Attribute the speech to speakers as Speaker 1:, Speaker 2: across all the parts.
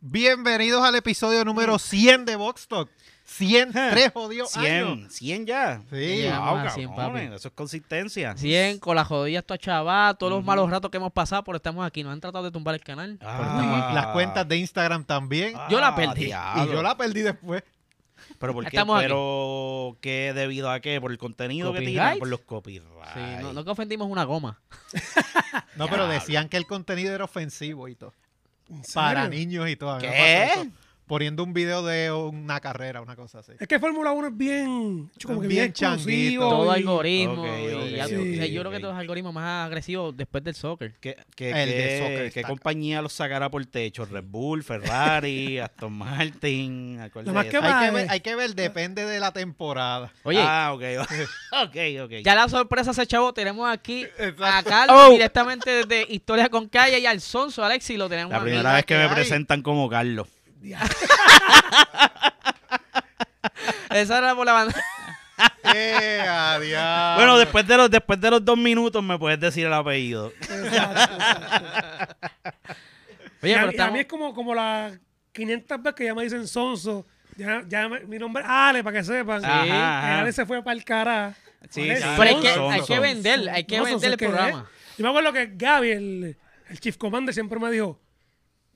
Speaker 1: Bienvenidos al episodio número 100 de Vox Talk. 100, tres jodidos
Speaker 2: 100, 100 ya.
Speaker 1: Sí.
Speaker 2: Wow,
Speaker 3: Vamos a 100,
Speaker 2: cabrones,
Speaker 3: papi.
Speaker 2: eso es consistencia.
Speaker 3: 100 con las rodillas tu chavada, todos los
Speaker 2: Ujú.
Speaker 3: malos ratos que hemos pasado por estamos aquí, nos han tratado de tumbar el canal.
Speaker 2: Ah.
Speaker 1: Las cuentas de Instagram también.
Speaker 2: Ah,
Speaker 3: Yo la perdí.
Speaker 1: y
Speaker 2: diablo.
Speaker 1: yo la perdí después.
Speaker 2: Pero por qué,
Speaker 3: Estamos aquí.
Speaker 2: pero qué debido a qué, por el contenido que
Speaker 3: Copyright.
Speaker 2: tiran, por los copyrights.
Speaker 3: Sí, no, no que ofendimos una goma.
Speaker 1: No, pero decían que el contenido era ofensivo y todo. Para
Speaker 4: niños.
Speaker 1: niños y todo. A mí me
Speaker 2: ¿Qué?
Speaker 1: pasó eso. Poniendo un video de una carrera, una cosa así.
Speaker 4: Es que Fórmula 1 es bien, como que bien,
Speaker 1: Bien changuito.
Speaker 4: exclusivo
Speaker 1: Todo
Speaker 3: Todo
Speaker 4: y-
Speaker 3: algoritmo.
Speaker 2: Ok,
Speaker 3: y
Speaker 2: ok,
Speaker 3: ya-
Speaker 4: sí,
Speaker 3: o sea, yo creo
Speaker 2: ok.
Speaker 3: que todos los algoritmos más agresivos después del soccer.
Speaker 2: ¿Qué, qué,
Speaker 1: El de
Speaker 2: qué-
Speaker 1: soccer
Speaker 2: qué
Speaker 1: está acá.
Speaker 2: compañía los sacará por techo? Red Bull, Ferrari, Aston Martin. acuérdate
Speaker 4: Lo más
Speaker 2: de
Speaker 4: que
Speaker 2: eso.
Speaker 4: va-
Speaker 1: Hay que,
Speaker 4: Ah,
Speaker 1: ver,
Speaker 4: eh.
Speaker 1: hay que ver, depende de la temporada.
Speaker 3: Oye,
Speaker 2: Ah, ok. ok, ok.
Speaker 3: ya la sorpresa se chavo, tenemos aquí a
Speaker 1: Exacto.
Speaker 3: Carlos
Speaker 1: Oh.
Speaker 3: directamente desde Historia con Calle y al Sonso, Alexi, lo tenemos
Speaker 2: la
Speaker 3: aquí.
Speaker 2: primera vez que
Speaker 1: que
Speaker 2: me
Speaker 1: hay.
Speaker 2: presentan como Carlos.
Speaker 3: Esa era por la banda.
Speaker 1: Eh, a diablo.
Speaker 3: Ah,
Speaker 2: Bueno, después de los después de los dos minutos me puedes decir el apellido.
Speaker 4: Exacto, exacto.
Speaker 3: Oye,
Speaker 4: Y
Speaker 3: pero
Speaker 4: a, mí- a mí
Speaker 3: estamos...
Speaker 4: es como, como las 500 veces que ya me dicen Sonso. Ya, ya me- mi nombre es Ale, para que sepan.
Speaker 3: Ajá,
Speaker 4: Eh,
Speaker 2: ajá.
Speaker 4: Ale se fue para el carajo.
Speaker 2: Sí,
Speaker 4: Por eso,
Speaker 2: sí,
Speaker 3: Pero hay que,
Speaker 2: Sonso,
Speaker 3: hay que
Speaker 2: Sonso.
Speaker 3: vender, hay que
Speaker 4: No, Sonso
Speaker 3: vender el
Speaker 4: es que es.
Speaker 3: programa.
Speaker 4: Yo me acuerdo que Gaby, el, el chief commander, siempre me dijo,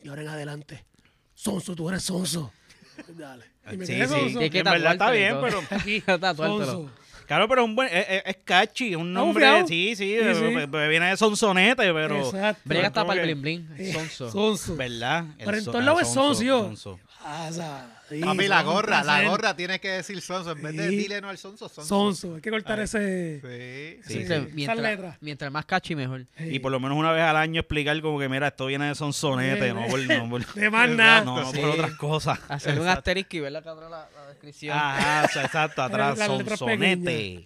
Speaker 4: y ahora en adelante, Sonso, tú eres Sonso. Dale. Y me
Speaker 2: Sí,
Speaker 4: quedé
Speaker 2: sí.
Speaker 4: Sonso.
Speaker 3: Tienes que
Speaker 2: En verdad está
Speaker 3: tatuártelo y
Speaker 2: bien,
Speaker 3: todo. Está tatuártelo.
Speaker 4: Sonso.
Speaker 2: Claro, pero un buen, es, es- es catchy, un
Speaker 4: No,
Speaker 2: nombre,
Speaker 4: fiao.
Speaker 2: sí, sí,
Speaker 4: Sí,
Speaker 2: eh,
Speaker 4: sí.
Speaker 2: eh, viene de sonsonete, pero... Pues,
Speaker 4: Exacto.
Speaker 3: Brega está para el
Speaker 2: que-
Speaker 3: blin blin,
Speaker 4: Eh,
Speaker 3: Sonso.
Speaker 4: Sonso.
Speaker 2: ¿Verdad? El
Speaker 4: Pero en
Speaker 2: so-
Speaker 4: todos
Speaker 2: ah,
Speaker 4: lados es
Speaker 2: sonso,
Speaker 4: sonso, yo.
Speaker 2: sonso.
Speaker 4: Pasa. Ah, Sí,
Speaker 1: Papi, la
Speaker 4: son un
Speaker 1: gorra, la
Speaker 4: placer.
Speaker 1: gorra tienes que decir sonso. En vez de
Speaker 4: Sí.
Speaker 1: dile no al sonso, sonso.
Speaker 4: Sonso. Hay que cortar ese...
Speaker 1: Sí.
Speaker 2: Sí,
Speaker 4: Sí,
Speaker 2: sí.
Speaker 4: esas
Speaker 3: Mientras,
Speaker 4: letras.
Speaker 3: mientras más cachi, mejor.
Speaker 4: eh,
Speaker 2: Y por lo menos una vez al año explicar como que, mira, esto viene de sonsonete,
Speaker 4: Sí,
Speaker 2: no
Speaker 4: sí.
Speaker 2: por... No, por-
Speaker 4: De más
Speaker 2: no,
Speaker 4: nada.
Speaker 2: No,
Speaker 3: Sí.
Speaker 2: por otras cosas.
Speaker 3: Hacer un asterisco y ver acá atrás la, la descripción.
Speaker 2: Ajá, o sea, exacto, atrás,
Speaker 4: Las letras
Speaker 2: sonsonete.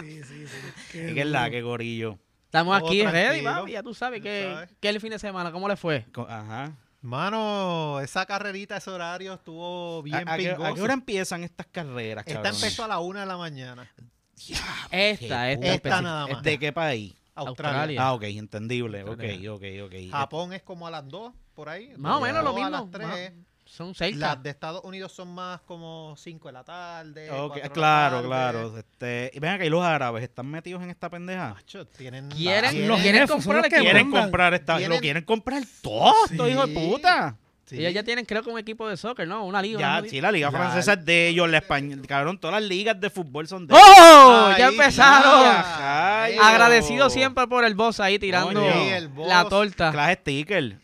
Speaker 4: Sí, sí, sí. Qué
Speaker 2: ¿Qué es la
Speaker 4: duro.
Speaker 2: que gorillo?
Speaker 3: Estamos
Speaker 1: Oh,
Speaker 3: aquí ready,
Speaker 1: tranquilo.
Speaker 3: papi, Ya tú sabes
Speaker 1: Tú
Speaker 3: que,
Speaker 1: sabes.
Speaker 3: que el fin de semana, ¿cómo le fue?
Speaker 2: Co- Ajá.
Speaker 1: Mano, esa carrerita, ese horario estuvo bien
Speaker 2: ¿A, a qué, a
Speaker 1: pingoso.
Speaker 2: qué hora empiezan estas carreras,
Speaker 1: Esta
Speaker 2: cabrón?
Speaker 1: empezó a la una de la mañana.
Speaker 3: Esta, esta,
Speaker 1: Esta
Speaker 3: específica.
Speaker 1: nada más.
Speaker 2: ¿De qué país?
Speaker 3: Australia.
Speaker 1: Australia.
Speaker 2: Ah, ok, entendible. Ok,
Speaker 3: Australia.
Speaker 2: ok, ok.
Speaker 1: Japón es como a las dos, por ahí. de
Speaker 3: Más o menos lo
Speaker 1: dos a las
Speaker 3: mismo,
Speaker 1: tres.
Speaker 3: Son seis.
Speaker 1: Las de Estados Unidos son más como cinco de la tarde.
Speaker 2: Ok,
Speaker 1: cuatro de la
Speaker 2: claro,
Speaker 1: tarde.
Speaker 2: claro. Este, y ven acá, ¿y los árabes están metidos en esta pendeja?
Speaker 1: Macho, tienen.
Speaker 3: ¿Quieren,
Speaker 1: tienen-
Speaker 4: los
Speaker 3: quieren
Speaker 4: jefes, son
Speaker 3: comprar
Speaker 4: los que
Speaker 3: el equipo.
Speaker 2: Ah, Quieren
Speaker 4: mandan.
Speaker 2: comprar esta, lo
Speaker 1: Tienen-
Speaker 2: quieren comprar todo, estos
Speaker 1: Sí.
Speaker 2: hijos de puta.
Speaker 1: sí.
Speaker 3: Ellos ya tienen, creo que un equipo de soccer, ¿no? Una liga.
Speaker 2: Ya,
Speaker 3: una
Speaker 2: sí,
Speaker 3: liga.
Speaker 2: la liga
Speaker 1: La-
Speaker 2: francesa es de ellos, la española, cabrón, todas las ligas de fútbol son de ellos.
Speaker 3: ¡Oh! ya
Speaker 1: Ahí,
Speaker 3: empezaron.
Speaker 1: ya,
Speaker 2: Ay,
Speaker 1: ahí.
Speaker 3: Agradecido siempre por el boss ahí tirando
Speaker 2: Coño.
Speaker 1: Sí, el boss.
Speaker 3: la torta.
Speaker 2: Clase sticker.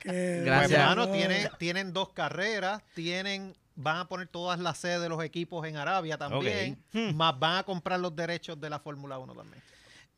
Speaker 4: Qué
Speaker 1: Pues,
Speaker 3: Gracias.
Speaker 1: mano, tienen, tienen dos carreras, tienen, van a poner todas las sedes de los equipos en Arabia también,
Speaker 2: Ok. Hmm.
Speaker 1: más van a comprar los derechos de la Fórmula 1 también.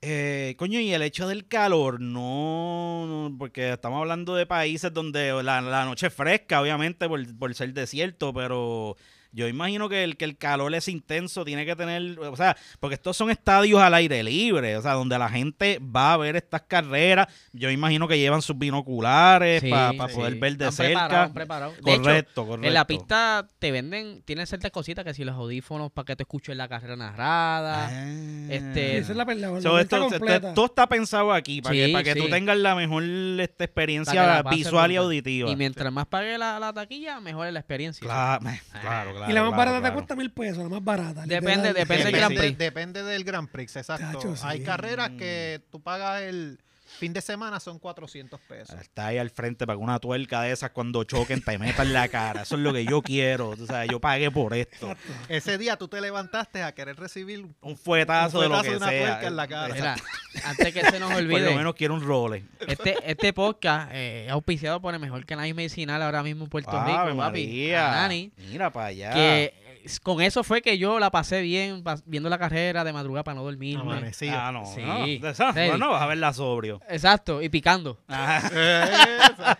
Speaker 2: Eh, coño, y el hecho del calor, no, no, porque estamos hablando de países donde la, la noche es fresca, obviamente, por, por ser desierto, pero yo imagino que el, que el calor es intenso, tiene que tener, o sea, porque estos son estadios al aire libre, o sea, donde la gente va a ver estas carreras, yo imagino que llevan sus binoculares
Speaker 3: Sí,
Speaker 2: para
Speaker 3: sí.
Speaker 2: poder ver de
Speaker 3: Han
Speaker 2: cerca.
Speaker 3: preparado, han preparado. De hecho,
Speaker 2: Correcto, correcto.
Speaker 3: En la pista te venden, tienen ciertas cositas que si los audífonos para que te escuchen la carrera
Speaker 2: Ah.
Speaker 3: narrada.
Speaker 4: Sí,
Speaker 3: este,
Speaker 4: Esa es la verdad. la
Speaker 2: So,
Speaker 4: vuelta
Speaker 2: esto, esto-
Speaker 4: completa.
Speaker 2: todo está pensado aquí para
Speaker 3: Sí,
Speaker 2: que, para que tú
Speaker 3: sí.
Speaker 2: tengas la mejor este,
Speaker 3: para que
Speaker 2: experiencia
Speaker 3: la pases
Speaker 2: visual y
Speaker 3: brutal.
Speaker 2: auditiva.
Speaker 3: Y mientras más pague la, la taquilla, mejor es la experiencia.
Speaker 2: Claro, me-
Speaker 3: Ah.
Speaker 2: claro, claro.
Speaker 4: y la más
Speaker 2: claro,
Speaker 4: barata te
Speaker 2: claro.
Speaker 4: cuesta mil pesos, la más barata.
Speaker 3: Depende,
Speaker 4: literal.
Speaker 3: depende del
Speaker 2: Sí,
Speaker 3: Gran
Speaker 2: sí.
Speaker 3: Prix.
Speaker 1: depende del Grand Prix, exacto.
Speaker 4: Tacho, sí.
Speaker 1: Hay carreras que tú pagas el fin de semana, son 400 pesos.
Speaker 4: Ah.
Speaker 2: Ahora Está ahí al frente para que una tuerca de esas cuando choquen te metan la cara. Eso es lo que yo quiero. O sea, yo pagué por esto.
Speaker 1: Ese día tú te levantaste a querer recibir un
Speaker 2: Un fuetazo,
Speaker 1: Un
Speaker 2: de lo
Speaker 1: fuetazo
Speaker 2: que
Speaker 1: de una
Speaker 2: sea.
Speaker 1: tuerca en la cara.
Speaker 3: Mira, antes que se nos
Speaker 2: Por lo
Speaker 3: olvide,
Speaker 2: menos quiero un role.
Speaker 3: este, este podcast eh, es auspiciado por el mejor canal medicinal ahora mismo en Puerto
Speaker 2: Ave
Speaker 3: Rico, papi.
Speaker 2: María.
Speaker 3: Anani,
Speaker 2: Mira para allá.
Speaker 3: que eh, con eso fue que yo la pasé bien pas- viendo la carrera de madrugada para no dormir.
Speaker 1: amanecido.
Speaker 2: Ah, no.
Speaker 3: Sí.
Speaker 2: No, O sea,
Speaker 3: Sí.
Speaker 2: no, no vas a verla sobrio.
Speaker 3: Exacto, y picando.
Speaker 2: Ajá.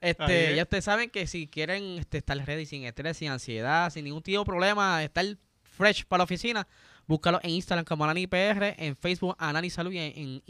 Speaker 3: Este,
Speaker 1: Ahí
Speaker 3: ya ustedes saben que si quieren este, estar ready sin estrés, sin ansiedad, sin ningún tipo de problema, estar fresh para la oficina, búscalo en Instagram como AnaniPR, en Facebook Anani Salud y en, en-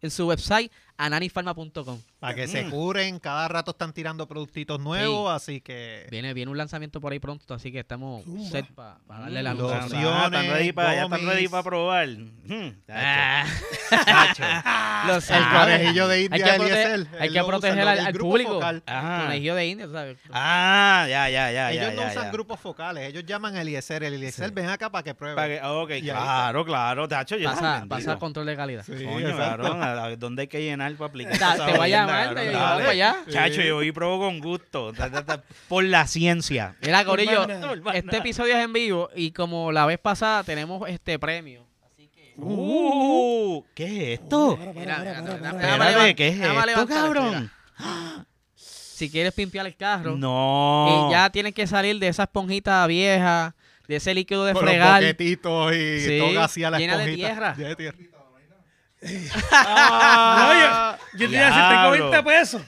Speaker 3: en su website ananifarma.com.
Speaker 1: Para que
Speaker 3: Mm.
Speaker 1: se curen, cada rato están tirando productitos nuevos, así que
Speaker 3: Viene, viene un lanzamiento por ahí pronto, así que estamos
Speaker 4: Zumba.
Speaker 3: set para darle la
Speaker 2: Están-
Speaker 1: Los
Speaker 3: luz.
Speaker 2: están-
Speaker 1: opciones,
Speaker 2: ah, están ready pa- ya están
Speaker 1: gummies.
Speaker 2: ready para probar. Mm, tacho,
Speaker 3: Ah,
Speaker 2: tacho.
Speaker 3: los
Speaker 1: el conejillo de
Speaker 3: Ah, Hay
Speaker 1: India
Speaker 3: que,
Speaker 1: de
Speaker 3: prote-
Speaker 1: Eliezer,
Speaker 3: hay
Speaker 1: él
Speaker 3: que
Speaker 1: lo usa,
Speaker 3: proteger
Speaker 1: lo
Speaker 3: al,
Speaker 1: del
Speaker 3: al
Speaker 1: grupo
Speaker 3: público.
Speaker 1: focal.
Speaker 2: Ah.
Speaker 3: Conejillo de India, ¿sabes?
Speaker 2: Ah, ya, ya, ya, ya.
Speaker 1: Ellos no
Speaker 2: ya,
Speaker 1: usan
Speaker 2: ya.
Speaker 1: grupos focales, ellos llaman a Eliezer, el Eliezer ven acá para que pruebe.
Speaker 2: Pa' que- ah, ok,
Speaker 1: Y ahí-
Speaker 2: claro, claro, tacho. Yo
Speaker 3: Pasa,
Speaker 2: también
Speaker 3: pasa
Speaker 2: digo.
Speaker 3: control de calidad.
Speaker 1: Sí,
Speaker 2: Coño,
Speaker 1: exacto.
Speaker 2: cabrón, a- a- ¿dónde hay que llenar para aplicar?
Speaker 3: Ta-
Speaker 2: esa
Speaker 3: te voy a
Speaker 2: jodienda,
Speaker 3: llamar, te
Speaker 2: cabrón?
Speaker 3: digo,
Speaker 2: Dale.
Speaker 3: vamos allá.
Speaker 2: Chacho, yo hoy pruebo con gusto. ta, ta, ta, por la ciencia.
Speaker 3: Mira, Corillo,
Speaker 4: Urbana.
Speaker 2: Urbana.
Speaker 3: este episodio es en vivo y como la vez pasada tenemos este premio. Así que.
Speaker 2: Uh, ¿Qué es esto?
Speaker 4: Para, para,
Speaker 3: Mira,
Speaker 4: para,
Speaker 3: mira,
Speaker 4: para,
Speaker 3: mira,
Speaker 4: para.
Speaker 3: mira.
Speaker 2: Espérate,
Speaker 3: Déjame levantar-
Speaker 2: ¿qué es
Speaker 3: déjame
Speaker 2: esto,
Speaker 3: levantar,
Speaker 2: cabrón?
Speaker 3: Si quieres pimpear el carro,
Speaker 2: No.
Speaker 3: y ya tienes que salir de esa esponjita vieja, de ese líquido de
Speaker 1: Con los
Speaker 3: fregar.
Speaker 1: boquetitos y
Speaker 3: Sí,
Speaker 1: todo así a la
Speaker 3: llena de
Speaker 1: esponjita.
Speaker 3: tierra.
Speaker 1: Llena de tierra.
Speaker 2: Ah,
Speaker 4: Yo te iba a decir, tengo
Speaker 2: Diablo.
Speaker 4: 20 pesos.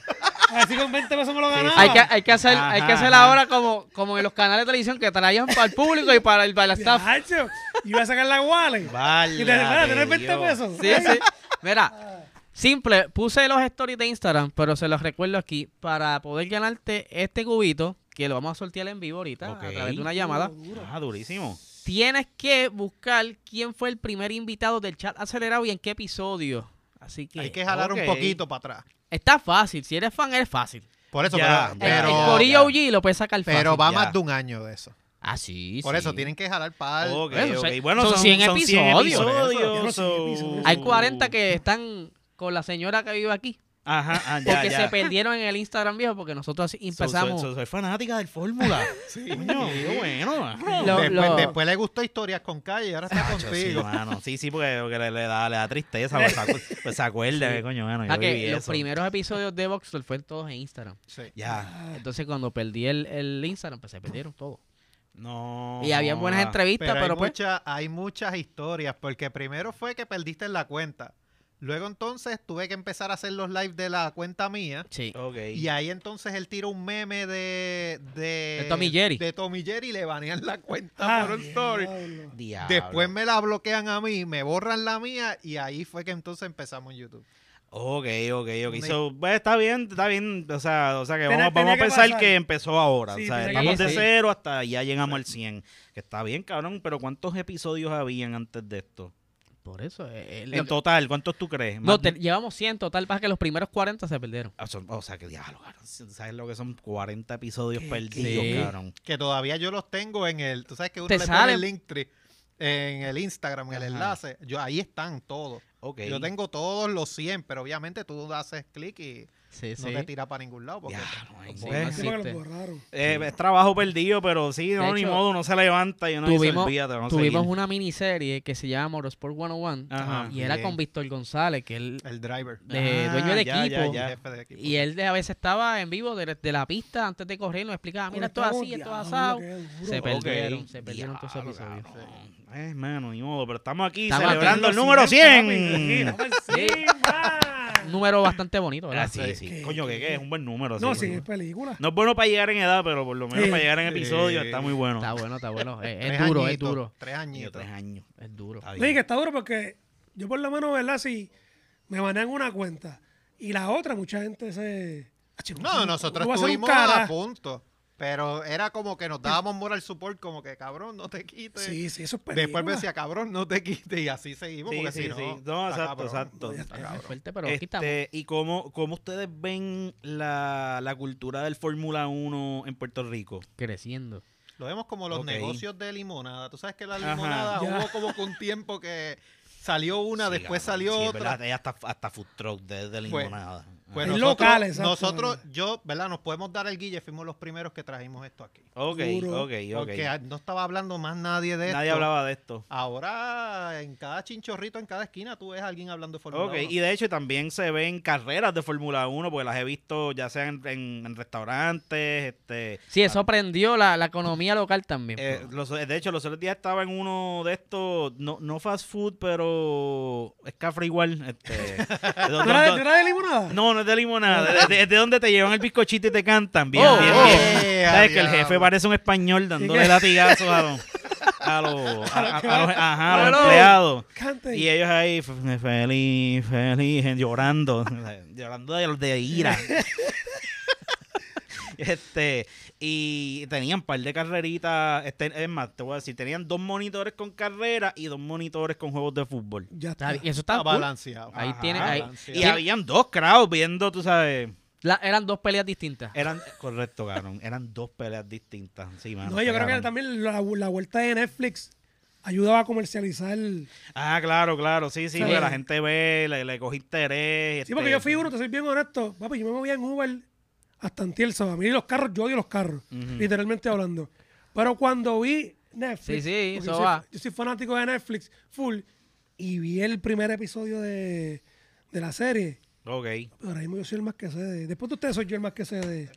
Speaker 4: Así con 20 pesos me lo ganaba.
Speaker 3: Hay que, hay que hacer, hay
Speaker 2: Ajá,
Speaker 3: que hacer
Speaker 2: ajá.
Speaker 3: ahora como, como en los canales de televisión que traían para el público y para el, para el staff.
Speaker 4: Chacho, iba a sacar la wallet. Y te
Speaker 2: válgame
Speaker 4: a tener 20
Speaker 2: Dios.
Speaker 4: pesos.
Speaker 3: Sí, sí. Mira, simple, puse los stories de Instagram, pero se los recuerdo aquí para poder ganarte este cubito que lo vamos a sortear en vivo ahorita
Speaker 2: Ok.
Speaker 3: a través de una llamada.
Speaker 2: Ah, durísimo.
Speaker 3: Tienes que buscar quién fue el primer invitado del chat acelerado y en qué episodio. Así que
Speaker 1: Hay que jalar
Speaker 2: Ok.
Speaker 1: un poquito para atrás.
Speaker 3: está fácil, si eres fan es fácil.
Speaker 1: Por eso,
Speaker 2: Ya,
Speaker 1: pero,
Speaker 3: El-
Speaker 2: ya,
Speaker 1: pero,
Speaker 3: el
Speaker 2: ya.
Speaker 3: Corillo OG lo puede sacar fácil.
Speaker 1: pero va
Speaker 2: ya.
Speaker 1: más de un año de eso.
Speaker 3: Ah, sí,
Speaker 1: Por
Speaker 3: sí.
Speaker 1: eso tienen que jalar para...
Speaker 2: Ok,
Speaker 3: Bueno,
Speaker 2: ok.
Speaker 3: son-
Speaker 2: Bueno,
Speaker 3: son
Speaker 2: son,
Speaker 3: 100
Speaker 2: son 100
Speaker 3: episodios.
Speaker 4: Ya no
Speaker 2: episodios.
Speaker 4: sé,
Speaker 2: so-
Speaker 4: episodios.
Speaker 1: Uh.
Speaker 3: Hay 40 que están con la señora que vive aquí.
Speaker 2: Ajá, ah, ya,
Speaker 3: Porque
Speaker 2: ya.
Speaker 3: se perdieron en el Instagram viejo porque nosotros así
Speaker 2: So-
Speaker 3: empezamos.
Speaker 2: so- so- soy fanática del Fórmula.
Speaker 1: Sí.
Speaker 2: Coño, qué bueno.
Speaker 3: Lo-
Speaker 1: después,
Speaker 3: lo-
Speaker 1: después le gustó Historias con Calle, ahora está
Speaker 2: Chacho, sí,
Speaker 1: contigo.
Speaker 2: mano. Sí, sí, porque, porque le, le da, le da tristeza. Pues, se acu- pues se acuerda, que coño, mano.
Speaker 3: O
Speaker 2: Yo
Speaker 3: sea,
Speaker 2: viví
Speaker 3: Ah, que los
Speaker 2: eso.
Speaker 3: primeros episodios de Voxel fueron todos en Instagram.
Speaker 1: Sí.
Speaker 2: Ya.
Speaker 1: Ah,
Speaker 3: Entonces cuando perdí el, el Instagram, pues se perdieron todos.
Speaker 2: No.
Speaker 3: Y había buenas entrevistas,
Speaker 1: Ah, Pero,
Speaker 3: pero,
Speaker 1: hay,
Speaker 3: pues...
Speaker 1: mucha- hay muchas historias, porque primero fue que perdiste la cuenta. Luego entonces tuve que empezar a hacer los live de la cuenta mía.
Speaker 3: Sí.
Speaker 2: Ok.
Speaker 1: Y ahí entonces él tira un meme de... De,
Speaker 3: De Tommy Jerry.
Speaker 1: De Tommy Jerry y le banean la cuenta
Speaker 4: Ah,
Speaker 1: por un story.
Speaker 4: diablo.
Speaker 2: Diablo.
Speaker 1: Después me la bloquean a mí, me borran la mía y ahí fue que entonces empezamos en YouTube.
Speaker 2: Ok, ok, ok.
Speaker 1: Me-
Speaker 2: So, pues, está bien, está bien. O sea, o sea que
Speaker 4: Tenía-
Speaker 2: vamos, vamos
Speaker 4: tenía
Speaker 2: a
Speaker 4: que
Speaker 2: pensar
Speaker 4: pasar.
Speaker 2: que empezó ahora.
Speaker 4: Sí,
Speaker 2: o sea,
Speaker 4: tenía que
Speaker 2: estamos de
Speaker 3: pasar.
Speaker 2: cero hasta ya llegamos al 100. Que está bien, cabrón. Pero ¿cuántos episodios habían antes de esto?
Speaker 3: Por eso... eh, eh, lo
Speaker 2: En
Speaker 3: que-
Speaker 2: total, ¿cuántos tú crees?
Speaker 3: no,
Speaker 2: Más-
Speaker 3: te- llevamos 100 total, pasa que los primeros 40 se perdieron.
Speaker 2: Ah, son- O sea, que diablo, cabrón. ¿Sabes lo que son 40 episodios
Speaker 4: ¿Qué?
Speaker 2: perdidos,
Speaker 3: Sí.
Speaker 2: cabrón?
Speaker 1: que todavía yo los tengo en el, tú sabes que uno
Speaker 3: Te
Speaker 1: le
Speaker 3: sale.
Speaker 1: pone el Linktree en el Instagram, en el
Speaker 2: Ajá.
Speaker 1: enlace, yo ahí están todos.
Speaker 2: Ok.
Speaker 1: Yo tengo todos los 100, pero obviamente tú haces clic y
Speaker 3: Sí,
Speaker 1: no te tira para ningún lado porque
Speaker 2: Diablo, man,
Speaker 3: Sí,
Speaker 2: pues,
Speaker 4: Sí, porque
Speaker 3: existe.
Speaker 4: los borraron.
Speaker 2: eh, es trabajo perdido, pero sí, no,
Speaker 3: De
Speaker 2: ni
Speaker 3: hecho,
Speaker 2: modo, uno se levanta y uno dice,
Speaker 3: tuvimos-
Speaker 2: olvídate, vamos a
Speaker 3: Tuvimos
Speaker 2: seguir.
Speaker 3: una miniserie que se llama Motorsport 101
Speaker 2: Ajá.
Speaker 3: y era
Speaker 1: Bien.
Speaker 3: con Víctor González, que él...
Speaker 1: el driver,
Speaker 3: de
Speaker 2: Ah,
Speaker 3: dueño de
Speaker 2: ya, ya,
Speaker 3: equipo.
Speaker 2: ya.
Speaker 1: jefe de equipo.
Speaker 3: Y él de- a veces estaba en vivo de, de la pista antes de correr y nos explicaba, Ah, mira, esto es así, esto es asado. Se
Speaker 2: Ok.
Speaker 3: perdieron, se perdieron todos esos
Speaker 2: Diablo,
Speaker 3: episodios.
Speaker 2: cabrón. Eh, mano, ni modo, pero estamos aquí
Speaker 3: Estamos
Speaker 2: celebrando
Speaker 3: aquí.
Speaker 2: el número 100.
Speaker 3: Un número bastante bonito, ¿verdad?
Speaker 2: Ah, sí, sí.
Speaker 4: ¿Qué,
Speaker 2: Coño, que
Speaker 4: qué?
Speaker 2: que es un buen número.
Speaker 4: No,
Speaker 2: sí.
Speaker 4: sí, es película.
Speaker 2: No es bueno para llegar en edad, pero por lo menos
Speaker 4: Sí.
Speaker 2: para llegar en episodio
Speaker 1: Sí.
Speaker 2: está muy bueno.
Speaker 3: Está bueno, está bueno. Es, es
Speaker 1: Tres
Speaker 3: duro, es
Speaker 1: añitos,
Speaker 3: duro.
Speaker 1: Tres
Speaker 2: Coño,
Speaker 1: añitos.
Speaker 2: tres años.
Speaker 3: Es duro.
Speaker 2: Está
Speaker 4: No,
Speaker 2: bien.
Speaker 4: y que está duro porque yo por lo menos, ¿verdad? Si me manejan una cuenta y la otra, mucha gente se...
Speaker 1: No, nosotros
Speaker 4: Tú vas a hacer un
Speaker 1: estuvimos
Speaker 4: cara.
Speaker 1: a punto, pero era como que nos dábamos moral support como que cabrón, no te quites.
Speaker 4: Sí, sí, eso es película.
Speaker 1: Después me decía, cabrón, no te quites y así seguimos
Speaker 2: Sí,
Speaker 1: porque
Speaker 2: sí,
Speaker 1: si no,
Speaker 2: sí. No,
Speaker 1: está
Speaker 2: exacto,
Speaker 1: cabrón.
Speaker 2: exacto.
Speaker 4: Ya
Speaker 3: Es-
Speaker 4: está,
Speaker 3: Es
Speaker 4: cabrón.
Speaker 3: fuerte, pero aquí estamos.
Speaker 2: Este, ¿Y cómo, cómo ustedes ven la, la cultura del Fórmula 1 en Puerto Rico?
Speaker 3: creciendo.
Speaker 1: Lo vemos como los
Speaker 2: Ok.
Speaker 1: negocios de limonada. Tú sabes que la
Speaker 2: Ajá.
Speaker 1: limonada
Speaker 4: Ya.
Speaker 1: hubo como que un tiempo que salió una,
Speaker 2: Sí,
Speaker 1: después
Speaker 2: cabrón,
Speaker 1: salió
Speaker 2: sí, es
Speaker 1: otra.
Speaker 2: verdad, hay hasta, hasta food truck de, de
Speaker 1: Pues,
Speaker 2: limonada.
Speaker 1: Pues
Speaker 4: Es
Speaker 2: Ah,
Speaker 1: nosotros,
Speaker 4: local, exacto,
Speaker 1: nosotros,
Speaker 4: ¿verdad?
Speaker 1: yo, ¿verdad? Nos podemos dar el guille, fuimos los primeros que trajimos esto aquí.
Speaker 2: ok,
Speaker 4: Duro.
Speaker 2: ok, ok.
Speaker 1: Porque ah, no estaba hablando más nadie de esto.
Speaker 2: Nadie hablaba de esto.
Speaker 1: Ahora, en cada chinchorrito, en cada esquina, tú ves a alguien hablando de Fórmula
Speaker 2: Ok,
Speaker 1: Uno.
Speaker 2: y de hecho también se ven carreras de Fórmula 1, porque las he visto ya sea en, en- en restaurantes, este...
Speaker 3: Sí, eso prendió la, la economía local también.
Speaker 2: eh,
Speaker 3: pero-
Speaker 2: los- de hecho, los otros días estaba en uno de estos, no, no fast food, pero es café igual. Este,
Speaker 4: ¿Tú eras tú eras de limonada?
Speaker 2: No, no es de limonada. Es de, es de donde te llevan el bizcochito y te cantan. Bien,
Speaker 3: Oh,
Speaker 2: bien,
Speaker 1: oh.
Speaker 2: bien.
Speaker 1: Eh,
Speaker 2: Sabes que el
Speaker 1: diablo.
Speaker 2: jefe parece un español dándole
Speaker 4: ¿Qué?
Speaker 2: latigazos a don. a los, a, a- a los- ajá, a los
Speaker 4: Bueno.
Speaker 2: empleados.
Speaker 4: Cante.
Speaker 2: Y ellos ahí f- feliz, feliz, llorando, llorando de, de ira. este y tenían un par de carreritas, este, es más, te voy a decir, tenían dos monitores con carreras y dos monitores con juegos de fútbol.
Speaker 4: Ya está.
Speaker 3: Está bien, Y eso está
Speaker 1: Está
Speaker 3: cool.
Speaker 1: balanceado.
Speaker 3: Ahí
Speaker 2: Ajá.
Speaker 3: tiene, ahí-
Speaker 1: balanceado.
Speaker 2: Y habían dos crowds viendo, tú sabes,
Speaker 3: la- eran dos peleas distintas.
Speaker 2: eran correcto, cabrón, eran dos peleas distintas, sí, mano,
Speaker 4: No, yo creo que
Speaker 2: cabrón.
Speaker 4: también la, la vuelta de Netflix ayudaba a comercializar. el-
Speaker 2: Ah, claro, claro, sí, sí,
Speaker 4: Sí.
Speaker 2: porque la gente ve, le, le cogí interés.
Speaker 4: Sí, porque
Speaker 2: este,
Speaker 4: yo fui uno, te soy bien honesto. Papi, yo me movía en Uber hasta Antiel sábado. A mí los carros, yo odio los carros, literalmente hablando. Pero cuando vi Netflix.
Speaker 3: Sí, sí,
Speaker 4: porque
Speaker 3: eso
Speaker 4: yo soy,
Speaker 3: va.
Speaker 4: Yo soy fanático de Netflix, full, y vi el primer episodio de, de la serie.
Speaker 2: Ok.
Speaker 4: Pero ahora mismo yo soy el más que sé de. Después de ustedes, soy yo el más que sé de,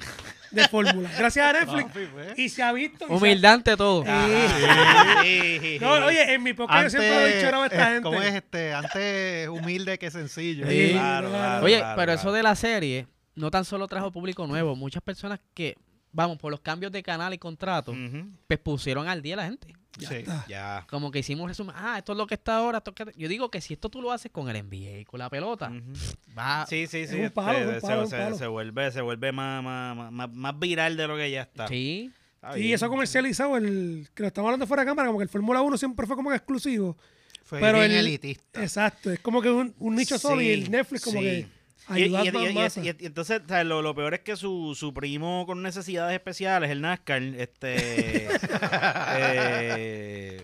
Speaker 4: de fórmula. Gracias a
Speaker 1: Papi,
Speaker 4: Netflix.
Speaker 1: pues.
Speaker 4: y se ha visto. y se ha-
Speaker 3: Humildante todo.
Speaker 2: eh, Ah, Sí.
Speaker 4: No, oye, en mi podcast yo siempre he dicho ahora a esta
Speaker 1: eh,
Speaker 4: gente.
Speaker 1: ¿Cómo es este? Antes humilde que sencillo.
Speaker 4: Sí.
Speaker 2: Claro, claro,
Speaker 3: Oye,
Speaker 2: claro,
Speaker 3: pero
Speaker 2: claro.
Speaker 3: eso de la serie no tan solo trajo público nuevo, muchas personas que, vamos, por los cambios de canal y contrato,
Speaker 1: Mm.
Speaker 2: Ujú,
Speaker 3: pues pusieron al día a la gente.
Speaker 1: Sí.
Speaker 4: está.
Speaker 2: Ya.
Speaker 3: Como que hicimos resumen, ah, esto es lo que está ahora, esto es que... Yo digo que si esto tú lo haces con el NBA, con la pelota,
Speaker 1: Mm.
Speaker 2: Ujú.
Speaker 3: va...
Speaker 2: Sí, sí, sí.
Speaker 4: un
Speaker 2: este,
Speaker 4: palo, es un
Speaker 2: se-
Speaker 4: palo, es un
Speaker 2: se,
Speaker 4: palo.
Speaker 2: se vuelve, se vuelve más, más, más- más, más viral de lo que ya está.
Speaker 3: Sí.
Speaker 2: Está
Speaker 4: Y
Speaker 2: bien.
Speaker 4: eso ha comercializado, el, que lo estamos hablando fuera de cámara, como que el Fórmula 1 siempre fue como que exclusivo.
Speaker 1: Fue
Speaker 4: Pero
Speaker 1: bien
Speaker 4: el-
Speaker 1: elitista.
Speaker 4: Exacto, es como que un, un nicho solo y el Netflix como
Speaker 2: sí.
Speaker 4: que
Speaker 2: Y- y-
Speaker 4: ayudaba
Speaker 2: y-
Speaker 4: más
Speaker 2: y-
Speaker 4: masa.
Speaker 2: y- y- entonces, o sea, lo, lo peor es que su, su primo con necesidades especiales, el NASCAR, este. eh,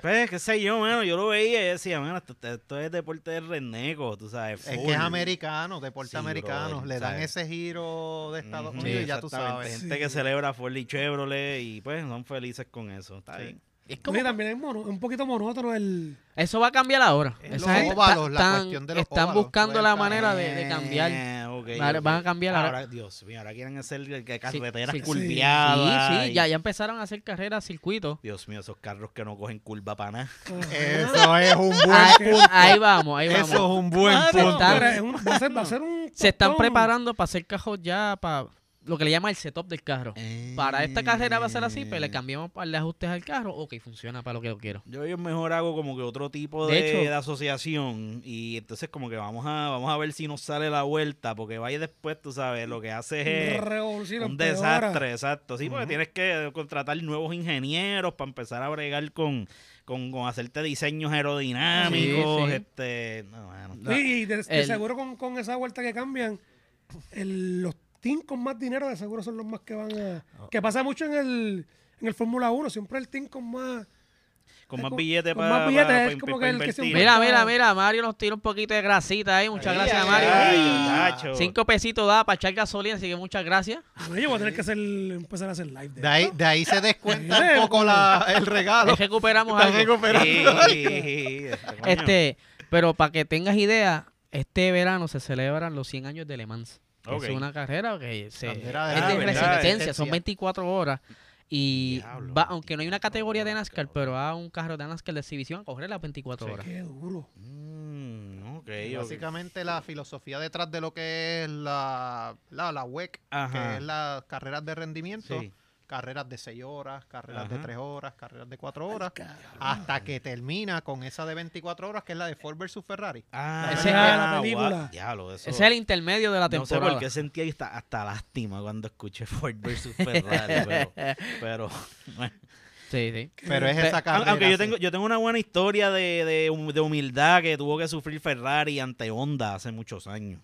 Speaker 2: pues, qué sé yo, mano, yo lo veía y decía, mano, esto, esto es deporte de reneco, tú sabes.
Speaker 1: Es
Speaker 2: full".
Speaker 1: que es americano, deporte
Speaker 2: Sí,
Speaker 1: americano.
Speaker 2: brother,
Speaker 1: Le dan
Speaker 2: ¿sabes?
Speaker 1: ese giro de Estados
Speaker 2: Ujú.
Speaker 1: Unidos
Speaker 2: Sí,
Speaker 1: y ya tú
Speaker 2: exactamente.
Speaker 1: sabes.
Speaker 2: Gente que celebra Ford y Chevrolet y pues son felices con eso. Está
Speaker 1: Sí.
Speaker 2: bien.
Speaker 3: Es como...
Speaker 4: Oye, también es mono- un poquito monótono el...
Speaker 3: Eso va a cambiar ahora.
Speaker 1: Es
Speaker 3: Esa
Speaker 1: Eh, los
Speaker 3: gente
Speaker 1: óvalos,
Speaker 3: está-
Speaker 1: la
Speaker 3: están-
Speaker 1: cuestión de los
Speaker 3: están
Speaker 1: óvalos. pues,
Speaker 3: buscando la
Speaker 1: Vuelta.
Speaker 3: manera de, de cambiar.
Speaker 2: Eh, ok,
Speaker 3: Van-
Speaker 2: ok.
Speaker 3: van a cambiar ahora.
Speaker 2: Ahora, Dios mío, ahora quieren hacer que- que carreteras
Speaker 3: sí.
Speaker 1: Ah,
Speaker 2: curviadas.
Speaker 3: Sí, sí,
Speaker 2: y-
Speaker 3: ya, ya empezaron a hacer carreras, circuitos.
Speaker 2: Dios mío, esos carros que no cogen curva para nada.
Speaker 4: eh,
Speaker 1: Eso es un buen
Speaker 3: Ahí,
Speaker 1: punto.
Speaker 3: ahí vamos, ahí
Speaker 1: Eso
Speaker 3: vamos.
Speaker 1: es un buen
Speaker 2: Claro.
Speaker 1: punto.
Speaker 3: Está-
Speaker 4: Pero es un- va, a ser, va a ser un...
Speaker 3: Se están
Speaker 4: tostón.
Speaker 3: preparando para hacer cajos ya para lo que le llama el setup del carro. Para
Speaker 2: Mm.
Speaker 3: esta carrera va a ser así, pero le cambiamos para le ajustes al carro. Ok, funciona para lo que yo quiero.
Speaker 2: Yo, yo mejor hago como que otro tipo
Speaker 3: De
Speaker 2: de,
Speaker 3: hecho-
Speaker 2: de asociación y entonces como que vamos a vamos a ver si nos sale la vuelta porque vaya después, tú sabes, lo que hace es eh,
Speaker 4: Revolución,
Speaker 2: un
Speaker 4: empeora.
Speaker 2: desastre, exacto. Sí, porque
Speaker 1: Ujú.
Speaker 2: tienes que contratar nuevos ingenieros para empezar a bregar con, con, con hacerte diseños aerodinámicos.
Speaker 3: Sí, sí.
Speaker 2: Este, no, mano.
Speaker 4: Sí, y de, de
Speaker 3: El-
Speaker 4: seguro con, con esa vuelta que cambian, el- los teams con más dinero de seguro son los más que van a...
Speaker 2: Oh.
Speaker 4: Que pasa mucho en el, en el Fórmula 1, siempre el team con más...
Speaker 2: con
Speaker 4: es
Speaker 2: más
Speaker 4: como-
Speaker 2: billetes
Speaker 4: con
Speaker 2: para
Speaker 4: más billetes es como que el que siempre-
Speaker 3: Mira, mira, mira, Mario nos tira un poquito de grasita ahí. Muchas
Speaker 2: Ahí,
Speaker 3: gracias,
Speaker 2: ahí,
Speaker 3: Mario.
Speaker 2: ahí, tacho.
Speaker 3: Cinco pesitos da para echar gasolina, así que muchas gracias.
Speaker 4: Bueno, yo voy a tener que hacer, empezar a hacer live.
Speaker 1: De
Speaker 4: De
Speaker 1: ahí, de ahí se descuenta
Speaker 4: Sí,
Speaker 1: un poco la, el
Speaker 2: Ah,
Speaker 1: regalo.
Speaker 3: Ahí recuperamos
Speaker 1: Están
Speaker 3: algo.
Speaker 1: recuperando.
Speaker 2: Sí, este, coño.
Speaker 3: Este, pero para que tengas idea, este verano se celebran los 100 años de Le Mans.
Speaker 2: Ok.
Speaker 3: Es una carrera que se,
Speaker 1: Bandera de
Speaker 3: es
Speaker 2: la
Speaker 3: de
Speaker 2: verdad,
Speaker 3: resistencia,
Speaker 1: resistencia.
Speaker 3: son 24 horas. Y
Speaker 2: Diablo,
Speaker 3: va, aunque no hay una
Speaker 2: 24
Speaker 3: categoría de
Speaker 2: horas,
Speaker 3: NASCAR,
Speaker 2: cabrón.
Speaker 3: pero va un carro de NASCAR de exhibición a correr las 24 horas.
Speaker 4: Qué duro.
Speaker 2: Mm, ok, ok.
Speaker 1: Básicamente la filosofía detrás de lo que es la, la, la WEC,
Speaker 2: Ajá.
Speaker 1: que es las carreras de rendimiento,
Speaker 2: Sí.
Speaker 1: carreras de 6 horas, carreras de
Speaker 2: Ajá.
Speaker 1: 3 horas, carreras de 4 horas, hasta que termina con esa de 24 horas, que es la de Ford versus Ferrari.
Speaker 2: Ah,
Speaker 3: Ese es
Speaker 4: la
Speaker 2: guau,
Speaker 4: película.
Speaker 2: diablo, eso-
Speaker 3: Ese es el intermedio de la
Speaker 2: no sé por
Speaker 3: temporada.
Speaker 2: qué sentí ahí hasta, hasta lástima cuando escuché Ford versus Ferrari, pero, pero bueno.
Speaker 3: sí, sí.
Speaker 1: Pero es
Speaker 3: Pe-
Speaker 1: esa
Speaker 2: Al-
Speaker 1: carrera.
Speaker 2: Aunque yo
Speaker 1: sí.
Speaker 2: tengo, yo tengo una buena historia de, de hum- de humildad que tuvo que sufrir Ferrari ante Honda hace muchos años.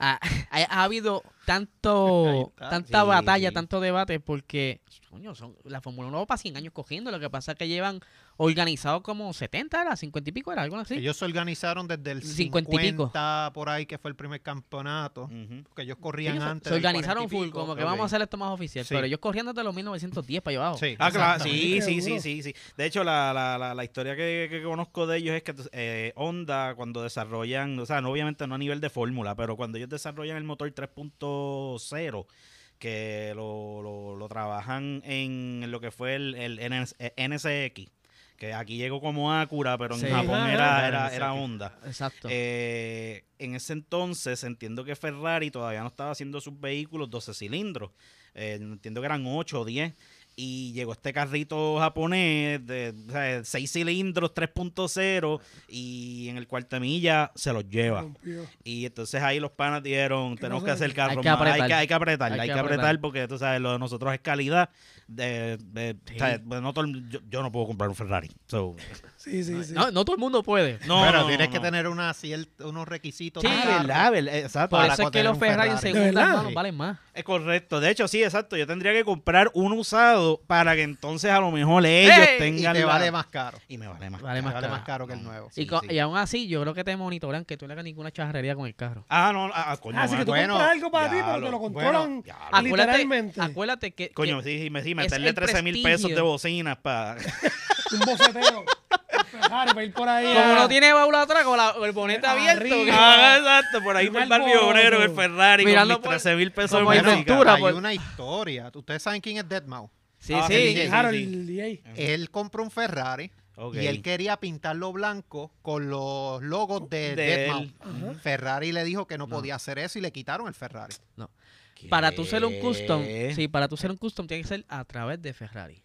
Speaker 3: Ah, ha, ha habido
Speaker 1: Ahí
Speaker 3: tanto,
Speaker 1: está.
Speaker 3: tanta
Speaker 2: Sí,
Speaker 3: batalla,
Speaker 2: sí.
Speaker 3: tanto debate, porque coño, son, la Fórmula 1 va para 100 años cogiendo. Lo que pasa es que llevan organizado como 70 era, 50 y pico era, algo así.
Speaker 1: Ellos se organizaron desde el 50,
Speaker 3: Cincuenta y pico.
Speaker 1: por ahí, que fue el primer campeonato,
Speaker 2: Ujú.
Speaker 1: porque ellos corrían
Speaker 3: Ellos se-
Speaker 1: antes.
Speaker 3: se
Speaker 1: del
Speaker 3: organizaron
Speaker 1: 40 y
Speaker 3: full,
Speaker 1: pico.
Speaker 3: como que
Speaker 2: ok.
Speaker 3: vamos a hacer esto más oficial.
Speaker 1: Sí.
Speaker 3: Pero ellos corriendo desde los 1910 para allá abajo.
Speaker 1: Sí,
Speaker 2: Ah, claro,
Speaker 1: exactamente.
Speaker 2: sí, sí, sí,
Speaker 4: Seguro.
Speaker 2: sí, sí. De hecho, la, la, la, la historia que, que conozco de ellos es que eh, Honda, cuando desarrollan, o sea, no, obviamente no a nivel de fórmula, pero cuando ellos desarrollan el motor 3.0, que lo, lo, lo trabajan en lo que fue el, el NS eh, NSX, que aquí llegó como Acura, pero en
Speaker 3: Sí.
Speaker 2: Japón
Speaker 4: Ajá,
Speaker 2: era,
Speaker 1: ajá.
Speaker 2: era, era
Speaker 1: NSX.
Speaker 2: Honda.
Speaker 3: Exacto.
Speaker 2: Eh, en ese entonces entiendo que Ferrari todavía no estaba haciendo sus vehículos 12 cilindros. Eh, entiendo que eran 8 o 10. Y llegó este carrito japonés de 6 cilindros, 3.0, y en el cuarto de milla se los lleva.
Speaker 4: Rompió.
Speaker 2: Y entonces ahí los panas dijeron,
Speaker 4: ¿Qué
Speaker 2: tenemos
Speaker 4: cosa
Speaker 2: que
Speaker 4: es?
Speaker 2: hacer carro más.
Speaker 3: Hay que
Speaker 2: hay
Speaker 3: apretar.
Speaker 2: que, hay que apretar,
Speaker 3: Hay
Speaker 2: hay,
Speaker 3: que
Speaker 2: que apretar,
Speaker 3: apretar.
Speaker 2: porque tú sabes, lo de nosotros es calidad. de- de-
Speaker 3: Sí.
Speaker 2: o sea, bueno, no todo el- yo, yo no puedo comprar un Ferrari. So,
Speaker 4: Sí, sí, sí.
Speaker 3: No, no todo el mundo puede.
Speaker 2: no,
Speaker 1: pero
Speaker 2: no,
Speaker 1: tienes
Speaker 2: no,
Speaker 1: que
Speaker 2: no.
Speaker 1: tener una cier- unos requisitos.
Speaker 3: Sí,
Speaker 1: de
Speaker 2: Ah,
Speaker 1: carro.
Speaker 2: verdad, verdad, exacto.
Speaker 3: Por
Speaker 1: para
Speaker 3: eso es que
Speaker 1: poder
Speaker 3: los
Speaker 1: un
Speaker 3: Ferrari en
Speaker 1: Ferrari.
Speaker 4: ¿De
Speaker 3: segunda
Speaker 4: verdad?
Speaker 3: mano valen más.
Speaker 2: Es correcto, de hecho, sí, exacto. Yo tendría que comprar uno usado para que entonces a lo mejor ellos
Speaker 3: ¡Ey!
Speaker 1: Y
Speaker 2: tengan.
Speaker 1: te
Speaker 2: la-
Speaker 1: vale más caro.
Speaker 2: Y me vale más
Speaker 3: Vale más
Speaker 1: Vale más caro
Speaker 2: caro.
Speaker 1: que el nuevo.
Speaker 2: Sí,
Speaker 3: y, co-
Speaker 2: sí.
Speaker 3: y aún así, yo creo que te monitorean que tú no hagas ninguna charrería con el carro.
Speaker 2: Ah, no, ah, ah, coño.
Speaker 4: Ah, Así que tú
Speaker 1: Bueno,
Speaker 4: compras algo para ti,
Speaker 2: ya
Speaker 4: pero te
Speaker 2: lo-
Speaker 4: lo
Speaker 2: bueno,
Speaker 4: controlan
Speaker 2: ya lo-
Speaker 4: literalmente.
Speaker 3: Acuérdate, acuérdate que,
Speaker 2: Coño,
Speaker 3: que-
Speaker 2: sí, sí, me- sí,
Speaker 3: es
Speaker 2: meterle
Speaker 3: el
Speaker 2: 13 mil pesos de
Speaker 3: prestigio.
Speaker 2: bocinas para.
Speaker 4: Un boceteo. Un Ferrari para ir por ahí.
Speaker 3: como
Speaker 4: a-
Speaker 3: no tiene baúl atrás con, la- con el bonete abierto,
Speaker 4: Arriba.
Speaker 3: que-
Speaker 2: Ah, exacto, por ahí
Speaker 4: Un
Speaker 2: por el barrio
Speaker 4: alboroto.
Speaker 2: obrero, el Ferrari,
Speaker 3: Mirando
Speaker 2: con
Speaker 3: por-
Speaker 2: mis 13 mil pesos
Speaker 3: como hay
Speaker 2: música.
Speaker 3: aventura,
Speaker 1: hay
Speaker 3: pues.
Speaker 1: una historia. Ustedes saben quién es Deadmau.
Speaker 3: sí,
Speaker 2: Ah,
Speaker 3: sí.
Speaker 2: el DJ.
Speaker 4: Harold,
Speaker 2: sí, sí.
Speaker 4: el DJ.
Speaker 1: Él compró un Ferrari
Speaker 2: Ok.
Speaker 1: y él quería pintarlo blanco con los logos de,
Speaker 2: De
Speaker 1: Deadmau.
Speaker 2: él.
Speaker 4: Ajá.
Speaker 1: Ferrari le dijo que no, podía hacer eso y le quitaron el Ferrari.
Speaker 3: Para tú ser un custom,
Speaker 2: ¿Qué?
Speaker 3: sí, para tú ser un custom tiene que ser a través de Ferrari.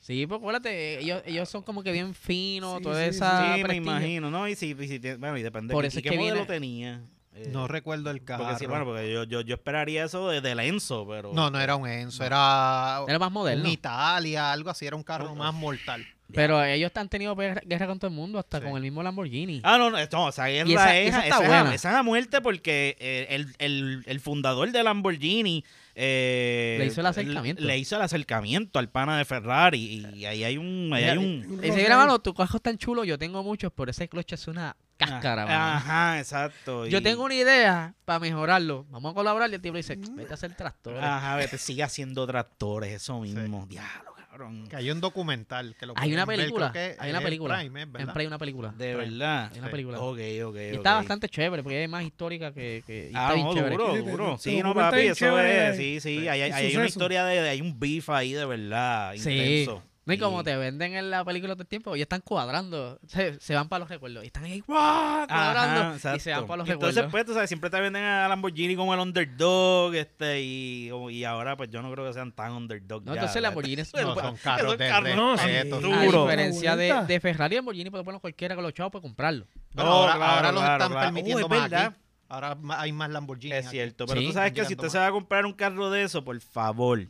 Speaker 3: Sí, pues acuérdate, ellos, ellos son como que bien finos,
Speaker 4: Sí,
Speaker 3: toda
Speaker 4: sí,
Speaker 2: Sí,
Speaker 3: esa
Speaker 2: me
Speaker 3: prestigio.
Speaker 2: imagino, ¿no? Y si, y si tiene- bueno, y depende.
Speaker 3: Por
Speaker 2: ¿Y
Speaker 3: eso es
Speaker 2: qué
Speaker 3: que
Speaker 2: modelo
Speaker 3: viene-
Speaker 2: tenía? Eh,
Speaker 1: No recuerdo el carro.
Speaker 2: porque sí, bueno, porque yo, yo, yo esperaría eso de, de Lenzo, pero.
Speaker 1: no, no era un Enzo, era,
Speaker 3: Era más moderno.
Speaker 1: un Italia, algo así, era un carro
Speaker 2: No, no.
Speaker 1: más mortal.
Speaker 3: Pero ellos han tenido guerra guerra con todo el mundo, hasta
Speaker 1: Sí.
Speaker 3: con el mismo Lamborghini.
Speaker 2: Ah, no, no, no, esa guerra
Speaker 3: esa-
Speaker 2: es,
Speaker 3: esa
Speaker 2: esa,
Speaker 3: está
Speaker 2: es a-
Speaker 3: buena.
Speaker 2: esa es a muerte porque eh, el, el- el fundador de Lamborghini eh,
Speaker 3: Le hizo el acercamiento.
Speaker 2: le hizo el acercamiento al pana de Ferrari y, y ahí hay un, ahí hay un
Speaker 4: Un
Speaker 3: Ese
Speaker 4: Rolex.
Speaker 3: mira, mano, tu cajos tan chulo, yo tengo muchos, pero ese clutch es una cáscara, mano.
Speaker 2: Ah, Ajá, exacto.
Speaker 3: Yo
Speaker 2: y-
Speaker 3: tengo una idea para mejorarlo. Vamos a colaborar y el tío le dice, vete a hacer trastor.
Speaker 2: Ajá, vete, sigue haciendo tractores, eso mismo. Diablo, cabrón.
Speaker 1: Que hay un documental que lo
Speaker 3: Hay una
Speaker 1: pueden ver,
Speaker 3: película,
Speaker 1: creo que
Speaker 3: hay una
Speaker 1: en
Speaker 3: película.
Speaker 1: Prime, ¿es
Speaker 3: en
Speaker 1: verdad?
Speaker 3: Prey hay una película.
Speaker 2: De
Speaker 1: Sí.
Speaker 2: verdad.
Speaker 3: Hay una película.
Speaker 2: Ok, ok,
Speaker 3: Y está
Speaker 2: ok.
Speaker 3: bastante chévere porque es más histórica que... que y
Speaker 2: Ah,
Speaker 3: está bien
Speaker 2: no,
Speaker 3: chévere.
Speaker 2: duro,
Speaker 4: Sí, te-
Speaker 2: duro.
Speaker 4: te
Speaker 2: Sí, no,
Speaker 4: documenta
Speaker 2: papi,
Speaker 4: bien
Speaker 2: eso
Speaker 4: chévere
Speaker 2: es.
Speaker 4: ahí.
Speaker 2: Sí, sí,
Speaker 3: Pues,
Speaker 1: Sí.
Speaker 2: hay, hay-
Speaker 4: Un
Speaker 2: hay una
Speaker 4: suceso.
Speaker 2: historia de, hay un beef ahí de verdad
Speaker 3: Sí.
Speaker 2: intenso.
Speaker 3: No, y como
Speaker 2: Y-
Speaker 3: te venden en la película todo el tiempo, ellos están cuadrando, se, se van para los recuerdos. Y están ahí ¡guau! cuadrando
Speaker 2: Ajá,
Speaker 3: y se van
Speaker 2: exacto.
Speaker 3: para los
Speaker 2: Y Entonces,
Speaker 3: recuerdos.
Speaker 2: pues, tú sabes, siempre te venden a Lamborghini como el underdog, este, y, y ahora, pues, yo no creo que sean tan underdog
Speaker 3: no,
Speaker 2: ya,
Speaker 3: entonces
Speaker 2: ¿verdad?
Speaker 3: Lamborghini es...
Speaker 1: No,
Speaker 3: no,
Speaker 1: son carros de
Speaker 2: carros, no,
Speaker 4: sí.
Speaker 1: respeto.
Speaker 2: Duro.
Speaker 3: a diferencia de,
Speaker 4: Vuelta.
Speaker 3: de Ferrari y Lamborghini, pues lo ponen cualquiera con los chavos puede comprarlo.
Speaker 1: Bueno,
Speaker 2: No,
Speaker 1: ahora,
Speaker 2: claro,
Speaker 1: ahora los
Speaker 2: claro,
Speaker 1: están
Speaker 2: claro.
Speaker 1: permitiendo
Speaker 2: Uh, es
Speaker 1: más
Speaker 2: verdad.
Speaker 1: aquí. Ahora ma- hay más Lamborghini.
Speaker 2: Es
Speaker 1: aquí.
Speaker 2: cierto, pero
Speaker 3: Sí.
Speaker 2: tú sabes que si
Speaker 1: Llegando
Speaker 2: usted se va a comprar un carro de eso, por favor,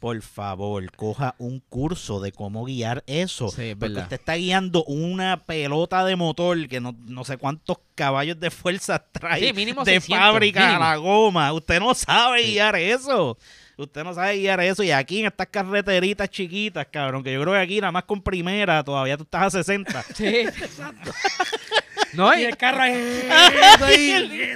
Speaker 2: por favor, coja un curso de cómo guiar eso.
Speaker 3: Sí, es
Speaker 2: porque
Speaker 3: verdad.
Speaker 2: usted está guiando una pelota de motor que no, no sé cuántos caballos de fuerza trae
Speaker 3: Sí, mínimo
Speaker 2: de
Speaker 3: 600,
Speaker 2: fábrica
Speaker 3: mínimo.
Speaker 2: a la goma. Usted no sabe
Speaker 3: Sí.
Speaker 2: guiar eso. Usted no sabe guiar eso. Y aquí en estas carreteritas chiquitas, cabrón, que yo creo que aquí nada más con primera todavía tú estás a 60.
Speaker 3: Sí, exacto. no,
Speaker 4: Y
Speaker 3: y,
Speaker 4: el carro es.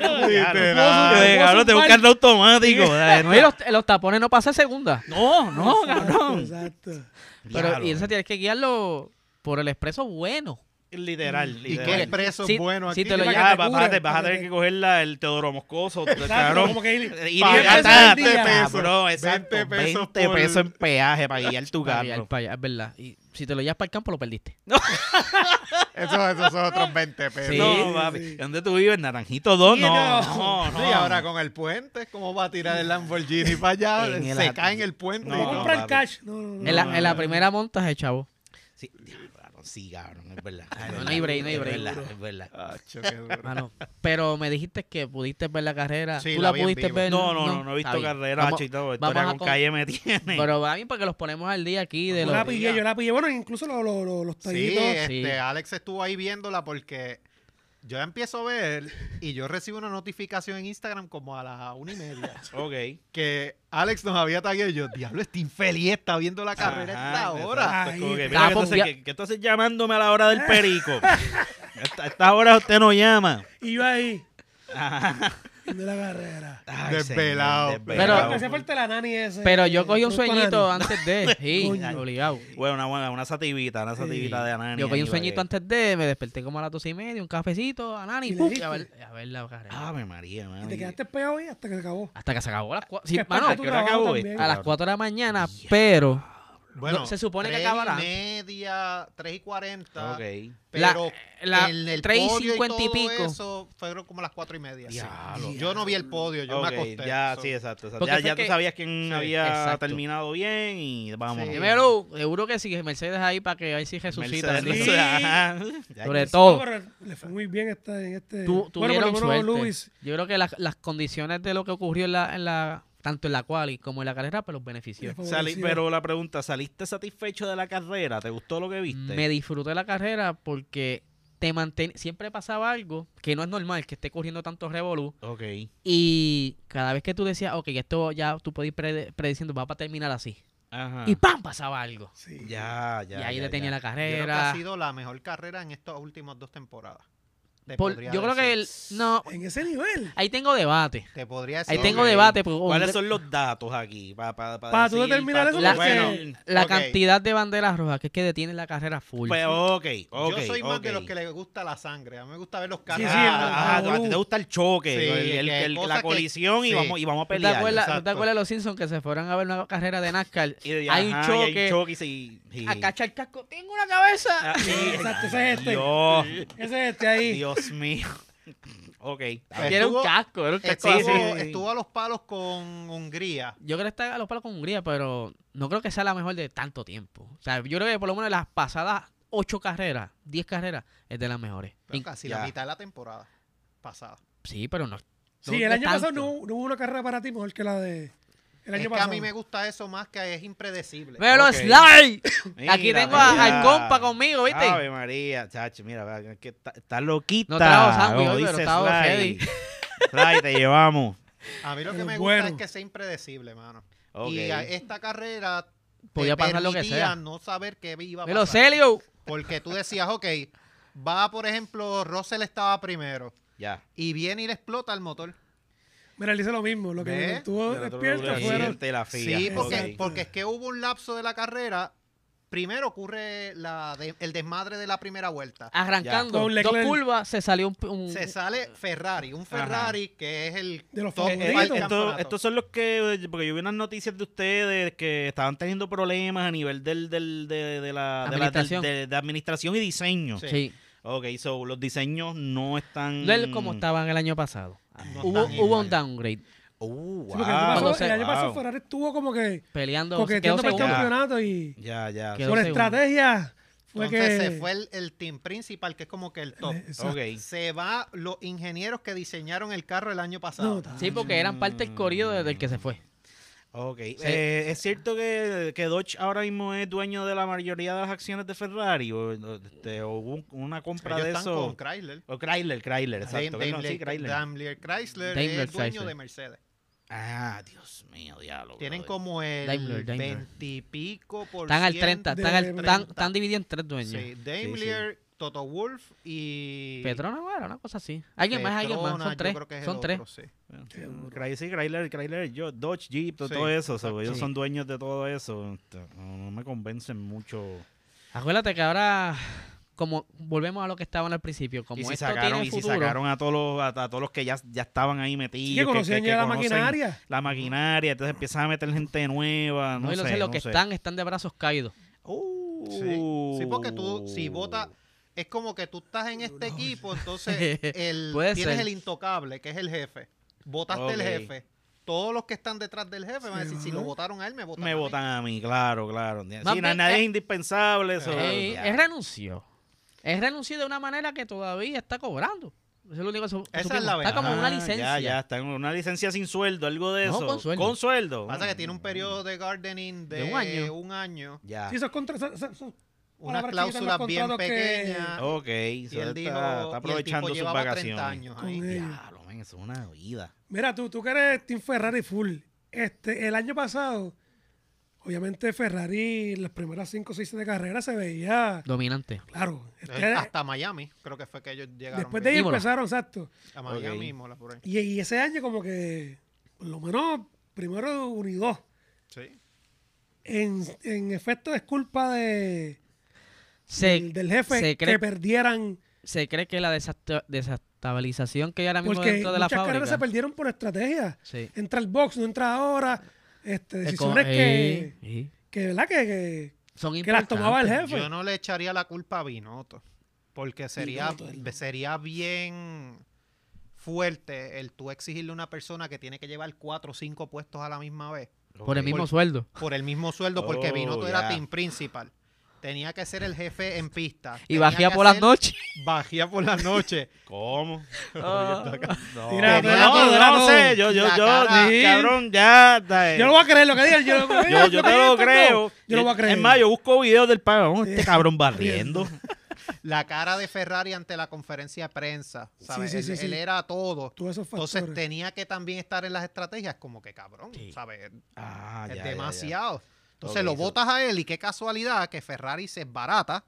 Speaker 2: Cabrón, cabrón, te buscan automático.
Speaker 3: no, y los, los tapones no pasan segunda.
Speaker 2: No, no,
Speaker 4: Exacto,
Speaker 2: cabrón.
Speaker 4: Exacto.
Speaker 3: Pero y
Speaker 2: Diablo,
Speaker 3: entonces tienes que guiarlo por el expreso bueno.
Speaker 2: Literal,
Speaker 1: ¿Y
Speaker 2: literal.
Speaker 1: qué expreso
Speaker 3: Si-
Speaker 1: bueno
Speaker 3: si
Speaker 1: aquí?
Speaker 3: te lo
Speaker 4: Para que
Speaker 2: Ya,
Speaker 4: te
Speaker 2: va-
Speaker 4: cure,
Speaker 2: vas, a te- vas
Speaker 4: para
Speaker 2: a
Speaker 4: que
Speaker 2: tener
Speaker 4: te-
Speaker 2: que coger la, el Teodoro Moscoso,
Speaker 4: Exacto,
Speaker 2: cabrón. eh,
Speaker 4: como que ir-
Speaker 2: Y
Speaker 1: Pagar
Speaker 2: ya está,
Speaker 4: 20 pesos.
Speaker 2: cabrón, exacto, 20
Speaker 1: 20
Speaker 2: pesos,
Speaker 1: pesos por-
Speaker 2: en peaje para guiar tu
Speaker 3: Para guiar
Speaker 2: carro.
Speaker 3: para allá, es verdad. Y si te lo llevas para el campo, lo perdiste.
Speaker 1: Eso- Esos son otros 20 pesos.
Speaker 3: Sí,
Speaker 2: No,
Speaker 4: sí,
Speaker 2: papi.
Speaker 4: sí.
Speaker 2: ¿Dónde tú vives? ¿Naranjito 2?
Speaker 4: Sí,
Speaker 2: No, no,
Speaker 4: no.
Speaker 1: Sí, ahora con el puente, ¿cómo va a tirar el Lamborghini para allá?
Speaker 2: En el
Speaker 1: se
Speaker 2: at-
Speaker 1: cae en el puente.
Speaker 2: No,
Speaker 1: y
Speaker 4: Voy a
Speaker 1: todo.
Speaker 4: comprar
Speaker 2: papi.
Speaker 4: cash. No, no, no.
Speaker 3: en, la,
Speaker 2: no,
Speaker 3: en la
Speaker 2: no.
Speaker 3: primera montaje, chavo.
Speaker 2: Sí, diablo, cabrón, sí, cabrón, es verdad. es
Speaker 3: no
Speaker 2: verdad,
Speaker 3: hay break, no hay
Speaker 2: es
Speaker 3: break.
Speaker 2: verdad, es verdad.
Speaker 1: Acho, qué duro.
Speaker 2: Ah,
Speaker 3: Mano, pero me dijiste que pudiste ver la carrera.
Speaker 1: Sí,
Speaker 3: ¿Tú
Speaker 1: la
Speaker 3: la,
Speaker 1: vi en
Speaker 3: pudiste
Speaker 1: vivo.
Speaker 3: ver?
Speaker 2: No, no, no, no he
Speaker 3: está
Speaker 2: visto
Speaker 3: bien.
Speaker 2: carrera,
Speaker 3: Vamos-
Speaker 2: chito, historia
Speaker 3: vamos a
Speaker 2: con
Speaker 3: con-
Speaker 2: calle me tiene.
Speaker 3: Pero va bien porque los ponemos al día aquí de
Speaker 4: Yo
Speaker 3: los...
Speaker 4: la pillé, yo la pillé. Bueno, incluso los, los, los, los
Speaker 1: Sí,
Speaker 4: tallitos.
Speaker 1: este,
Speaker 3: sí.
Speaker 1: Alex estuvo ahí viéndola porque yo la empiezo a ver y yo recibo una notificación en Instagram como a las una y media
Speaker 2: ok.
Speaker 1: que Alex nos había tagueado y yo, diablo, este infeliz está viendo la carrera
Speaker 2: Ajá,
Speaker 1: a esta
Speaker 2: exacto.
Speaker 1: hora.
Speaker 2: Es como que,
Speaker 4: Ahí
Speaker 2: mira,
Speaker 3: está.
Speaker 2: ¿qué tú haces- qué- qué tú haces llamándome a la hora del perico? a esta hora usted no llama.
Speaker 4: Y yo ahí. Viendo la carrera.
Speaker 2: Ay,
Speaker 1: Desvelado.
Speaker 2: señor,
Speaker 3: Pero-
Speaker 4: Me hacía falta la nani ese.
Speaker 3: Pero yo cogí un
Speaker 4: Fruto
Speaker 3: sueñito
Speaker 4: nani.
Speaker 3: antes de... Sí,
Speaker 4: Coño.
Speaker 3: obligado.
Speaker 2: bueno, una, buena- una sativita, una sativita de Anani.
Speaker 3: Yo cogí un
Speaker 2: ahí,
Speaker 3: sueñito
Speaker 2: para
Speaker 3: antes de... Me desperté como a las dos y media, un cafecito, a Nani,
Speaker 4: ¿Y le
Speaker 3: ¡pum!
Speaker 4: diste? Ah.
Speaker 3: a ver, a ver la
Speaker 2: que-
Speaker 3: carrera.
Speaker 2: Ave María,
Speaker 4: Y
Speaker 2: mano.
Speaker 4: te quedaste pegado ahí hasta que se acabó.
Speaker 3: Hasta que se acabó a las cuatro.
Speaker 4: Que
Speaker 3: Sí,
Speaker 4: es parte
Speaker 3: mano,
Speaker 4: de tu
Speaker 2: ¿a qué hora
Speaker 4: trabajo
Speaker 2: acabó
Speaker 4: también.
Speaker 3: a las
Speaker 2: Cabrón.
Speaker 3: 4 de la mañana,
Speaker 2: Ya.
Speaker 3: pero
Speaker 1: Bueno,
Speaker 3: No, se supone que
Speaker 1: tres
Speaker 3: acabará.
Speaker 1: y media, 3 y 40.
Speaker 2: Ok.
Speaker 1: Pero
Speaker 3: La- la-
Speaker 1: en el
Speaker 3: tres y
Speaker 1: podio y,
Speaker 3: cincuenta y
Speaker 1: todo
Speaker 3: pico.
Speaker 1: eso fueron como las 4 y media. sí.
Speaker 2: Diablo.
Speaker 1: Yo no vi el podio, yo
Speaker 2: Ok,
Speaker 1: me acosté.
Speaker 2: ya,
Speaker 1: so.
Speaker 2: sí, exacto. exacto.
Speaker 3: Porque
Speaker 2: Ya,
Speaker 3: fue
Speaker 2: ya tú
Speaker 3: que-
Speaker 2: sabías quién
Speaker 1: Sí,
Speaker 2: había
Speaker 3: exacto.
Speaker 2: terminado bien y vamos.
Speaker 1: Sí.
Speaker 3: Primero, seguro que sí, que Mercedes ahí para que ahí sí resucita.
Speaker 2: Mercedes,
Speaker 3: sí.
Speaker 2: Mercedes, ajá. Ya
Speaker 3: Sobre
Speaker 2: que-
Speaker 3: todo.
Speaker 4: Pero le fue muy bien esta, en este.
Speaker 3: Tu-
Speaker 4: por
Speaker 3: tuvieron
Speaker 4: lo menos
Speaker 3: suerte.
Speaker 4: Lewis,
Speaker 3: Yo creo que las, las condiciones de lo que ocurrió en la, en la tanto en la quali como en la carrera, pues los benefició.
Speaker 4: le favoreció.
Speaker 2: Salí- pero la pregunta, ¿saliste satisfecho de la carrera? ¿Te gustó lo que viste?
Speaker 3: Me disfruté la carrera porque te manten siempre pasaba algo que no es normal que esté corriendo tanto revolú
Speaker 2: Ok.
Speaker 3: y cada vez que tú decías, ok, esto ya tú podías ir prede- prediciendo, va para terminar así.
Speaker 1: Ah.
Speaker 2: Ajá.
Speaker 3: Y ¡pam! pasaba algo.
Speaker 4: Sí.
Speaker 2: Ya, ya.
Speaker 3: y ahí
Speaker 2: ya,
Speaker 3: detenía
Speaker 1: Yo
Speaker 2: ya.
Speaker 3: la
Speaker 1: creo que ha
Speaker 3: carrera.
Speaker 1: sido la mejor carrera en estas últimas dos temporadas. Te
Speaker 3: Por-
Speaker 1: podría
Speaker 3: yo creo que el,
Speaker 1: decir.
Speaker 3: no,
Speaker 4: En ese nivel.
Speaker 3: ahí tengo debate.
Speaker 1: Te podría decir.
Speaker 3: Ahí tengo
Speaker 1: Ok.
Speaker 3: debate. porque-
Speaker 2: ¿Cuáles son los datos aquí? Para pa,
Speaker 4: Pa' tú determinar eso,
Speaker 3: La-
Speaker 2: bueno,
Speaker 3: La
Speaker 1: Ok.
Speaker 3: cantidad de banderas rojas que es que detiene la carrera full.
Speaker 2: pues, ok, ok.
Speaker 1: yo soy más
Speaker 2: ok.
Speaker 1: de los que les gusta la sangre. A mí me gusta ver los uh,
Speaker 2: Ah,
Speaker 1: carros.
Speaker 4: Sí, sí, el-
Speaker 2: ah,
Speaker 4: el-
Speaker 2: a ti te gusta el choque,
Speaker 1: Sí,
Speaker 2: el- el-
Speaker 1: que
Speaker 2: el-
Speaker 1: cosa
Speaker 2: la
Speaker 1: que-
Speaker 2: colisión y,
Speaker 1: sí.
Speaker 2: vamos, y vamos a
Speaker 3: ¿Tú te,
Speaker 2: pelear.
Speaker 3: acuerdas, tú te
Speaker 1: exacto.
Speaker 3: acuerdas de los Simpsons que se fueron a ver una carrera de NASCAR?
Speaker 2: Y- y-
Speaker 3: hay un
Speaker 2: ajá, y
Speaker 3: choque.
Speaker 2: choque y sí, sí.
Speaker 3: A cachar el casco. ¡Tengo una cabeza!
Speaker 2: Ah, sí,
Speaker 4: Exacto, ese es este.
Speaker 2: Dios,
Speaker 4: Ese es este ahí.
Speaker 2: Dios mío. Ok.
Speaker 1: Ah,
Speaker 3: Y era un
Speaker 1: estuvo-
Speaker 3: casco, era un casco.
Speaker 1: Estuvo,
Speaker 2: Sí, sí, sí.
Speaker 1: estuvo a los palos con Hungría.
Speaker 3: Yo creo que está a los palos con Hungría, pero no creo que sea la mejor de tanto tiempo. O sea, yo creo que por lo menos las pasadas ocho carreras, diez carreras, es de las mejores.
Speaker 1: Pero
Speaker 3: Y-
Speaker 1: casi
Speaker 2: ya.
Speaker 1: la mitad de la temporada pasada.
Speaker 3: Sí, pero no.
Speaker 4: Sí, el año pasado no, no hubo una carrera para ti mejor que la de. El año
Speaker 1: es
Speaker 4: pasado.
Speaker 1: que a mí me gusta eso más que es impredecible.
Speaker 3: ¡Pero
Speaker 2: Ok.
Speaker 3: slide!
Speaker 2: Mira,
Speaker 3: Aquí tengo a-
Speaker 2: mira.
Speaker 3: al compa conmigo, ¿viste?
Speaker 2: Ave María, chacho, mira, va, que está, está loquita.
Speaker 3: No trajo sándwich
Speaker 2: como
Speaker 3: hoy, pero
Speaker 2: dice
Speaker 3: estaba
Speaker 2: Sly.
Speaker 3: ready.
Speaker 2: Sly, te llevamos.
Speaker 1: A mí lo que
Speaker 4: Pero
Speaker 1: me
Speaker 4: Eh, bueno.
Speaker 1: gusta es que sea impredecible, mano.
Speaker 2: Ok.
Speaker 1: Y a esta carrera te
Speaker 3: Podía pasar lo que
Speaker 1: permitía
Speaker 3: sea.
Speaker 1: no saber qué iba a
Speaker 3: ¡Pero
Speaker 1: pasar.
Speaker 3: Celio!
Speaker 1: Porque tú decías, ok, va, por ejemplo, Russell estaba primero
Speaker 2: Ya.
Speaker 1: y viene y le explota el motor.
Speaker 4: Mira, él dice lo mismo. Lo
Speaker 1: ¿Ve?
Speaker 4: que estuvo
Speaker 2: Pero tú
Speaker 4: despierto
Speaker 2: lo
Speaker 4: fueron.
Speaker 2: sientes, la fía.
Speaker 1: Sí, porque,
Speaker 2: Ok.
Speaker 1: porque es que hubo un lapso de la carrera. Primero ocurre la de- el desmadre de la primera vuelta.
Speaker 3: Arrancando
Speaker 4: Con
Speaker 3: dos
Speaker 4: Leclerc.
Speaker 3: curvas, se salió un... un-
Speaker 1: Se sale Ferrari, un Ferrari que es el
Speaker 4: De los
Speaker 1: top
Speaker 2: Eh,
Speaker 1: del
Speaker 4: favoritos. Esto-
Speaker 2: estos,
Speaker 1: campeonato.
Speaker 2: estos son los que, porque yo vi unas noticias de ustedes que estaban teniendo problemas a nivel del, del, de, de la, de, la-
Speaker 3: Administración.
Speaker 2: de- de administración y diseño.
Speaker 1: Sí.
Speaker 3: Sí.
Speaker 2: Ok, so los diseños no están...
Speaker 3: No es como estaban el año pasado.
Speaker 1: No
Speaker 3: Hubo,
Speaker 1: están
Speaker 3: hubo
Speaker 1: igual.
Speaker 3: un downgrade
Speaker 2: Uh,
Speaker 4: Sí, porque el año
Speaker 2: wow.
Speaker 4: pasado-
Speaker 3: Cuando se-
Speaker 4: el año pasado
Speaker 2: Wow.
Speaker 4: Ferrari estuvo como que
Speaker 3: peleando. quedó
Speaker 4: coqueteando para el
Speaker 3: segundo.
Speaker 2: campeonato.
Speaker 4: campeonato y
Speaker 2: Ya, ya.
Speaker 3: Quedó
Speaker 4: por
Speaker 3: segundo.
Speaker 4: estrategia fue
Speaker 1: Entonces
Speaker 4: que Eh,
Speaker 1: se fue el, el team principal, que es como que el top.
Speaker 4: Exacto.
Speaker 2: Ok.
Speaker 1: Se va los ingenieros que diseñaron el carro el año
Speaker 4: No,
Speaker 1: pasado.
Speaker 4: ta-
Speaker 3: Sí, porque eran parte del corrido desde el que se fue.
Speaker 2: Ok. Eh, ¿Es cierto que, que Dodge ahora mismo es dueño de la mayoría de las acciones de Ferrari? ¿O, o, este, o hubo un- una compra
Speaker 1: Ellos
Speaker 2: de
Speaker 1: están
Speaker 2: eso?
Speaker 1: con Chrysler.
Speaker 2: O Chrysler, Chrysler,
Speaker 1: Daim-
Speaker 2: exacto. perdón, sí,
Speaker 1: Daimler
Speaker 2: Chrysler.
Speaker 1: Daimler Chrysler es
Speaker 3: Daimler
Speaker 1: el dueño
Speaker 3: Chrysler.
Speaker 1: de Mercedes.
Speaker 2: Ah, Dios mío, diablo.
Speaker 1: Tienen
Speaker 2: Oh, brother.
Speaker 1: como el
Speaker 3: Daimler, Daimler.
Speaker 1: 20 y pico por
Speaker 3: Están al
Speaker 1: ciento
Speaker 3: 30,
Speaker 4: de
Speaker 3: están, al, están,
Speaker 1: 30.
Speaker 3: están divididos en tres dueños.
Speaker 1: Sí, Daimler, Toto Wolf y.
Speaker 3: Petrona, bueno, una cosa así. Alguien más, alguien más.
Speaker 1: Petronas,
Speaker 3: Son
Speaker 1: yo
Speaker 3: tres.
Speaker 1: creo que es el
Speaker 3: Son tres.
Speaker 1: otro, sí.
Speaker 2: Chrysler, sí, Chrysler, Chrysler, yo, Dodge, Jeep, to-
Speaker 1: Sí,
Speaker 2: todo eso. so, ellos
Speaker 3: sí.
Speaker 2: son dueños de todo eso. Este, No, no me convencen mucho.
Speaker 3: Acuérdate que ahora, como volvemos a lo que estaban al principio, como
Speaker 2: y si
Speaker 3: esto
Speaker 2: sacaron, y
Speaker 3: tiene
Speaker 2: si
Speaker 3: futuro,
Speaker 2: sacaron a todos los, a, a todos los que ya, ya estaban ahí metidos.
Speaker 4: Sí, que conocían ya la
Speaker 2: conocen
Speaker 4: maquinaria.
Speaker 2: La maquinaria, entonces empiezan a meter gente nueva. No,
Speaker 3: no, y lo
Speaker 2: sé,
Speaker 3: sé, los
Speaker 2: no
Speaker 3: que
Speaker 2: sé.
Speaker 3: están, están de brazos caídos.
Speaker 2: Uh.
Speaker 1: Sí. Sí, porque tú, si votas. Es como que tú estás en este equipo, entonces el,
Speaker 3: Puede
Speaker 1: tienes
Speaker 3: ser.
Speaker 1: el intocable, que es el jefe. Votaste el
Speaker 2: Ok.
Speaker 1: jefe. Todos los que están detrás del jefe van a
Speaker 4: Sí,
Speaker 1: decir: si
Speaker 4: ajá.
Speaker 1: lo votaron a él, me votan.
Speaker 2: Me
Speaker 1: a mí".
Speaker 2: votan a mí, claro, claro. Sí,
Speaker 3: Más
Speaker 2: na-
Speaker 3: bien,
Speaker 2: nadie
Speaker 3: eh,
Speaker 2: es indispensable. Eso,
Speaker 3: Ey,
Speaker 2: ya.
Speaker 3: Eh, es renuncio. Es renuncio de una manera que todavía está cobrando. Eso es lo único que su-
Speaker 1: Esa
Speaker 3: supimos.
Speaker 1: es la
Speaker 3: Está como una
Speaker 2: Ah,
Speaker 3: licencia.
Speaker 2: Ya, ya, está en una licencia sin sueldo, algo de
Speaker 3: No,
Speaker 2: eso.
Speaker 3: con sueldo.
Speaker 2: Con sueldo.
Speaker 1: Pasa que tiene un periodo de gardening de,
Speaker 3: De un año.
Speaker 1: un año,
Speaker 2: Ya.
Speaker 4: Sí, esos contra- son- son- son
Speaker 1: unas
Speaker 4: palabras chiquitas en los
Speaker 1: cláusulas bien
Speaker 4: contratos que- Oh,
Speaker 1: pequeñas.
Speaker 2: Ok,
Speaker 1: Ah, Y
Speaker 2: so
Speaker 1: él dijo,
Speaker 2: está, está
Speaker 1: y el tipo
Speaker 2: aprovechando sus
Speaker 1: llevaba 30
Speaker 2: vacaciones.
Speaker 1: años ahí. Eh,
Speaker 4: Con ellos.
Speaker 2: Diablo, man, eso es una vida.
Speaker 4: Mira, tú, tú que eres Team Ferrari full. Este, el año pasado, obviamente Ferrari, las primeras 5 o 6 de carrera se veía.
Speaker 3: Dominante.
Speaker 4: Claro. este,
Speaker 1: Eh, hasta Miami, creo que fue que ellos llegaron.
Speaker 4: después de ahí
Speaker 1: ¿verdad?
Speaker 3: Imola.
Speaker 4: empezaron, exacto.
Speaker 1: a Miami
Speaker 2: Ok.
Speaker 1: y Mola, por ahí.
Speaker 4: Y, y ese año, como que, por lo menos, primero unidos.
Speaker 1: Sí.
Speaker 4: En, en efecto, es culpa de, del,
Speaker 3: Se,
Speaker 4: del jefe
Speaker 3: se cree-
Speaker 4: que perdieran.
Speaker 3: se cree que la desasta- desestabilización que hay ahora mismo
Speaker 4: Porque
Speaker 3: dentro de la
Speaker 4: muchas carreras se
Speaker 3: fábrica.
Speaker 4: perdieron por estrategia.
Speaker 3: Sí.
Speaker 4: Entra el box, no entra ahora. Este,
Speaker 3: Eh,
Speaker 4: decisiones
Speaker 3: con-
Speaker 4: que,
Speaker 3: eh, eh.
Speaker 4: que, ¿verdad? Que, que,
Speaker 3: Son
Speaker 4: que las
Speaker 3: importantes.
Speaker 4: tomaba el jefe.
Speaker 1: Yo no le echaría la culpa a Binotto, porque sería,
Speaker 4: Binotto, él no.
Speaker 1: sería bien fuerte el tú exigirle a una persona que tiene que llevar cuatro o cinco puestos a la misma vez
Speaker 3: Por el mismo
Speaker 1: Por-
Speaker 3: sueldo.
Speaker 1: por el mismo sueldo, porque
Speaker 2: Oh,
Speaker 1: Binotto
Speaker 2: ya.
Speaker 1: era team principal. Tenía que ser el jefe en pista.
Speaker 3: Y
Speaker 1: tenía
Speaker 3: bajía
Speaker 1: que
Speaker 3: por las
Speaker 1: hacer-
Speaker 3: noches.
Speaker 1: Bajía por las noches.
Speaker 2: ¿Cómo?
Speaker 3: Ah.
Speaker 2: No,
Speaker 4: Tira,
Speaker 2: no,
Speaker 4: tira todo, tira
Speaker 2: no
Speaker 4: todo.
Speaker 2: sé, yo, yo,
Speaker 1: La
Speaker 2: yo,
Speaker 1: cara.
Speaker 2: sí, cabrón, ya. da, eh,
Speaker 4: Yo no voy a creer lo que digan. Yo, no voy a
Speaker 2: yo,
Speaker 4: creer
Speaker 2: yo
Speaker 4: que
Speaker 2: te
Speaker 4: digan
Speaker 2: lo
Speaker 4: esto,
Speaker 2: creo.
Speaker 4: Yo no voy a creer.
Speaker 2: Es más, yo busco videos del pagón, este cabrón barriendo.
Speaker 1: La cara de Ferrari ante la conferencia de prensa. ¿sabes?
Speaker 4: sí,
Speaker 1: él,
Speaker 4: sí, sí.
Speaker 1: él era todo.
Speaker 4: Tú esos factores.
Speaker 1: Entonces tenía que también estar en las estrategias, como que cabrón, ¿sabes?
Speaker 2: Ah,
Speaker 1: es
Speaker 2: ya, ya, ya.
Speaker 1: demasiado. Entonces
Speaker 2: Ok,
Speaker 1: lo
Speaker 2: so-
Speaker 1: botas a él y qué casualidad que Ferrari se barata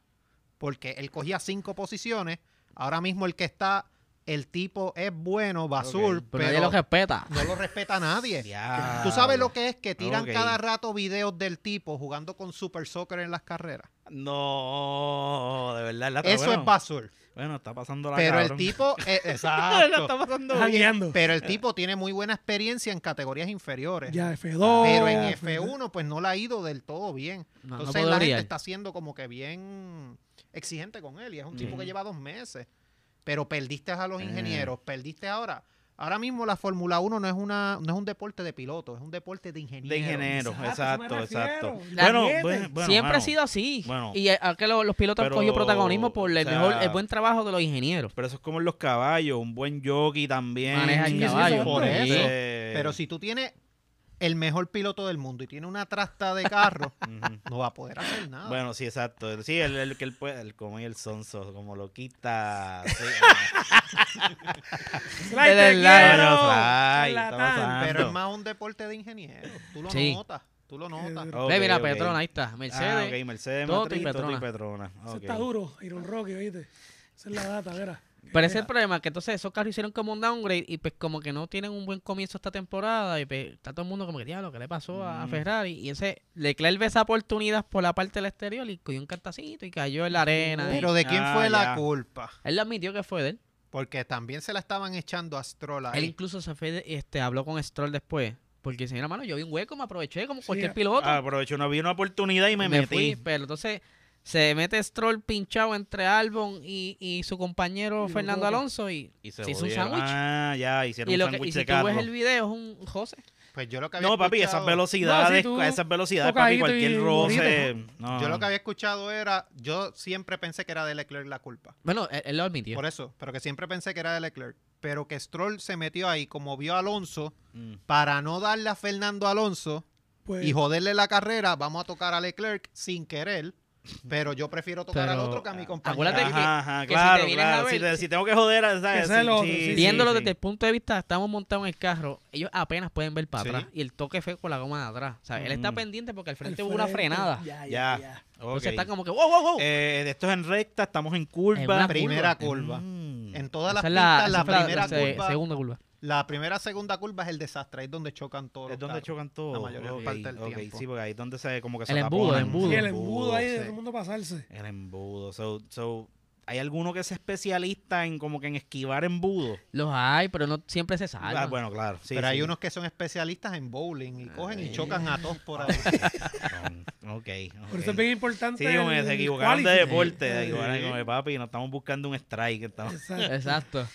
Speaker 1: porque él cogía cinco posiciones. Ahora mismo el que está, el tipo es bueno, Basur,
Speaker 2: Ok,
Speaker 3: Pero
Speaker 1: pero,
Speaker 3: nadie lo respeta.
Speaker 1: no lo respeta a nadie.
Speaker 2: Diablo.
Speaker 1: Tú sabes lo que es que tiran
Speaker 2: Ok.
Speaker 1: cada rato videos del tipo jugando con Super Soccer en las carreras.
Speaker 2: No, de verdad. la-
Speaker 1: Eso
Speaker 2: Ah, bueno,
Speaker 1: es Basur.
Speaker 2: Bueno, está pasando la
Speaker 1: Pero el
Speaker 2: cabrón.
Speaker 1: tipo, eh,
Speaker 2: La
Speaker 1: exacto.
Speaker 2: está pasando
Speaker 4: Estás jangueando.
Speaker 1: Pero el tipo tiene muy buena experiencia en categorías inferiores.
Speaker 4: Ya, F2.
Speaker 1: Pero en
Speaker 4: ya,
Speaker 1: F1 pues no la ha ido del todo bien.
Speaker 3: No, no
Speaker 1: Entonces
Speaker 3: puedo
Speaker 1: la gente
Speaker 3: brillar.
Speaker 1: está siendo como que bien exigente con él y es un tipo que lleva dos meses. Pero perdiste a los
Speaker 2: Eh.
Speaker 1: ingenieros, perdiste ahora. Ahora mismo la Fórmula 1 no es una no es un deporte de piloto, es un deporte de ingeniero.
Speaker 2: de ingeniero.
Speaker 4: Exacto,
Speaker 2: Exacto,
Speaker 4: eso Ah, pues me refiero.
Speaker 2: exacto.
Speaker 4: La
Speaker 2: Bueno,
Speaker 4: nieve.
Speaker 2: bueno, bueno,
Speaker 3: Siempre
Speaker 2: mano,
Speaker 3: ha sido así.
Speaker 2: bueno.
Speaker 3: y a que lo- los pilotos han
Speaker 2: Pero,
Speaker 3: cogido protagonismo por el,
Speaker 2: o sea,
Speaker 3: mejor, el buen trabajo de los ingenieros.
Speaker 2: Pero eso es como en los caballos, un buen jockey también.
Speaker 3: Maneja el
Speaker 4: sí,
Speaker 3: caballo.
Speaker 4: exacto.
Speaker 1: Por
Speaker 2: Este,
Speaker 1: eso. Pero si tú tienes el mejor piloto del mundo y tiene una trasta de carro,
Speaker 2: Ujú.
Speaker 1: no va a poder hacer nada.
Speaker 2: Bueno, sí, exacto. Sí, el, el que él puede, el como y el sonso, como lo quita. sí.
Speaker 4: Slide, te
Speaker 3: De verdad.
Speaker 4: quiero,
Speaker 2: No, no, Slide,
Speaker 4: charlatán.
Speaker 2: estamos hablando.
Speaker 1: pero es más un deporte de ingeniero. Tú lo
Speaker 3: Sí.
Speaker 1: notas, tú lo notas.
Speaker 4: duro.
Speaker 2: Ok,
Speaker 3: Ve, mira,
Speaker 2: ok.
Speaker 3: Petrona, ahí está. Mercedes.
Speaker 2: Ah, ok, Mercedes,
Speaker 3: Toto
Speaker 2: Matriz,
Speaker 3: y
Speaker 2: Toto y
Speaker 3: Petrona.
Speaker 2: Petrona.
Speaker 4: Eso
Speaker 2: ok.
Speaker 4: está duro, Iron Rocky, oíste. Esa es la data, verá.
Speaker 3: Pero ese es el problema, que entonces esos carros hicieron como un downgrade y pues como que no tienen un buen comienzo esta temporada y pues está todo el mundo como que, diablo, ¿qué le pasó a, a
Speaker 2: Mm.
Speaker 3: Ferrari? Y ese, Leclerc ve esa oportunidad por la parte del exterior y cogió un cantacito y cayó en la arena. y-
Speaker 1: Pero de quién
Speaker 2: Ah,
Speaker 1: fue
Speaker 2: ya.
Speaker 1: la culpa?
Speaker 3: él lo admitió que fue de él.
Speaker 1: Porque también se la estaban echando a Stroll
Speaker 3: Él
Speaker 1: ahí.
Speaker 3: incluso se fue, de- este, habló con Stroll después. Porque dice, mira, mano, yo vi un hueco, me aproveché como
Speaker 4: Sí,
Speaker 3: cualquier
Speaker 4: ah,
Speaker 3: piloto.
Speaker 2: Ah, aproveché una, vi una oportunidad y me,
Speaker 3: me
Speaker 2: metí.
Speaker 3: fui, pero entonces se mete Stroll pinchado entre Albon y, y su compañero
Speaker 4: Y lo
Speaker 3: Fernando
Speaker 4: toca.
Speaker 3: Alonso y, se hizo un
Speaker 2: jodieron.
Speaker 3: sándwich.
Speaker 2: Ah, ya, hicieron
Speaker 3: y, lo
Speaker 2: un
Speaker 3: que, y
Speaker 2: sándwich
Speaker 3: si
Speaker 2: de
Speaker 3: tú
Speaker 2: carro.
Speaker 3: ves el video es un José.
Speaker 1: Pues yo lo que había
Speaker 2: No, papi, esas
Speaker 1: escuchado-
Speaker 4: No, sí,
Speaker 2: velocidades,
Speaker 4: tú-
Speaker 2: a esas velocidades, papi,
Speaker 4: tocadito
Speaker 2: cualquier
Speaker 4: y
Speaker 2: roce. No.
Speaker 3: Ah.
Speaker 1: Yo lo que había escuchado era, yo siempre pensé que era de Leclerc la culpa.
Speaker 3: Bueno, él, él lo admitió.
Speaker 1: Por eso, pero que siempre pensé que era de Leclerc. Pero que Stroll se metió ahí, como vio a Alonso,
Speaker 2: Mm.
Speaker 1: para no darle a Fernando Alonso
Speaker 4: Pues,
Speaker 1: y joderle la carrera, vamos a tocar a Leclerc sin querer. Pero yo prefiero tocar al
Speaker 3: Pero,
Speaker 1: otro que a mi compañero.
Speaker 3: acuérdate que-
Speaker 2: Ajá, ajá,
Speaker 3: que si te
Speaker 2: claro,
Speaker 3: vienes a
Speaker 2: claro. Si,
Speaker 3: ver,
Speaker 2: te-
Speaker 3: si-
Speaker 2: si tengo que joder, a- ¿sabes?
Speaker 4: ese es el otro, sí, sí,
Speaker 3: Viéndolo
Speaker 2: sí.
Speaker 3: desde el punto de vista, estamos montados en el carro, ellos apenas pueden ver para
Speaker 1: Sí.
Speaker 3: atrás y el toque fue con la goma de atrás. O sea, él está
Speaker 2: Mm.
Speaker 3: pendiente porque al
Speaker 4: al
Speaker 3: frente, hubo Este una
Speaker 4: frente,
Speaker 3: frenada.
Speaker 4: Ya, ya,
Speaker 2: Ya.
Speaker 4: ya.
Speaker 3: Entonces
Speaker 2: Ok.
Speaker 3: está como que, wow, wow, wow.
Speaker 2: Eh, esto es en recta, estamos en
Speaker 3: En una
Speaker 2: curva.
Speaker 1: primera curva.
Speaker 2: Mm.
Speaker 1: En todas las
Speaker 3: Esa es
Speaker 1: pistas, la,
Speaker 3: esa es
Speaker 1: primera
Speaker 3: se-
Speaker 1: curva,
Speaker 3: segunda curva.
Speaker 1: la primera, segunda curva es el desastre, ahí es donde chocan todos
Speaker 2: Es
Speaker 1: los
Speaker 2: donde
Speaker 1: carros.
Speaker 2: chocan todos.
Speaker 1: La mayoría
Speaker 2: Ok,
Speaker 1: parte del
Speaker 2: ok,
Speaker 1: tiempo.
Speaker 2: sí, porque ahí es donde se como que se
Speaker 3: El embudo,
Speaker 2: taponan.
Speaker 3: el embudo.
Speaker 4: Sí, el embudo ahí de
Speaker 1: sí.
Speaker 4: todo el mundo pasarse.
Speaker 2: El embudo. So, so, ¿Hay alguno que sea especialista en como que en esquivar embudo?
Speaker 3: Los hay, pero no siempre se salvan.
Speaker 2: Ah, bueno, claro. sí,
Speaker 1: pero hay
Speaker 2: sí.
Speaker 1: unos que son especialistas en bowling y cogen
Speaker 3: Ay.
Speaker 1: y chocan a todos por ahí.
Speaker 2: Ok.
Speaker 4: Por
Speaker 2: ok.
Speaker 4: eso es bien importante.
Speaker 2: Sí, digo, me-
Speaker 4: el
Speaker 2: se equivocaron de
Speaker 4: quality.
Speaker 2: deporte.
Speaker 4: Sí.
Speaker 2: Se equivocaron como de papi, nos estamos buscando un strike. estamos-
Speaker 3: Eh,
Speaker 4: Exacto.
Speaker 3: Exacto.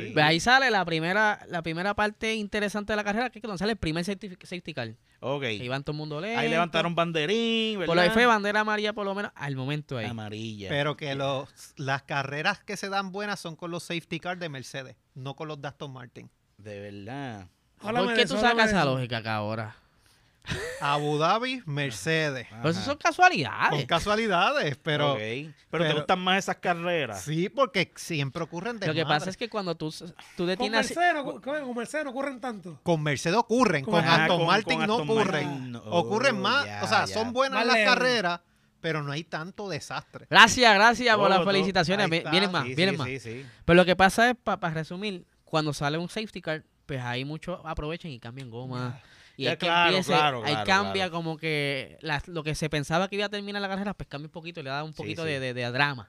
Speaker 2: y-
Speaker 3: Pues ahí sale la primera, la primera parte interesante de la carrera, que es cuando sale el primer safety, safety car.
Speaker 2: Ok.
Speaker 3: Ahí van todo el mundo lento.
Speaker 2: Ahí levantaron banderín, ¿verdad? Ah,
Speaker 3: Por lo que fue bandera amarilla por lo menos al momento ahí.
Speaker 2: Amarilla.
Speaker 1: Pero que los, las carreras que se dan buenas son con los safety cars de Mercedes, no con los de Aston Martin.
Speaker 2: De verdad.
Speaker 4: Háblame
Speaker 3: ¿Por
Speaker 4: de
Speaker 3: qué tú
Speaker 4: eso, háblame
Speaker 3: sacas
Speaker 4: de
Speaker 3: esa
Speaker 4: eso.
Speaker 3: lógica acá ahora?
Speaker 1: Abu Dhabi, Mercedes.
Speaker 3: Pero Pues eso
Speaker 2: Ajá.
Speaker 3: son
Speaker 1: Con
Speaker 3: casualidades.
Speaker 1: casualidades, pero
Speaker 2: Ok. Pero, te
Speaker 1: pero-
Speaker 2: gustan más esas carreras.
Speaker 1: sí, porque siempre ocurren de
Speaker 3: Lo que pasa es que cuando tú, tú
Speaker 4: Con
Speaker 3: detienes... así-
Speaker 4: Mercedes, no, cu- con, con Mercedes no ocurren tanto.
Speaker 1: con Mercedes ocurren, con,
Speaker 4: Con-
Speaker 2: Ah,
Speaker 1: Aston
Speaker 2: con-
Speaker 1: Martin
Speaker 2: con
Speaker 1: no
Speaker 2: Aston
Speaker 1: ocurren.
Speaker 2: Martin, no.
Speaker 3: Oh,
Speaker 1: ocurren más,
Speaker 2: Ya,
Speaker 1: o sea,
Speaker 2: ya.
Speaker 1: son buenas
Speaker 4: Más
Speaker 1: las
Speaker 4: leve.
Speaker 1: carreras, pero no hay tanto desastre.
Speaker 3: Gracias, gracias por
Speaker 2: Todo,
Speaker 3: las
Speaker 2: todo.
Speaker 3: felicitaciones.
Speaker 1: Ahí
Speaker 3: Vi-
Speaker 1: está.
Speaker 3: Vienen más,
Speaker 2: Sí,
Speaker 3: vienen
Speaker 2: sí,
Speaker 3: más.
Speaker 2: sí, sí.
Speaker 3: Pero lo que pasa es, para resumir, cuando sale un safety car, pues ahí muchos aprovechan y cambian goma. Y
Speaker 2: Ya,
Speaker 3: hay que
Speaker 2: claro,
Speaker 3: empiece-
Speaker 2: claro,
Speaker 3: ahí
Speaker 2: claro,
Speaker 3: cambia
Speaker 2: claro.
Speaker 3: como que las- lo que se pensaba que iba a terminar la carrera, pues cambia un poquito, le da un
Speaker 2: Sí,
Speaker 3: poquito
Speaker 2: sí.
Speaker 3: De, de- de drama.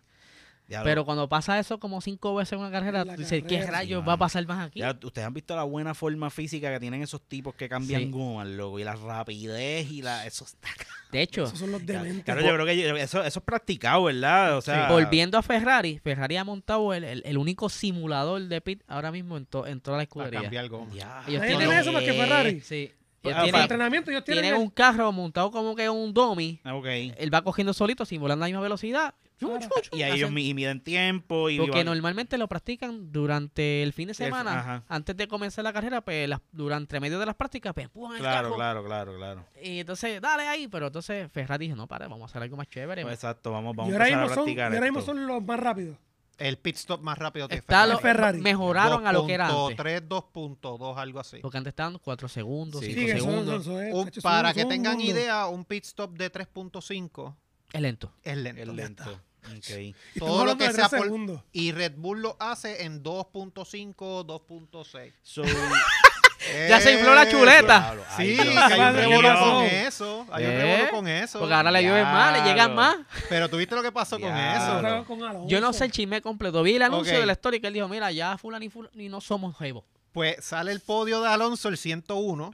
Speaker 2: Diablo.
Speaker 3: Pero cuando pasa eso como cinco veces en una carrera,
Speaker 4: La
Speaker 3: tú dices, ¿qué
Speaker 4: carrera,
Speaker 3: rayos
Speaker 2: sí,
Speaker 3: va a
Speaker 2: mano.
Speaker 3: pasar más aquí?
Speaker 2: Ya, ustedes han visto la buena forma física que tienen esos tipos que cambian
Speaker 3: Sí.
Speaker 2: gomas, loco, y la rapidez y la eso está.
Speaker 3: De hecho,
Speaker 4: Esos son los dementes.
Speaker 2: Claro, yo creo que yo- eso, eso es practicado, ¿verdad? O sea,
Speaker 3: volviendo a Ferrari, Ferrari ha montado el, el- el único simulador de pit ahora mismo en, to- en toda la
Speaker 1: Para
Speaker 3: escudería.
Speaker 1: cambiar goma.
Speaker 2: diablo.
Speaker 3: Ellos
Speaker 4: Nadie
Speaker 3: tienen-
Speaker 4: tiene eso más que Ferrari.
Speaker 3: Sí.
Speaker 2: Pues,
Speaker 3: Ellos
Speaker 2: ah,
Speaker 4: Para
Speaker 3: tienen,
Speaker 4: entrenamiento ellos tienen,
Speaker 3: tienen un carro montado como que un dummy.
Speaker 2: Ah, Ok.
Speaker 3: Él va cogiendo solito, simulando la misma velocidad. Chu,
Speaker 4: Claro.
Speaker 3: chu, chu,
Speaker 2: Y ahí
Speaker 3: hacen-
Speaker 2: ellos mi- y miden tiempo y
Speaker 3: Porque
Speaker 2: van-
Speaker 3: normalmente lo practican durante el fin de
Speaker 2: fin,
Speaker 3: semana,
Speaker 2: ajá.
Speaker 3: antes de comenzar la carrera, pues, las- durante medio de las prácticas, pues empujan el
Speaker 2: Claro,
Speaker 3: carro.
Speaker 2: claro, claro, claro.
Speaker 3: Y entonces, dale ahí, pero entonces Ferrari dijo, no, para, vamos a hacer algo más chévere.
Speaker 2: Pues exacto, vamos, vamos
Speaker 4: y
Speaker 2: a
Speaker 4: ahora
Speaker 2: empezar a
Speaker 4: mismo, son, y
Speaker 2: practicar.
Speaker 4: ahora mismo
Speaker 2: esto.
Speaker 4: son los más rápidos.
Speaker 1: El pit stop más rápido que
Speaker 3: Está
Speaker 4: lo-
Speaker 3: lo-
Speaker 4: Ferrari.
Speaker 3: mejoraron a lo que era antes.
Speaker 1: 2.3, 2.2, algo así.
Speaker 3: Porque antes estaban 4 segundos,
Speaker 2: Sí,
Speaker 3: 5
Speaker 4: Sí, que eso-
Speaker 3: segundos.
Speaker 4: eso- eso es,
Speaker 1: Un-
Speaker 4: tacho, son-
Speaker 1: Oh,
Speaker 4: eh,
Speaker 1: para
Speaker 4: son
Speaker 1: que
Speaker 4: un
Speaker 1: tengan
Speaker 4: mundo.
Speaker 1: idea, un pit stop de 3.5
Speaker 3: Es lento.
Speaker 1: es lento.
Speaker 2: Es lento. Ok.
Speaker 4: Y
Speaker 1: todo
Speaker 4: estamos
Speaker 1: lo
Speaker 4: hablando
Speaker 1: que
Speaker 4: de
Speaker 1: sea
Speaker 4: tres
Speaker 1: por-
Speaker 4: segundos.
Speaker 1: Y Red Bull lo hace en 2.5, 2.6.
Speaker 2: So,
Speaker 3: Ya se infló la chuleta.
Speaker 2: diablo, ay,
Speaker 1: Sí,
Speaker 2: Dios
Speaker 1: que hay un
Speaker 4: mío.
Speaker 1: revolú con eso. Hay un
Speaker 3: ¿Eh?
Speaker 1: revolú con eso.
Speaker 3: Porque ahora le llueve más, le llegan
Speaker 2: Diablo.
Speaker 3: más.
Speaker 1: Pero tú viste lo que pasó con
Speaker 2: Diablo.
Speaker 1: eso.
Speaker 4: Otra vez con Alonso.
Speaker 3: Yo no sé el chisme completo. Vi el anuncio
Speaker 1: Ok.
Speaker 3: de la historia que él dijo, mira, ya fulan y fulan y no somos jevos.
Speaker 1: Pues sale el podio de Alonso, el 101.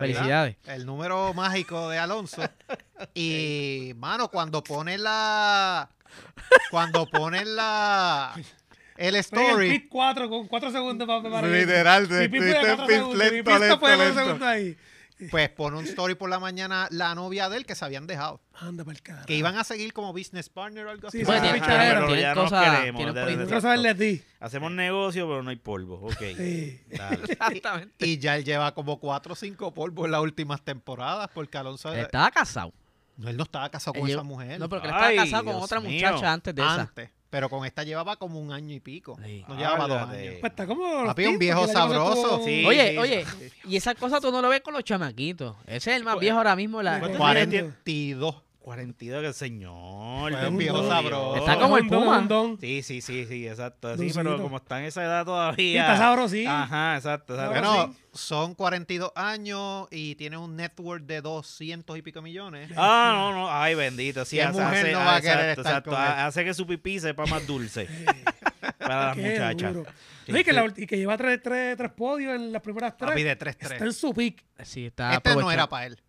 Speaker 1: ¿verdad?
Speaker 3: Felicidades.
Speaker 1: El número mágico de Alonso. Y, mano, cuando pone la. Cuando pone la. El
Speaker 4: Estoy en el
Speaker 1: story.
Speaker 4: pit 4 con 4 segundos para preparar.
Speaker 5: Literal,
Speaker 4: mi pit fue de
Speaker 3: este
Speaker 5: estuviste en
Speaker 4: cuatro
Speaker 5: pit
Speaker 4: segundos, mi
Speaker 5: lento,
Speaker 4: pit
Speaker 5: lento,
Speaker 4: fue de cuatro
Speaker 5: lento.
Speaker 4: segundos ahí.
Speaker 1: Pues pone un story por la mañana la novia de él que se habían dejado.
Speaker 4: Anda para el carajo.
Speaker 1: Que iban a seguir como business partner o algo así.
Speaker 4: Sí,
Speaker 3: Bueno,
Speaker 4: sí,
Speaker 3: tienen
Speaker 4: sí,
Speaker 3: que ver,
Speaker 4: pero
Speaker 3: tienen
Speaker 2: ya nos
Speaker 3: cosas-
Speaker 2: queremos,
Speaker 3: tienen
Speaker 2: de-
Speaker 3: por ahí.
Speaker 2: de-
Speaker 4: Quiero saberle a ti.
Speaker 2: Hacemos negocio, pero no hay polvo. Ok.
Speaker 4: Sí.
Speaker 2: Dale.
Speaker 3: Exactamente.
Speaker 1: Y ya él lleva como cuatro o cinco polvos en las últimas temporadas porque Alonso.
Speaker 3: Él estaba casado.
Speaker 1: No, él no estaba casado
Speaker 3: Él
Speaker 1: con esa
Speaker 3: llegó-
Speaker 1: mujer.
Speaker 3: No, pero que él
Speaker 2: Ay,
Speaker 3: estaba casado con
Speaker 2: Dios
Speaker 3: otra
Speaker 2: mío.
Speaker 3: muchacha antes de esa.
Speaker 1: antes. Pero con esta llevaba como un año y pico.
Speaker 3: Sí.
Speaker 1: No llevaba dos
Speaker 2: Háblate.
Speaker 1: años.
Speaker 4: Pues está como.
Speaker 1: Papi, un viejo sabroso.
Speaker 2: Sí,
Speaker 3: Oye,
Speaker 2: sí,
Speaker 3: oye,
Speaker 2: sí.
Speaker 3: y esa cosa tú no lo ves con los chamaquitos. Ese es el
Speaker 1: Pues,
Speaker 3: más viejo ahora mismo. La,
Speaker 4: ¿Cuántos
Speaker 1: 42.
Speaker 2: 42, que el señor.
Speaker 1: Fue
Speaker 2: Dios
Speaker 1: un viejo
Speaker 2: mío.
Speaker 1: sabroso.
Speaker 3: Está como el Puma.
Speaker 2: Sí, sí, sí, sí, exacto. Sí,
Speaker 4: Dulcito.
Speaker 2: pero como está en esa edad todavía.
Speaker 4: Y está sabrosito.
Speaker 2: Ajá, exacto. exacto.
Speaker 4: Ahora
Speaker 1: Bueno, son 42 años y tiene un network de 200 y pico millones.
Speaker 2: Ah, no, no. Ay, bendito. Sí,
Speaker 1: ¿Qué
Speaker 2: hace,
Speaker 1: mujer
Speaker 2: hace-
Speaker 1: no
Speaker 2: ah,
Speaker 1: va a
Speaker 2: exacto,
Speaker 1: querer estar
Speaker 2: exacto,
Speaker 1: con
Speaker 2: ha-
Speaker 1: él?
Speaker 2: hace que su pipí sepa más dulce para las
Speaker 4: Qué
Speaker 2: muchachas.
Speaker 4: duro.
Speaker 2: Sí,
Speaker 4: No, y, que
Speaker 2: sí.
Speaker 4: la ulti- y que lleva tres, tres, tres podios en las primeras tres.
Speaker 1: Papi de
Speaker 4: Está en
Speaker 1: 3-3.
Speaker 4: su pick.
Speaker 3: Sí, está
Speaker 1: Este no
Speaker 3: aprovechando.
Speaker 1: era para él.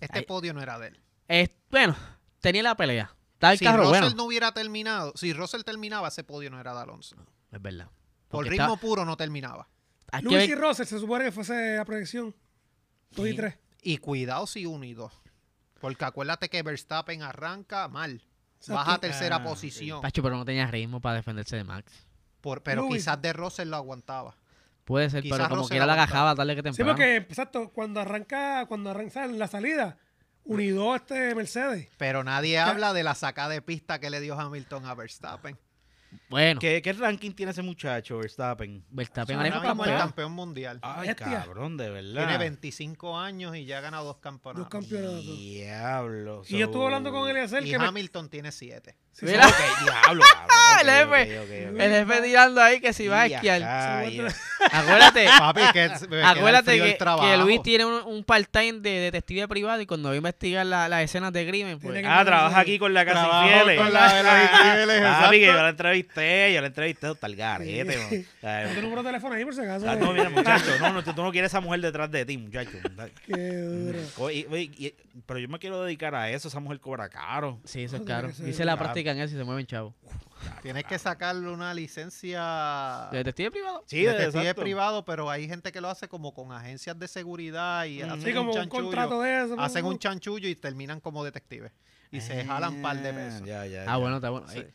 Speaker 1: Este
Speaker 3: Ah, Ay.
Speaker 1: podio no era de él.
Speaker 3: Es- bueno, tenía la pelea. Estaba el
Speaker 1: Si
Speaker 3: carro
Speaker 1: Russell
Speaker 3: bueno.
Speaker 1: no hubiera terminado, si Russell terminaba, ese podio no era de Alonso.
Speaker 3: Es verdad.
Speaker 1: Por
Speaker 3: Porque
Speaker 1: ritmo
Speaker 3: estaba-
Speaker 1: puro no terminaba.
Speaker 3: hay que
Speaker 4: Luis y
Speaker 3: ver-
Speaker 4: Russell se supone que fuese a proyección. Dos y
Speaker 3: Sí.
Speaker 4: tres.
Speaker 1: Y cuidado si uno y dos. Porque acuérdate que Verstappen arranca mal.
Speaker 4: Exacto.
Speaker 1: Baja a tercera
Speaker 2: Ah, sí.
Speaker 1: posición.
Speaker 3: Pacho, pero no tenía ritmo para defenderse de Max.
Speaker 1: Por- pero
Speaker 4: Lewis.
Speaker 1: quizás de Russell lo aguantaba.
Speaker 3: Puede ser,
Speaker 1: Quizás
Speaker 3: pero como
Speaker 1: Russell
Speaker 3: quiera la
Speaker 1: aguantaba.
Speaker 3: agajaba tarde que
Speaker 4: Sí,
Speaker 3: temprano.
Speaker 4: porque, exacto, cuando arranca, cuando arranca en la salida, unido este Mercedes.
Speaker 1: Pero nadie habla de la sacada de pista que le dio Hamilton a Verstappen.
Speaker 3: Bueno,
Speaker 2: ¿Qué, qué ranking tiene ese muchacho, Verstappen?
Speaker 3: Verstappen ahora
Speaker 1: Ahora
Speaker 3: mismo
Speaker 1: mismo es
Speaker 3: Ah, campeón.
Speaker 1: campeón mundial.
Speaker 2: Ay,
Speaker 4: Bestia.
Speaker 2: cabrón, de verdad.
Speaker 1: Tiene 25 años y ya ha ganado dos campeonatos.
Speaker 4: Dos campeonatos.
Speaker 2: Diablo.
Speaker 4: Y yo estuve hablando con él
Speaker 1: Pues y
Speaker 4: que me-
Speaker 1: Hamilton tiene 7.
Speaker 4: Sí,
Speaker 3: Mira.
Speaker 2: Ok, diablo, cabrón.
Speaker 3: El
Speaker 2: ok,
Speaker 3: jefe.
Speaker 2: ok, ok, ok.
Speaker 3: El jefe tirando ahí que si va a
Speaker 2: Ya,
Speaker 3: esquiar.
Speaker 2: ya,
Speaker 4: Se
Speaker 2: ya.
Speaker 4: vuelve-
Speaker 3: Acuérdate,
Speaker 1: Papi, que me queda
Speaker 3: acuérdate
Speaker 1: frío el
Speaker 3: que,
Speaker 1: trabajo.
Speaker 3: que Luis tiene un, un part-time de detective privado y cuando va a investigar la- las escenas de crimen, pues,
Speaker 4: Tiene que-
Speaker 2: Ah, trabaja aquí con la casa
Speaker 1: Trabajo
Speaker 2: infieles.
Speaker 1: con la de los infieles,
Speaker 2: Ah, que yo
Speaker 1: exacto.
Speaker 2: la entrevisté, yo la entrevisté hasta el garete, man.
Speaker 4: Pon tu
Speaker 2: Ay,
Speaker 4: número de teléfono ahí por si acaso.
Speaker 2: Ah, no, mira, muchacho, no, no, tú tú no quieres esa mujer detrás de ti, muchacho.
Speaker 4: Qué duro.
Speaker 2: Co- y- oye, y- pero yo me quiero dedicar a eso, esa mujer cobra caro.
Speaker 3: sí, eso es
Speaker 4: Tiene
Speaker 3: caro.
Speaker 4: que ser
Speaker 3: Dice la
Speaker 2: caro.
Speaker 3: práctica en eso y se mueven chavos.
Speaker 1: Tienes que sacarle una licencia
Speaker 3: ¿De detective privado?
Speaker 2: Sí,
Speaker 1: detective
Speaker 2: exacto.
Speaker 1: privado, pero hay gente que lo hace como con agencias de seguridad y
Speaker 2: Ujú.
Speaker 1: hacen
Speaker 4: Sí, como
Speaker 1: un
Speaker 4: un
Speaker 1: chanchullo.
Speaker 4: contrato de eso.
Speaker 1: hacen un chanchullo y terminan como detectives. Y se jalan par
Speaker 4: Eh,
Speaker 1: de pesos.
Speaker 2: Ah, Ya, ya,
Speaker 3: Ah,
Speaker 2: ya.
Speaker 3: bueno, está bueno.
Speaker 2: Sí.
Speaker 3: Ey,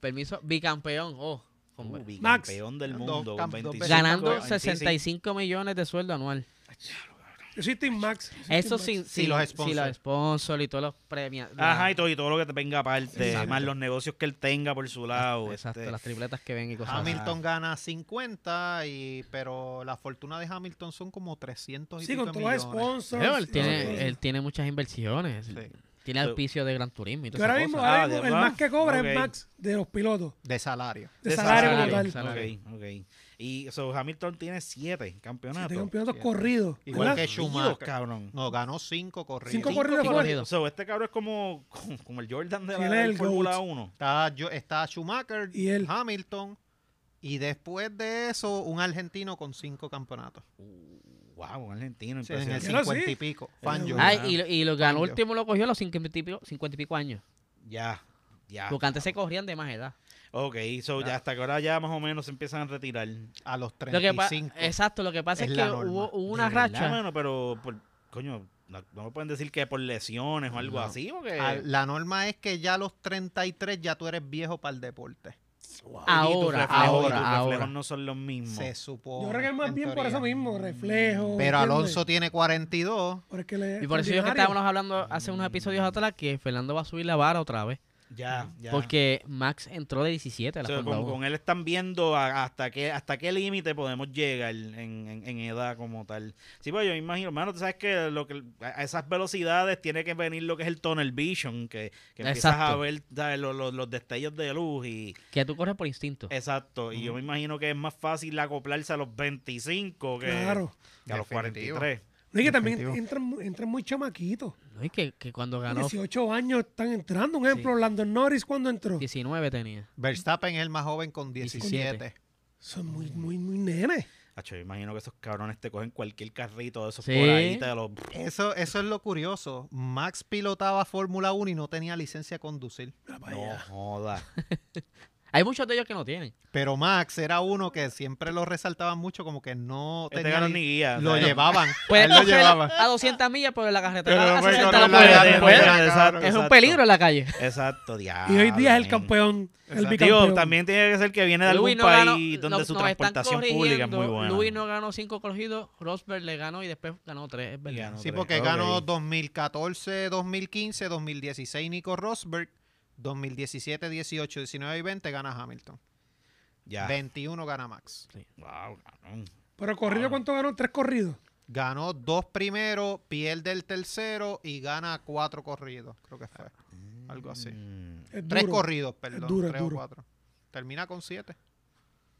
Speaker 3: permiso, bicampeón. Oh,
Speaker 2: Uh,
Speaker 3: hombre.
Speaker 2: bicampeón del
Speaker 1: Dos
Speaker 2: mundo con
Speaker 1: cam- dos
Speaker 2: 25,
Speaker 1: veces
Speaker 3: ganando
Speaker 2: 25.
Speaker 3: 65 millones de sueldo anual.
Speaker 4: Yo soy Team Max. yo soy
Speaker 3: Eso
Speaker 4: Team
Speaker 3: sin,
Speaker 4: Max.
Speaker 1: Sí,
Speaker 3: sin-
Speaker 1: los
Speaker 3: sin
Speaker 1: sponsors.
Speaker 3: los sponsors y todos los premios.
Speaker 2: Ajá, y
Speaker 3: y
Speaker 2: todo, y todo lo que te venga aparte,
Speaker 1: Exacto.
Speaker 2: más los negocios que él tenga por su lado.
Speaker 3: uh, Exacto,
Speaker 2: este.
Speaker 3: las tripletas que ven y cosas así.
Speaker 1: Hamilton gana 50, y, pero la fortuna de Hamilton son como 300 y
Speaker 4: Sí,
Speaker 1: pico
Speaker 4: con todos los
Speaker 1: millones.
Speaker 4: sponsors.
Speaker 3: Pero él
Speaker 4: sí,
Speaker 3: tiene,
Speaker 4: sí, sí.
Speaker 3: él tiene muchas inversiones.
Speaker 1: Sí.
Speaker 3: Tiene
Speaker 2: Pero-
Speaker 3: auspicio de Gran Turismo y
Speaker 4: Que
Speaker 3: todas
Speaker 4: ahora
Speaker 3: esas
Speaker 4: mismo,
Speaker 3: cosas.
Speaker 2: cosa.
Speaker 4: ahora
Speaker 2: Ah,
Speaker 4: mismo
Speaker 2: de
Speaker 4: el
Speaker 2: más.
Speaker 4: más que cobra
Speaker 2: Ok.
Speaker 4: es Max de los pilotos.
Speaker 1: de salario.
Speaker 4: De salario como
Speaker 3: salario,
Speaker 4: tal.
Speaker 3: salario.
Speaker 2: Ok, ok. Y so, Hamilton tiene siete campeonatos.
Speaker 4: De campeonatos
Speaker 1: Sí.
Speaker 4: corridos.
Speaker 1: Igual
Speaker 4: ¿verdad?
Speaker 1: que
Speaker 2: Seguidos,
Speaker 1: Schumacher.
Speaker 2: cabrón.
Speaker 1: No, ganó cinco corridas.
Speaker 4: Cinco
Speaker 1: Sí.
Speaker 4: corridas.
Speaker 3: Cinco
Speaker 4: fuera.
Speaker 3: corridos.
Speaker 2: So, este cabrón es como, como- como el Jordan de
Speaker 4: Sí,
Speaker 2: la
Speaker 4: él es
Speaker 2: del
Speaker 4: el
Speaker 2: Fórmula
Speaker 4: GOAT.
Speaker 2: 1.
Speaker 1: Está, yo- está Schumacher,
Speaker 4: Y él.
Speaker 1: Hamilton. Y después de eso, un argentino con cinco campeonatos.
Speaker 2: Uh, Wow, un argentino,
Speaker 1: Sí, en el
Speaker 2: impresionante.
Speaker 4: Ya lo sé.
Speaker 1: 50 y pico. Fangio.
Speaker 3: Ay, Ah, y, lo- y lo ganó
Speaker 1: Cambio.
Speaker 3: último lo cogió a los cincuenta y pico, cincuenta y pico años.
Speaker 2: Ya, ya.
Speaker 3: Porque antes se corrían de más edad.
Speaker 2: Ok, so ya hasta que ahora ya más o menos se empiezan a retirar.
Speaker 1: a los
Speaker 3: Lo que pa-
Speaker 1: 35.
Speaker 3: exacto, lo que pasa
Speaker 1: es
Speaker 3: es,
Speaker 1: la
Speaker 3: que
Speaker 1: norma.
Speaker 3: hubo, hubo una
Speaker 2: De verdad,
Speaker 3: racha.
Speaker 2: mano, pero, por- coño, no, no me pueden decir que por lesiones o algo
Speaker 1: No.
Speaker 2: así, porque...
Speaker 1: A- Eh, La norma es que ya a los 33 ya tú eres viejo para el deporte.
Speaker 3: ahora,
Speaker 2: y tus reflejos- y
Speaker 3: ahora,
Speaker 2: tus reflejos
Speaker 3: ahora.
Speaker 2: no son los mismos.
Speaker 1: Se supone.
Speaker 4: Mm. Yo creo que es más
Speaker 1: en
Speaker 4: bien por
Speaker 1: teoría.
Speaker 4: eso mismo, reflejo.
Speaker 1: Pero
Speaker 4: ¿entiendes?
Speaker 1: Alonso tiene 42.
Speaker 4: Pero es que le-
Speaker 3: Y por eso yo que
Speaker 4: ordinario.
Speaker 3: estábamos hablando hace unos episodios atrás que Fernando va a subir la vara otra vez.
Speaker 2: Ya, ya.
Speaker 3: Porque Max entró de 17 a la
Speaker 2: So,
Speaker 3: Fórmula
Speaker 2: con,
Speaker 3: 1.
Speaker 2: con él están viendo a- hasta qué hasta qué límite podemos llegar en, en- en edad como tal. Sí, pues yo imagino, hermano, tú sabes que, lo que a a esas velocidades tiene que venir lo que es el tunnel vision, que, que empiezas
Speaker 3: Exacto.
Speaker 2: a ver ¿sabes? Los, los- los destellos de luz y...
Speaker 3: Que tú corres por instinto.
Speaker 2: Eh. Exacto, y yo me imagino que es más fácil acoplarse a los 25 que,
Speaker 4: Claro.
Speaker 2: que a los
Speaker 1: Definitivo.
Speaker 2: 43.
Speaker 4: No, y que también
Speaker 1: Definitivo.
Speaker 4: entran, mu- entran muy chamaquitos.
Speaker 3: No, y que, que cuando ganó
Speaker 4: 18 años están entrando. Un ejemplo, Lando Norris cuando entró.
Speaker 3: 19 tenía.
Speaker 1: Verstappen es el más joven con 17.
Speaker 3: 17.
Speaker 4: Son muy, muy, muy nenes.
Speaker 2: Acho, yo imagino que esos cabrones te cogen cualquier carrito de esos
Speaker 3: Sí.
Speaker 2: por ahí, te los...
Speaker 1: Eso, eso es lo curioso. Max pilotaba Fórmula 1 y no tenía licencia a conducir.
Speaker 2: No joda.
Speaker 3: Hay muchos de ellos que no tienen.
Speaker 1: Pero Max era uno que siempre lo resaltaban mucho, como que no
Speaker 2: Este
Speaker 1: tenía.
Speaker 2: cabrón
Speaker 1: li-
Speaker 2: ni Pues guía.
Speaker 1: lo
Speaker 2: ¿sabes?
Speaker 1: llevaban. a
Speaker 3: Puede
Speaker 1: él lo
Speaker 3: coger
Speaker 1: llevaban.
Speaker 3: Pues a 200 millas por la carretera.
Speaker 1: Pero
Speaker 3: Ah, a
Speaker 1: no puede
Speaker 3: 60
Speaker 1: correr
Speaker 3: no
Speaker 1: la
Speaker 3: puede,
Speaker 1: carretera, no
Speaker 3: no puede.
Speaker 1: puede.
Speaker 2: Exacto,
Speaker 3: Es un
Speaker 2: exacto.
Speaker 3: peligro en la calle.
Speaker 2: Exacto, diablo.
Speaker 4: Y hoy día es el
Speaker 2: men.
Speaker 4: campeón, el
Speaker 1: Exacto.
Speaker 4: bicampeón.
Speaker 2: Digo, también tiene que ser que viene de algún
Speaker 3: Luis no ganó-
Speaker 2: país donde
Speaker 3: no-
Speaker 2: su
Speaker 3: nos están
Speaker 2: transportación pública es muy
Speaker 3: corrigiendo.
Speaker 2: buena.
Speaker 3: Luis no ganó 5 corridos, Rosberg le ganó y después ganó 3, es verdad.
Speaker 2: Ganó.
Speaker 1: Sí,
Speaker 2: Ok,
Speaker 1: porque
Speaker 2: ok.
Speaker 1: ganó 2014, 2015, 2016 Nico Rosberg, 2017, 18, 19 y 20 gana Hamilton.
Speaker 2: Ya.
Speaker 1: 21 gana Max.
Speaker 2: Wow, cabrón.
Speaker 4: Pero corrido, ¿cuánto ganó? Tres corridos.
Speaker 1: Ganó dos primeros, pierde el tercero y gana cuatro corridos, creo que fue. Algo así.
Speaker 2: Mm.
Speaker 4: Es
Speaker 1: Tres
Speaker 4: Ah, duro.
Speaker 1: corridos, perdón.
Speaker 4: duro, es
Speaker 1: tres o
Speaker 4: duro.
Speaker 1: cuatro. Termina con siete.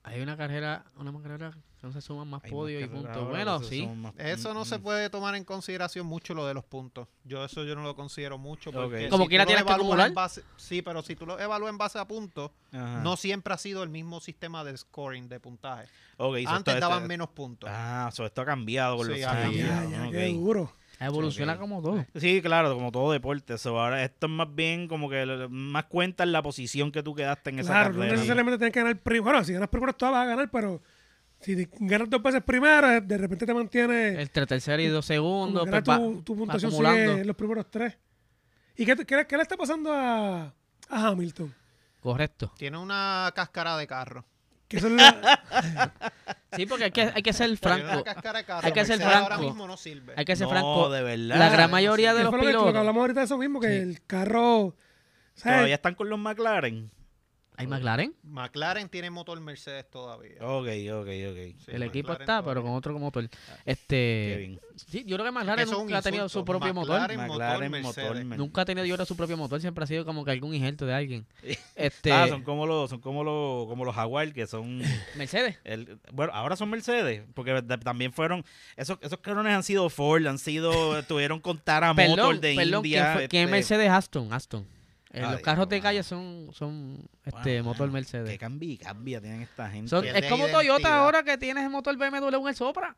Speaker 3: Hay una carrera, una carrera que no se suman más
Speaker 2: Hay
Speaker 3: podios y
Speaker 2: más que
Speaker 3: puntos.
Speaker 2: ahora
Speaker 3: Bueno,
Speaker 2: esos
Speaker 3: sí.
Speaker 2: son más-
Speaker 1: Eso no
Speaker 2: Mm,
Speaker 1: se
Speaker 2: mm.
Speaker 1: puede tomar en consideración mucho lo de los puntos. Yo eso yo no lo considero mucho porque
Speaker 2: Ok.
Speaker 3: Como
Speaker 1: tú
Speaker 3: quiera
Speaker 1: lo
Speaker 3: tienes que
Speaker 1: evalúas en
Speaker 3: acumular.
Speaker 1: base- sí, pero si tú lo evalúas en base a puntos,
Speaker 2: mm.
Speaker 4: Ah.
Speaker 2: Ajá.
Speaker 1: no siempre ha sido el mismo sistema de scoring de puntaje.
Speaker 2: Ok, so
Speaker 1: Antes daban
Speaker 2: esto-
Speaker 3: este,
Speaker 2: esto-
Speaker 1: menos puntos.
Speaker 2: Ah, so esto ha cambiado con
Speaker 1: Sí,
Speaker 2: los
Speaker 1: ha
Speaker 2: años.
Speaker 4: Ya,
Speaker 1: cambiado,
Speaker 4: Ah, ya,
Speaker 2: ok.
Speaker 4: qué duro.
Speaker 3: Evoluciona
Speaker 2: Ok.
Speaker 3: como todo.
Speaker 2: Sí, claro, como todo deporte. so ahora esto es más bien como que lo- más cuenta en la posición que tú quedaste en esa
Speaker 4: Claro, no
Speaker 2: carrera.
Speaker 4: necesariamente tienes que ganar primero. Bueno, si ganas primero, todas vas a ganar, pero si di- ganas dos veces primero, de repente te mantienes.
Speaker 3: Entre tercero y dos
Speaker 4: como
Speaker 3: segundos,
Speaker 4: que
Speaker 3: pues
Speaker 4: ganas
Speaker 3: va-
Speaker 4: tu, tu
Speaker 3: va
Speaker 4: puntuación sigue
Speaker 3: acumulando.
Speaker 4: en los primeros tres. ¿Y qué, te- qué le- qué le está pasando a, a Hamilton?
Speaker 3: Correcto.
Speaker 1: Tiene una cáscara de carro.
Speaker 4: Que eso es la-
Speaker 3: Sí, porque hay que, hay que ser
Speaker 1: Tiene una
Speaker 3: franco.
Speaker 1: cáscara de carro.
Speaker 3: Hay que ser
Speaker 1: Mercedes Ahora
Speaker 3: franco.
Speaker 1: mismo no sirve.
Speaker 3: Hay que ser
Speaker 2: No,
Speaker 3: franco.
Speaker 2: de verdad.
Speaker 3: La gran mayoría de
Speaker 4: que
Speaker 3: los
Speaker 4: fue lo que, lo que
Speaker 3: pilotos.
Speaker 4: hablamos ahorita de eso mismo, que
Speaker 3: Sí.
Speaker 4: el carro.
Speaker 2: Todavía
Speaker 4: ¿sabes?
Speaker 2: están con los McLaren.
Speaker 3: ¿Hay McLaren?
Speaker 1: McLaren tiene motor Mercedes todavía.
Speaker 2: Ok, ok, ok.
Speaker 1: Sí,
Speaker 3: el equipo
Speaker 1: McLaren
Speaker 3: está, pero
Speaker 1: todavía.
Speaker 3: con otro motor.
Speaker 2: Qué
Speaker 3: Este,
Speaker 2: bien.
Speaker 3: sí, yo creo que McLaren
Speaker 1: Eso es un
Speaker 3: nunca ha tenido
Speaker 1: insulto.
Speaker 3: su propio motor.
Speaker 1: McLaren, motor, Mercedes.
Speaker 2: men.
Speaker 3: Nunca ha tenido yo creo, su propio motor. Siempre ha sido como que algún injerto de alguien. Este,
Speaker 2: Ah, son como los, son como los, como los Jaguar, que son
Speaker 3: Mercedes.
Speaker 2: el- bueno, ahora son Mercedes, porque de- también fueron, esos, esos cabrones han sido Ford, han sido, tuvieron con Tara Motor
Speaker 3: Perdón,
Speaker 2: de
Speaker 3: perdón. ¿Quién,
Speaker 2: India.
Speaker 3: fue- quién es
Speaker 2: este,
Speaker 3: Mercedes? Aston. Aston. Eh,
Speaker 2: Ah,
Speaker 3: los
Speaker 2: diablo,
Speaker 3: carros de
Speaker 2: mano.
Speaker 3: calle son, son este,
Speaker 2: Wow,
Speaker 3: motor
Speaker 2: mano,
Speaker 3: Mercedes.
Speaker 2: Que cambia y cambia tienen esta gente.
Speaker 3: Son-
Speaker 1: Pierde
Speaker 3: es como Toyota
Speaker 1: identidad.
Speaker 3: ahora que tienes el motor BMW en el Sopra.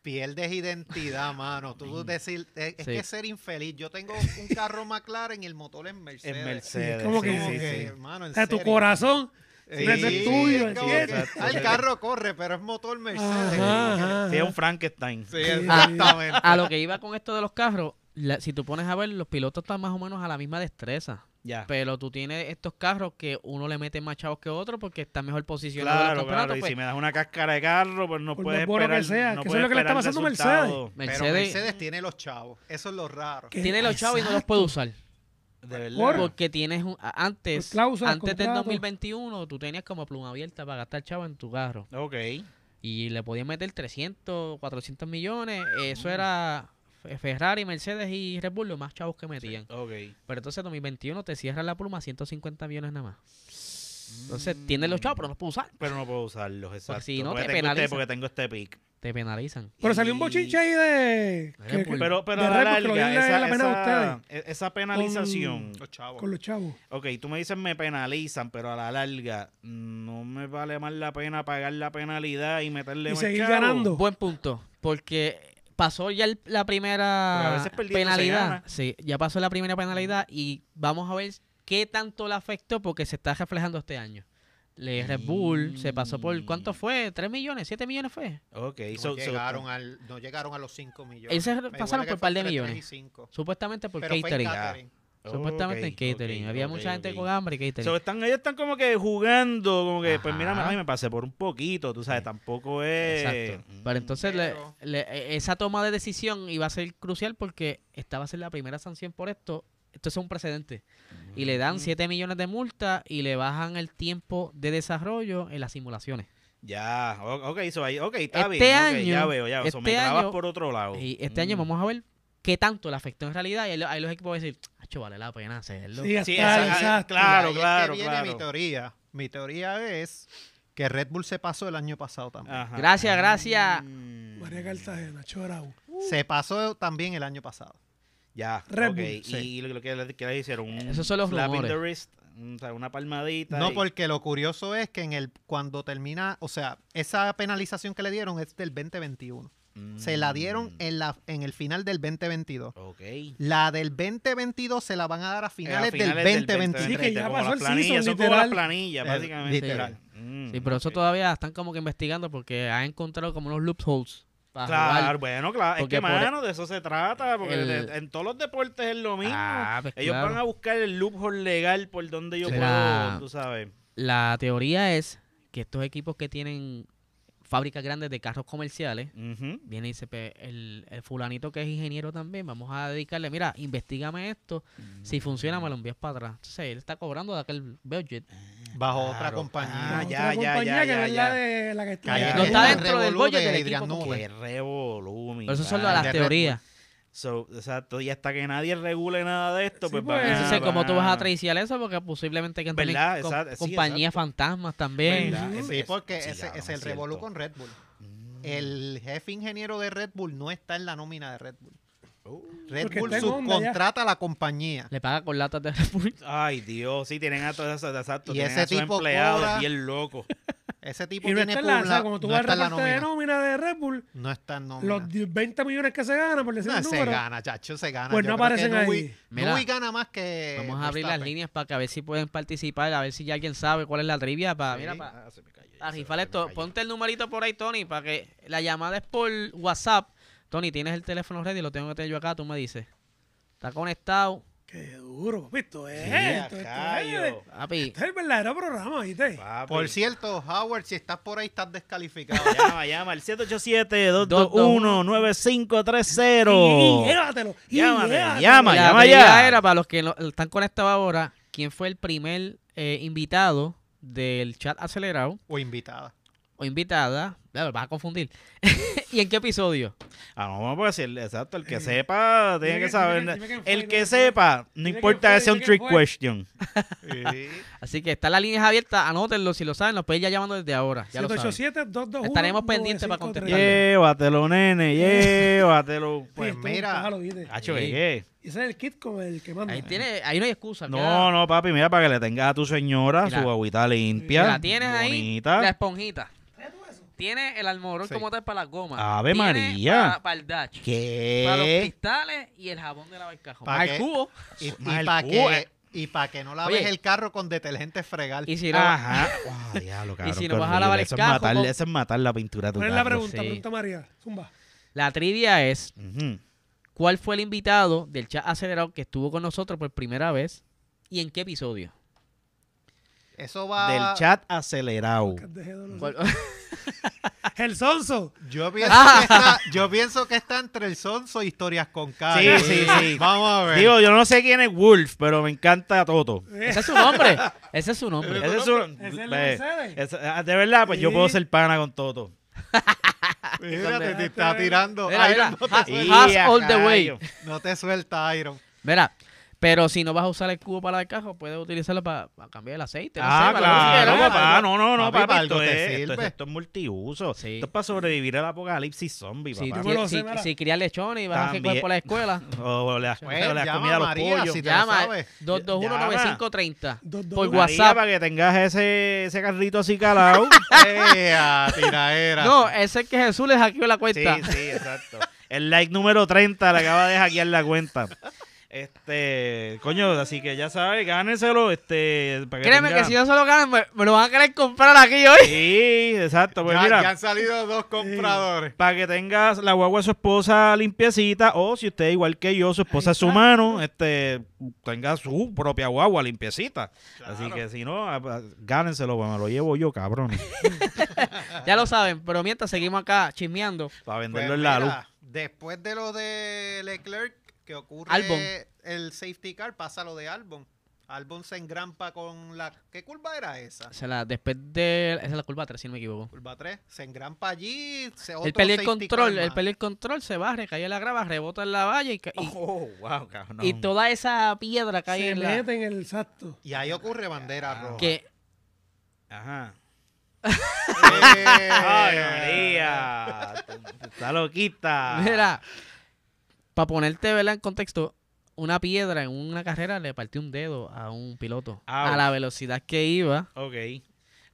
Speaker 1: Pierdes identidad, mano. Tú decir, eh, es, es
Speaker 3: Sí.
Speaker 1: que ser infeliz. Yo tengo un carro McLaren y el motor es Mercedes.
Speaker 2: es
Speaker 4: Sí,
Speaker 2: Mercedes.
Speaker 4: como
Speaker 1: Como
Speaker 2: sí,
Speaker 1: que,
Speaker 4: que-
Speaker 2: sí, sí.
Speaker 1: hermano, en
Speaker 4: O sea, tu
Speaker 1: serio.
Speaker 4: corazón.
Speaker 1: Sí,
Speaker 4: no es el tuyo,
Speaker 1: es como que,
Speaker 4: ¿entiendes?
Speaker 1: ah, el carro corre, pero es motor Mercedes.
Speaker 4: Ajá,
Speaker 3: Ah,
Speaker 4: Ah, ajá.
Speaker 2: Sí, es un Frankenstein.
Speaker 1: Sí, exactamente.
Speaker 3: A lo que iba con esto de los carros, la- si tú pones a ver, los pilotos están más o menos a la misma destreza.
Speaker 2: Ya.
Speaker 3: Pero tú tienes estos carros que uno le mete más chavos que otro porque está mejor posicionado en
Speaker 2: Claro,
Speaker 3: los campeonatos.
Speaker 2: claro. Y
Speaker 3: pues,
Speaker 2: si me das una cáscara de carro, pues no
Speaker 4: Por
Speaker 2: puedes
Speaker 4: más bueno que
Speaker 2: esperar.
Speaker 4: sea,
Speaker 2: no
Speaker 4: que eso es
Speaker 2: puedes
Speaker 4: lo que le está
Speaker 2: esperar
Speaker 4: pasando a
Speaker 2: resultado.
Speaker 4: Mercedes.
Speaker 1: Pero
Speaker 3: Mercedes,
Speaker 1: Mercedes tiene los chavos. Eso es lo raro.
Speaker 4: que-
Speaker 3: tiene los chavos y no los
Speaker 4: Exacto.
Speaker 3: puede usar.
Speaker 2: De verdad.
Speaker 4: Por-
Speaker 3: Porque tienes un- a- antes,
Speaker 4: Por cláusulas,
Speaker 3: antes del
Speaker 4: contratos.
Speaker 3: 2021, tú tenías como pluma abierta para gastar chavo en tu carro.
Speaker 2: Ok.
Speaker 3: Y le podías meter 300, 400 millones. Eso era Fe- Ferrari, Mercedes y Red Bull, los más chavos que metían.
Speaker 2: Ok.
Speaker 3: Pero entonces 2021 te cierra la pluma 150 millones nada más. Entonces tienes los chavos, pero no los puedes usar.
Speaker 2: Pero no puedo usarlos, exacto.
Speaker 3: si no,
Speaker 2: porque,
Speaker 3: te
Speaker 2: tengo este,
Speaker 3: penalizan.
Speaker 2: porque tengo este pick.
Speaker 3: Te penalizan.
Speaker 4: Pero salió un
Speaker 2: Y-
Speaker 4: bochinche ahí de.
Speaker 3: Red
Speaker 4: que- que-
Speaker 3: Bull.
Speaker 2: Pero, pero
Speaker 4: de
Speaker 2: a la
Speaker 4: Red Bull, que lo
Speaker 2: larga,
Speaker 4: den la-
Speaker 2: esa,
Speaker 4: la pena a
Speaker 2: esa- e- esa penalización.
Speaker 1: Los chavos.
Speaker 4: con los chavos.
Speaker 2: Ok, tú me dices me penalizan, pero a la larga no me vale más la pena pagar la penalidad y meterle
Speaker 4: Y
Speaker 2: más
Speaker 4: seguir
Speaker 2: chavo?
Speaker 4: ganando.
Speaker 3: Buen punto, porque pasó ya el- la
Speaker 2: Porque a
Speaker 3: primera
Speaker 2: veces perdiendo se
Speaker 3: penalidad.
Speaker 2: gana.
Speaker 3: Sí, ya pasó la primera penalidad y vamos a ver qué tanto le afectó porque se está reflejando este año. Le Red Bull se pasó por ¿cuánto fue? ¿3 millones? ¿7 millones fue?
Speaker 2: Ok,
Speaker 1: No,
Speaker 2: so- so-
Speaker 1: llegaron al, no llegaron a los 5 millones.
Speaker 3: Ellos se
Speaker 1: Me
Speaker 3: pasaron
Speaker 1: huele que
Speaker 3: por par
Speaker 1: fue
Speaker 3: de
Speaker 1: entre tres
Speaker 3: millones.
Speaker 1: y cinco.
Speaker 3: Supuestamente por
Speaker 1: Pero fue en
Speaker 3: catering.
Speaker 1: catering.
Speaker 3: Supuestamente
Speaker 2: Oh, Ok,
Speaker 3: en catering.
Speaker 2: ok,
Speaker 3: Había
Speaker 2: ok,
Speaker 3: mucha gente
Speaker 2: ok.
Speaker 3: con hambre y catering.
Speaker 2: So, están, ellos están como que jugando, como que, pues mira,
Speaker 3: Ajá.
Speaker 2: ay, me pasé por un poquito, tú sabes, tampoco es... Mm.
Speaker 3: Exacto. Pero entonces le-
Speaker 1: pero-
Speaker 3: le- e- esa toma de decisión iba a ser crucial porque esta va a ser la primera sanción por esto. Esto es un precedente. Y le dan 7 millones de multa y le bajan el tiempo de desarrollo en las simulaciones.
Speaker 2: Ya, o- ok, so, ahí- ok, está
Speaker 3: Este
Speaker 2: bien, ok,
Speaker 3: año-
Speaker 2: ya veo, ya veo, so, me
Speaker 3: este
Speaker 2: trabas
Speaker 3: año-
Speaker 2: por otro lado.
Speaker 3: Y este año
Speaker 2: Mm.
Speaker 3: vamos a ver qué tanto le afectó en realidad. Y ahí, lo- ahí los equipos van a decir, "Acho, vale la pena hacerlo.
Speaker 4: Sí,
Speaker 2: Sí,
Speaker 4: hasta-
Speaker 2: esa- ah,
Speaker 4: exacto.
Speaker 1: Y ahí
Speaker 2: claro,
Speaker 1: es que
Speaker 2: claro,
Speaker 1: viene Mi
Speaker 2: claro.
Speaker 1: teoría. Mi teoría es que Red Bull se pasó el año pasado también.
Speaker 2: Ajá.
Speaker 3: Gracias, gracias.
Speaker 2: Mm.
Speaker 4: María Cartagena, Chorau.
Speaker 2: Ah.
Speaker 1: Se pasó también el año pasado.
Speaker 2: Ya,
Speaker 4: Red
Speaker 2: ok,
Speaker 4: Bull,
Speaker 1: sí.
Speaker 2: y lo, lo que, le- que le hicieron, un
Speaker 3: Esos son los
Speaker 2: slap in the
Speaker 3: rumores.
Speaker 2: wrist, un- o sea, una palmadita.
Speaker 1: No,
Speaker 2: y-
Speaker 1: porque lo curioso es que en el cuando termina, o sea, esa penalización que le dieron es del 2021. Se la dieron
Speaker 2: Mm.
Speaker 1: en la en el final del 2022.
Speaker 2: Ok.
Speaker 1: La del 2022 se la van a dar a finales,
Speaker 2: Eh, a
Speaker 1: del 2022.
Speaker 4: Sí, que ya
Speaker 2: como las
Speaker 4: pasó el
Speaker 2: planillas,
Speaker 4: season,
Speaker 2: son como las
Speaker 4: literal.
Speaker 2: planillas,
Speaker 1: Eh,
Speaker 2: básicamente.
Speaker 1: literal.
Speaker 2: Mm,
Speaker 3: Sí, pero eso
Speaker 2: ok.
Speaker 3: todavía están como que investigando porque han encontrado como unos loopholes. para jugar.
Speaker 2: Claro, bueno, claro.
Speaker 3: Porque
Speaker 2: es que,
Speaker 3: por-
Speaker 2: mano, de eso se trata. Porque
Speaker 3: el-
Speaker 2: de- en todos los deportes es lo mismo.
Speaker 3: Ah, pues
Speaker 2: ellos
Speaker 3: claro.
Speaker 2: van a buscar el loophole legal por donde yo
Speaker 3: Sí.
Speaker 2: puedo,
Speaker 3: La-
Speaker 2: tú sabes.
Speaker 3: La teoría es que estos equipos que tienen fábricas grandes de carros comerciales,
Speaker 2: Ujú.
Speaker 3: viene y dice, "Pe- el, el fulanito que es ingeniero también, vamos a dedicarle, mira, investigame esto,
Speaker 2: Mm.
Speaker 3: si funciona me lo envías para atrás. Entonces, él está cobrando de aquel budget.
Speaker 1: Bajo otra
Speaker 2: Claro.
Speaker 1: compañía.
Speaker 2: Ah,
Speaker 4: Otra
Speaker 2: ya, ya,
Speaker 4: compañía
Speaker 2: ya,
Speaker 4: que
Speaker 2: ya,
Speaker 4: no es
Speaker 2: ya.
Speaker 4: la de la que está.
Speaker 1: Cállate.
Speaker 3: No está
Speaker 1: El
Speaker 3: dentro del
Speaker 1: revolú
Speaker 3: budget
Speaker 1: de
Speaker 3: del
Speaker 1: Adrián
Speaker 3: equipo como
Speaker 1: Nube.
Speaker 3: tal.
Speaker 2: Qué revolumen.
Speaker 3: Pero esas son
Speaker 2: vale.
Speaker 1: de
Speaker 3: las
Speaker 1: Red Bull.
Speaker 3: teorías.
Speaker 2: So, exacto, y hasta que nadie regule nada de esto,
Speaker 4: Sí,
Speaker 2: pues
Speaker 4: pues.
Speaker 2: van a-
Speaker 3: Entonces, ¿cómo tú
Speaker 2: van
Speaker 3: vas
Speaker 2: a-
Speaker 3: a traiciar eso? Porque posiblemente que tienen
Speaker 2: ¿Verdad?
Speaker 3: com-
Speaker 2: Exacto, sí,
Speaker 3: compañías
Speaker 2: exacto.
Speaker 3: fantasmas también.
Speaker 2: ¿Verdad? Es-
Speaker 1: Sí,
Speaker 2: es-
Speaker 1: porque
Speaker 2: sí,
Speaker 1: ese
Speaker 2: cabrón,
Speaker 1: es el
Speaker 2: cierto.
Speaker 1: revolú con Red Bull.
Speaker 2: Mm.
Speaker 1: El jefe ingeniero de Red Bull no está en la nómina de Red Bull.
Speaker 2: Uh.
Speaker 1: Red
Speaker 4: Porque
Speaker 1: Bull
Speaker 4: está en Honda ya.
Speaker 1: subcontrata a la compañía.
Speaker 3: Le paga con latas de Red Bull.
Speaker 2: Ay, Dios, sí, tienen a todos esos, exacto,
Speaker 1: Y
Speaker 2: tienen
Speaker 1: ese
Speaker 2: a sus
Speaker 1: tipo
Speaker 2: empleados
Speaker 1: cobra-
Speaker 2: bien locos.
Speaker 1: Ese tipo
Speaker 4: Y no
Speaker 1: tiene
Speaker 4: está en la, o sea,
Speaker 1: pula-
Speaker 4: cuando tú
Speaker 1: no
Speaker 4: vas al
Speaker 1: está en la
Speaker 4: reporte de
Speaker 1: nómina.
Speaker 4: nómina de Red Bull,
Speaker 1: No está en nómina.
Speaker 4: los 10 20 millones que se ganan, por decir
Speaker 1: No,
Speaker 4: un
Speaker 1: se
Speaker 4: número.
Speaker 1: gana, chacho, se gana.
Speaker 4: Pues no
Speaker 1: creo que
Speaker 4: aparecen ahí.
Speaker 1: Nui-
Speaker 3: Mira,
Speaker 1: Nui gana más
Speaker 2: Eh,
Speaker 1: que.
Speaker 3: Vamos a abrir las
Speaker 1: Verstappen.
Speaker 3: líneas para que a ver si pueden participar, a ver si ya alguien sabe cuál es la trivia. Para, mira,
Speaker 2: Sí.
Speaker 3: para,
Speaker 2: Ah, se me cayó,
Speaker 3: A
Speaker 2: se-
Speaker 3: rifar
Speaker 2: se me
Speaker 3: esto.
Speaker 2: cayó.
Speaker 3: Ponte el numerito por ahí, Tony, para que la llamada es por WhatsApp. Tony, tienes el teléfono ready, lo tengo que tener yo acá, tú me dices. Está conectado.
Speaker 4: Qué duro, papi. Esto es.
Speaker 2: Sí,
Speaker 4: esto, esto
Speaker 2: acayo,
Speaker 4: es,
Speaker 3: Papi,
Speaker 4: esto es el verdadero programa, ¿viste?
Speaker 2: papi.
Speaker 1: Por cierto, Howard, si estás por ahí, estás descalificado.
Speaker 2: Llama, llama al 787-221-9530.
Speaker 4: Y llévatelo. y
Speaker 2: Llámame,
Speaker 4: llévatelo.
Speaker 2: llama,
Speaker 3: la
Speaker 2: llama
Speaker 3: trivia
Speaker 2: ya.
Speaker 3: era para los que no, están conectados ahora, ¿quién fue el primer eh, invitado del chat acelerado
Speaker 1: o invitada.
Speaker 3: o invitada? Ya, me vas a confundir. ¿Y en qué episodio?
Speaker 2: Ah, no, vamos a decir, exacto, el que sepa, tiene
Speaker 4: Dime
Speaker 2: que
Speaker 4: que-
Speaker 2: saber.
Speaker 4: dime que- dime que
Speaker 2: el
Speaker 4: fue,
Speaker 2: que
Speaker 4: dime que
Speaker 2: sepa, no
Speaker 4: Dime que
Speaker 2: importa
Speaker 4: fue,
Speaker 2: que sea un
Speaker 4: dime que
Speaker 2: trick
Speaker 4: fue.
Speaker 2: question.
Speaker 3: Así que está la línea abierta, anótenlo, si lo saben, nos pueden ya llamando desde ahora. Ya lo saben.
Speaker 4: 787 221
Speaker 3: Estaremos pendientes para contestar.
Speaker 2: Llévatelo, nene, llévatelo.
Speaker 1: Pues mira.
Speaker 2: Hacho,
Speaker 3: Sí.
Speaker 2: ¿qué?
Speaker 4: Ese es el kit con el que manda.
Speaker 3: Ahí, tiene, ahí no hay excusa.
Speaker 2: No,
Speaker 3: queda-
Speaker 2: no, papi, mira, para que le tengas a tu señora
Speaker 3: Mira.
Speaker 2: su agüita limpia.
Speaker 3: la tienes
Speaker 2: bonita.
Speaker 3: ahí, la esponjita. Tiene el almorón como tal para las gomas.
Speaker 2: Ave
Speaker 3: Tiene
Speaker 2: María.
Speaker 3: Para, para el dash. Para los
Speaker 2: ¿Qué?
Speaker 3: cristales y el jabón de la barcajo.
Speaker 1: Pa'
Speaker 3: Para el
Speaker 1: que-
Speaker 3: cubo.
Speaker 1: Y,
Speaker 2: Mal
Speaker 1: para
Speaker 2: cubo,
Speaker 1: que,
Speaker 2: eh.
Speaker 1: y pa' que no
Speaker 3: Oye.
Speaker 1: laves el carro con detergente fregal.
Speaker 3: Y si no,
Speaker 2: Ajá. Guau, diablo, cabrón,
Speaker 3: si
Speaker 2: qué
Speaker 3: no vas a
Speaker 2: horrible.
Speaker 3: lavar el
Speaker 2: Eso es
Speaker 3: cajo,
Speaker 2: matar-
Speaker 3: ¿cómo?
Speaker 2: Eso es matar la pintura de tu
Speaker 4: ¿Cuál es la
Speaker 2: carro.
Speaker 4: pregunta?
Speaker 3: sí.
Speaker 4: Pregunta María. Zumba.
Speaker 3: la trivia es,
Speaker 2: Ujú.
Speaker 3: ¿cuál fue el invitado del chat acelerado que estuvo con nosotros por primera vez? ¿Y en qué episodio?
Speaker 1: Eso
Speaker 3: Ah.
Speaker 1: va.
Speaker 2: Del chat acelerado.
Speaker 4: Que dejé de-
Speaker 3: ¿Cuál-
Speaker 4: El sonso.
Speaker 1: Yo pienso, que está, yo pienso que está entre el Sonso y historias con cara.
Speaker 2: Sí, sí, sí.
Speaker 1: Vamos a ver.
Speaker 2: Digo, yo no sé quién es Wolf, pero me encanta Toto.
Speaker 3: Ese
Speaker 4: Eh,
Speaker 3: es su nombre. Ese es su nombre.
Speaker 2: Ese es un-
Speaker 4: ¿Ese es el
Speaker 2: eh,
Speaker 4: Mercedes?
Speaker 2: ese- ah, de verdad, pues yo
Speaker 4: Sí.
Speaker 2: puedo ser pana con Toto.
Speaker 1: Mira, te, te está tirando.
Speaker 3: Mira,
Speaker 1: Iron,
Speaker 3: mira,
Speaker 1: no, te
Speaker 3: ja-
Speaker 1: suelta.
Speaker 3: has all the way.
Speaker 2: Ia,
Speaker 1: No te suelta, Iron.
Speaker 3: Mira, pero si no vas a usar el cubo para el caja, puedes utilizarlo para, para cambiar el aceite. no
Speaker 2: Ah,
Speaker 3: sé, para
Speaker 2: claro,
Speaker 3: lo que quieras.
Speaker 2: papá. No, no, no,
Speaker 1: Papi,
Speaker 2: papá.
Speaker 1: para
Speaker 2: Esto
Speaker 1: algo te
Speaker 2: es, esto, es-
Speaker 1: sirve.
Speaker 2: esto es multiuso.
Speaker 3: Sí.
Speaker 2: Esto es para sobrevivir al apocalipsis zombie,
Speaker 3: Si,
Speaker 2: papá.
Speaker 4: tú- me lo
Speaker 3: si-
Speaker 4: sé, mira.
Speaker 3: si crías lechones y vas a recoger
Speaker 2: También.
Speaker 3: por la escuela,
Speaker 2: O la,
Speaker 1: Pues,
Speaker 2: o la
Speaker 1: llama
Speaker 2: comida
Speaker 1: a
Speaker 2: a los
Speaker 1: María
Speaker 2: pollos.
Speaker 1: si te lo
Speaker 3: llama
Speaker 1: sabes.
Speaker 3: 221-9530
Speaker 4: Dos, dos,
Speaker 3: por
Speaker 4: uno.
Speaker 2: María,
Speaker 3: WhatsApp.
Speaker 2: para que tengas ese, ese carrito así calado.
Speaker 1: ¡Ea, tiraera!
Speaker 3: No, ese es que Jesús les hackeó la
Speaker 2: sí,
Speaker 3: cuenta.
Speaker 2: sí, exacto. El like número 30 le acaba de hackear la cuenta. Este, coño, así que ya sabes, gánenselo, este, para que
Speaker 3: Créeme
Speaker 2: tenga-
Speaker 3: que si no se lo ganan, me, me lo van a querer comprar aquí hoy.
Speaker 2: Sí, exacto, pues
Speaker 1: ya,
Speaker 2: mira.
Speaker 1: ya han salido dos compradores.
Speaker 2: Para que tengas la guagua de su esposa limpiecita, o si usted, igual que yo, su esposa es su mano, este, tenga su propia guagua limpiecita. Así que si no, a- a- gánenselo, pues me lo llevo yo, cabrón.
Speaker 3: Ya lo saben, pero mientras seguimos acá chismeando.
Speaker 1: Pues
Speaker 2: Para venderlo en la luz.
Speaker 1: mira, Después de lo de Leclerc, que ocurre
Speaker 3: Albon.
Speaker 1: el safety car, pasa lo de Albon. Albon se engrampa con la... ¿Qué curva era esa?
Speaker 3: Se la, después de. Esa es la curva 3, si no me equivoco.
Speaker 1: Curva 3. Se engrampa allí. Se
Speaker 3: El
Speaker 1: otro
Speaker 3: perdió el
Speaker 1: safety car
Speaker 3: control, el
Speaker 1: más.
Speaker 3: perdió el control, se va, recae en la grava, rebota en la valla y, ca- y,
Speaker 2: Oh, wow, cabrón.
Speaker 3: y toda esa piedra cae
Speaker 4: Se
Speaker 3: en la.
Speaker 4: mete en el exacto.
Speaker 1: Y ahí ocurre bandera roja.
Speaker 3: Que
Speaker 2: Ajá.
Speaker 1: Eh,
Speaker 2: ¡Ay, Eh, María! Está
Speaker 1: Ah.
Speaker 2: loquita.
Speaker 3: Mira, para ponerte ¿verdad? en contexto, una piedra en una carrera le partió un dedo a un piloto.
Speaker 2: Au.
Speaker 3: A la velocidad que iba.
Speaker 2: Ok.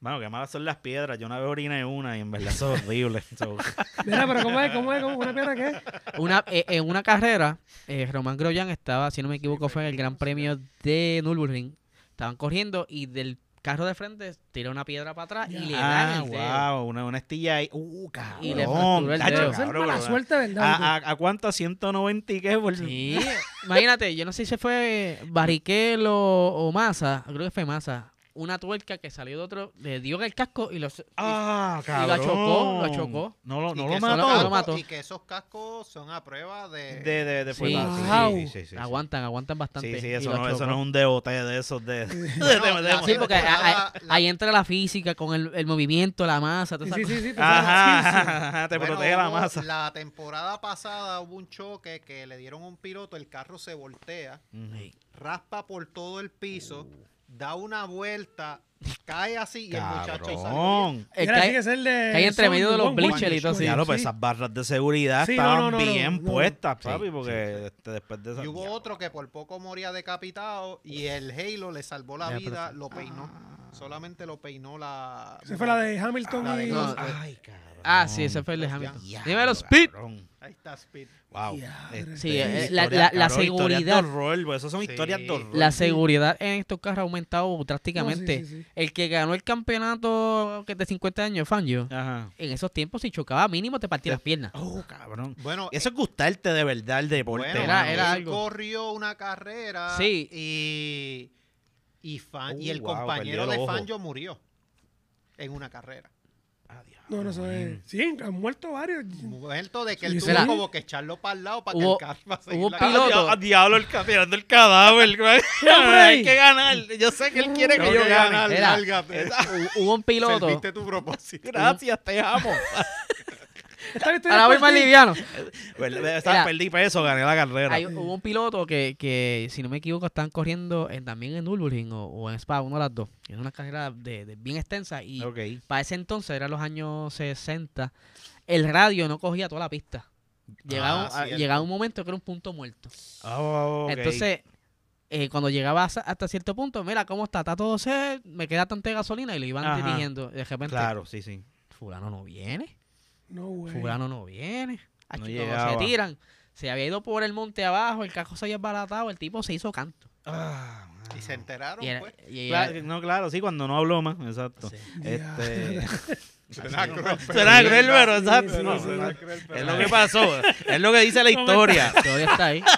Speaker 2: Mano, qué malas son las piedras. Yo una vez oriné una y en verdad eso es horrible. So,
Speaker 4: Mira, pero ¿cómo es? ¿Cómo es? ¿Cómo? ¿Una piedra qué?
Speaker 3: Una, eh, en una carrera, eh, Román Grosjean estaba, si no me equivoco, fue en el Gran Premio de Nürburgring. Estaban corriendo y del carro de frente tira una piedra para atrás y le dan
Speaker 2: ah,
Speaker 3: el dedo.
Speaker 2: wow. Una, una estilla ahí. ¡Uh, cabrón!
Speaker 3: Y le fracturó el
Speaker 2: Tacho,
Speaker 3: dedo.
Speaker 4: Esa es
Speaker 2: cabrón,
Speaker 4: mala
Speaker 2: cabrón.
Speaker 4: suerte,
Speaker 2: ¿A, Ah,
Speaker 4: ¿verdad?
Speaker 2: a, a cuánto? 190 y qué por
Speaker 3: Sí, imagínate, yo no sé si fue Barrichello o Massa, creo que fue Massa. Una tuerca que salió de otro, le dio en el casco y los.
Speaker 2: Ah,
Speaker 3: Y
Speaker 2: cabrón.
Speaker 3: la chocó, la chocó.
Speaker 2: No
Speaker 1: Y
Speaker 2: lo, no
Speaker 1: que
Speaker 2: lo
Speaker 1: esos
Speaker 3: solo-
Speaker 2: mató.
Speaker 1: cascos-
Speaker 3: No lo mató.
Speaker 1: Y que esos cascos son a prueba de...
Speaker 2: De, de, de
Speaker 3: Sí.
Speaker 2: fuerza.
Speaker 4: Wow.
Speaker 3: aguantan, aguantan bastante.
Speaker 2: Sí, sí,
Speaker 3: y
Speaker 2: eso
Speaker 3: lo
Speaker 2: no, eso
Speaker 3: chocó.
Speaker 2: no es un DOT de esos de...
Speaker 1: Bueno,
Speaker 2: de- de-
Speaker 1: la-
Speaker 3: Sí, porque
Speaker 1: temporada-
Speaker 3: ahí- ahí-
Speaker 1: la-
Speaker 3: ahí entra la física con el, el movimiento, la masa, todas
Speaker 4: Sí,
Speaker 3: esas
Speaker 4: sí,
Speaker 3: cosas.
Speaker 4: sí. sí, tú sabes.
Speaker 2: Ajá,
Speaker 4: Sí, sí.
Speaker 2: ajá, ajá, te
Speaker 1: Bueno,
Speaker 2: protege la
Speaker 1: hubo-
Speaker 2: masa.
Speaker 1: La temporada pasada hubo un choque que le dieron a un piloto, el carro se voltea,
Speaker 2: Sí.
Speaker 1: raspa por todo el piso, da una vuelta, cae así y el muchacho salió. bien.
Speaker 2: Cabrón.
Speaker 3: Eh,
Speaker 4: Mira,
Speaker 3: cae-
Speaker 4: tiene que ser de.
Speaker 3: que hay entre
Speaker 4: Son
Speaker 3: medio de los
Speaker 4: Wong,
Speaker 3: bleachers
Speaker 4: Wong,
Speaker 3: y todo así.
Speaker 2: Ya lo,
Speaker 4: sí.
Speaker 2: pues esas barras de seguridad
Speaker 4: Sí, no,
Speaker 2: estaban
Speaker 4: no, no, no,
Speaker 2: bien
Speaker 4: no.
Speaker 2: puestas,
Speaker 3: Sí,
Speaker 2: papi,
Speaker 3: sí,
Speaker 2: porque este, después de esa...
Speaker 1: Y hubo otro que por poco moría decapitado y el Halo le salvó la
Speaker 3: Ya, pero-
Speaker 1: vida, lo peinó. Solamente lo peinó la...
Speaker 4: Se fue la de Hamilton
Speaker 1: La de
Speaker 4: y.
Speaker 1: Hamilton.
Speaker 2: Ay, cabrón.
Speaker 3: Ah, sí, ese fue el de Hamilton.
Speaker 2: Diablo,
Speaker 3: Dímelo, Speed.
Speaker 2: cabrón.
Speaker 1: Ahí está Speed.
Speaker 2: Wow.
Speaker 4: Diadre.
Speaker 2: Este,
Speaker 3: Sí, eh,
Speaker 2: historias,
Speaker 3: la- la- la
Speaker 2: cabrón, historias de
Speaker 3: seguridad.
Speaker 2: horror, pues, Esas son historias de
Speaker 1: Sí.
Speaker 2: horror.
Speaker 3: La seguridad en estos carros ha aumentado drásticamente.
Speaker 4: No, sí, sí, sí.
Speaker 3: El que ganó el campeonato que es de 50 años, Fangio,
Speaker 2: Ajá.
Speaker 3: en esos tiempos, si chocaba mínimo, te partía
Speaker 2: Te-
Speaker 3: las piernas.
Speaker 2: Oh, cabrón.
Speaker 1: Bueno,
Speaker 2: Eso es gustarte de verdad el deporte.
Speaker 1: Bueno,
Speaker 2: mano.
Speaker 3: era- era-
Speaker 1: él
Speaker 3: algo.
Speaker 1: corrió una carrera
Speaker 3: Sí.
Speaker 1: y, y, fan- y
Speaker 2: Uh,
Speaker 1: el
Speaker 2: wow,
Speaker 1: compañero
Speaker 2: perdió el
Speaker 1: de
Speaker 2: ojo.
Speaker 1: Fangio murió en una carrera.
Speaker 2: Ah, diablo,
Speaker 4: No, no sé.
Speaker 2: man.
Speaker 4: Sí, han muerto varios.
Speaker 1: Momento de que
Speaker 3: Sí,
Speaker 1: él
Speaker 3: será.
Speaker 1: tuvo como que echarlo para el lado para
Speaker 3: Hubo-
Speaker 1: que el carro para
Speaker 3: hubo
Speaker 1: seguir la carrera.
Speaker 2: Ah,
Speaker 3: piloto.
Speaker 2: dia- ah, diablo, el ca- tirando el cadáver. güey. Hay que ganar. Yo sé que él quiere
Speaker 1: Tengo
Speaker 2: que yo
Speaker 1: que
Speaker 2: gane. Eh,
Speaker 1: ganar,
Speaker 3: Era-
Speaker 1: lárgate.
Speaker 3: Hu- Hubo un piloto.
Speaker 1: Serviste tu propósito.
Speaker 2: Gracias, te amo.
Speaker 4: Esta victoria
Speaker 3: Ahora
Speaker 4: es
Speaker 3: voy más
Speaker 4: por ti.
Speaker 3: liviano.
Speaker 2: Bueno, eh, o sea,
Speaker 3: Era-
Speaker 2: perdí peso, gané la carrera.
Speaker 3: Hay- hubo un piloto que, que, si no me equivoco, están corriendo en- también en Nürburgring o, o en Spa, uno de las dos. Es una carrera de, de- bien extensa y
Speaker 2: Ok.
Speaker 3: para ese entonces, eran los años 60, el radio no cogía toda la pista.
Speaker 1: Ah,
Speaker 3: Llegaba, un- a-
Speaker 1: cierto.
Speaker 3: llegaba un momento que era un punto muerto.
Speaker 2: Ah, ok.
Speaker 3: Entonces, eh, cuando llegaba hasta- hasta cierto punto, mira, ¿cómo está? Está todo sed, me queda tanta gasolina y lo iban
Speaker 2: Ajá.
Speaker 3: dirigiendo. De repente,
Speaker 2: Claro, sí, sí.
Speaker 3: fulano no viene,
Speaker 4: No, güey.
Speaker 3: fulano no viene. Ah,
Speaker 2: No
Speaker 3: chico,
Speaker 2: llegaba.
Speaker 3: se tiran. Se había ido por el monte abajo, el cajo se había baratado, el tipo se hizo canto.
Speaker 2: Ah, mano.
Speaker 1: Y se enteraron,
Speaker 3: Y era-
Speaker 1: pues.
Speaker 3: y era-
Speaker 2: Claro, no, claro, sí, cuando no hablo más, exacto.
Speaker 3: Sí.
Speaker 2: Este,
Speaker 1: Será cruel,
Speaker 2: será cruel, pero
Speaker 4: Sí,
Speaker 2: exacto.
Speaker 4: sí,
Speaker 2: no,
Speaker 4: sí.
Speaker 2: será-
Speaker 1: cruel, pero-
Speaker 2: Es lo que pasó, es lo que dice la historia.
Speaker 3: todavía está ahí.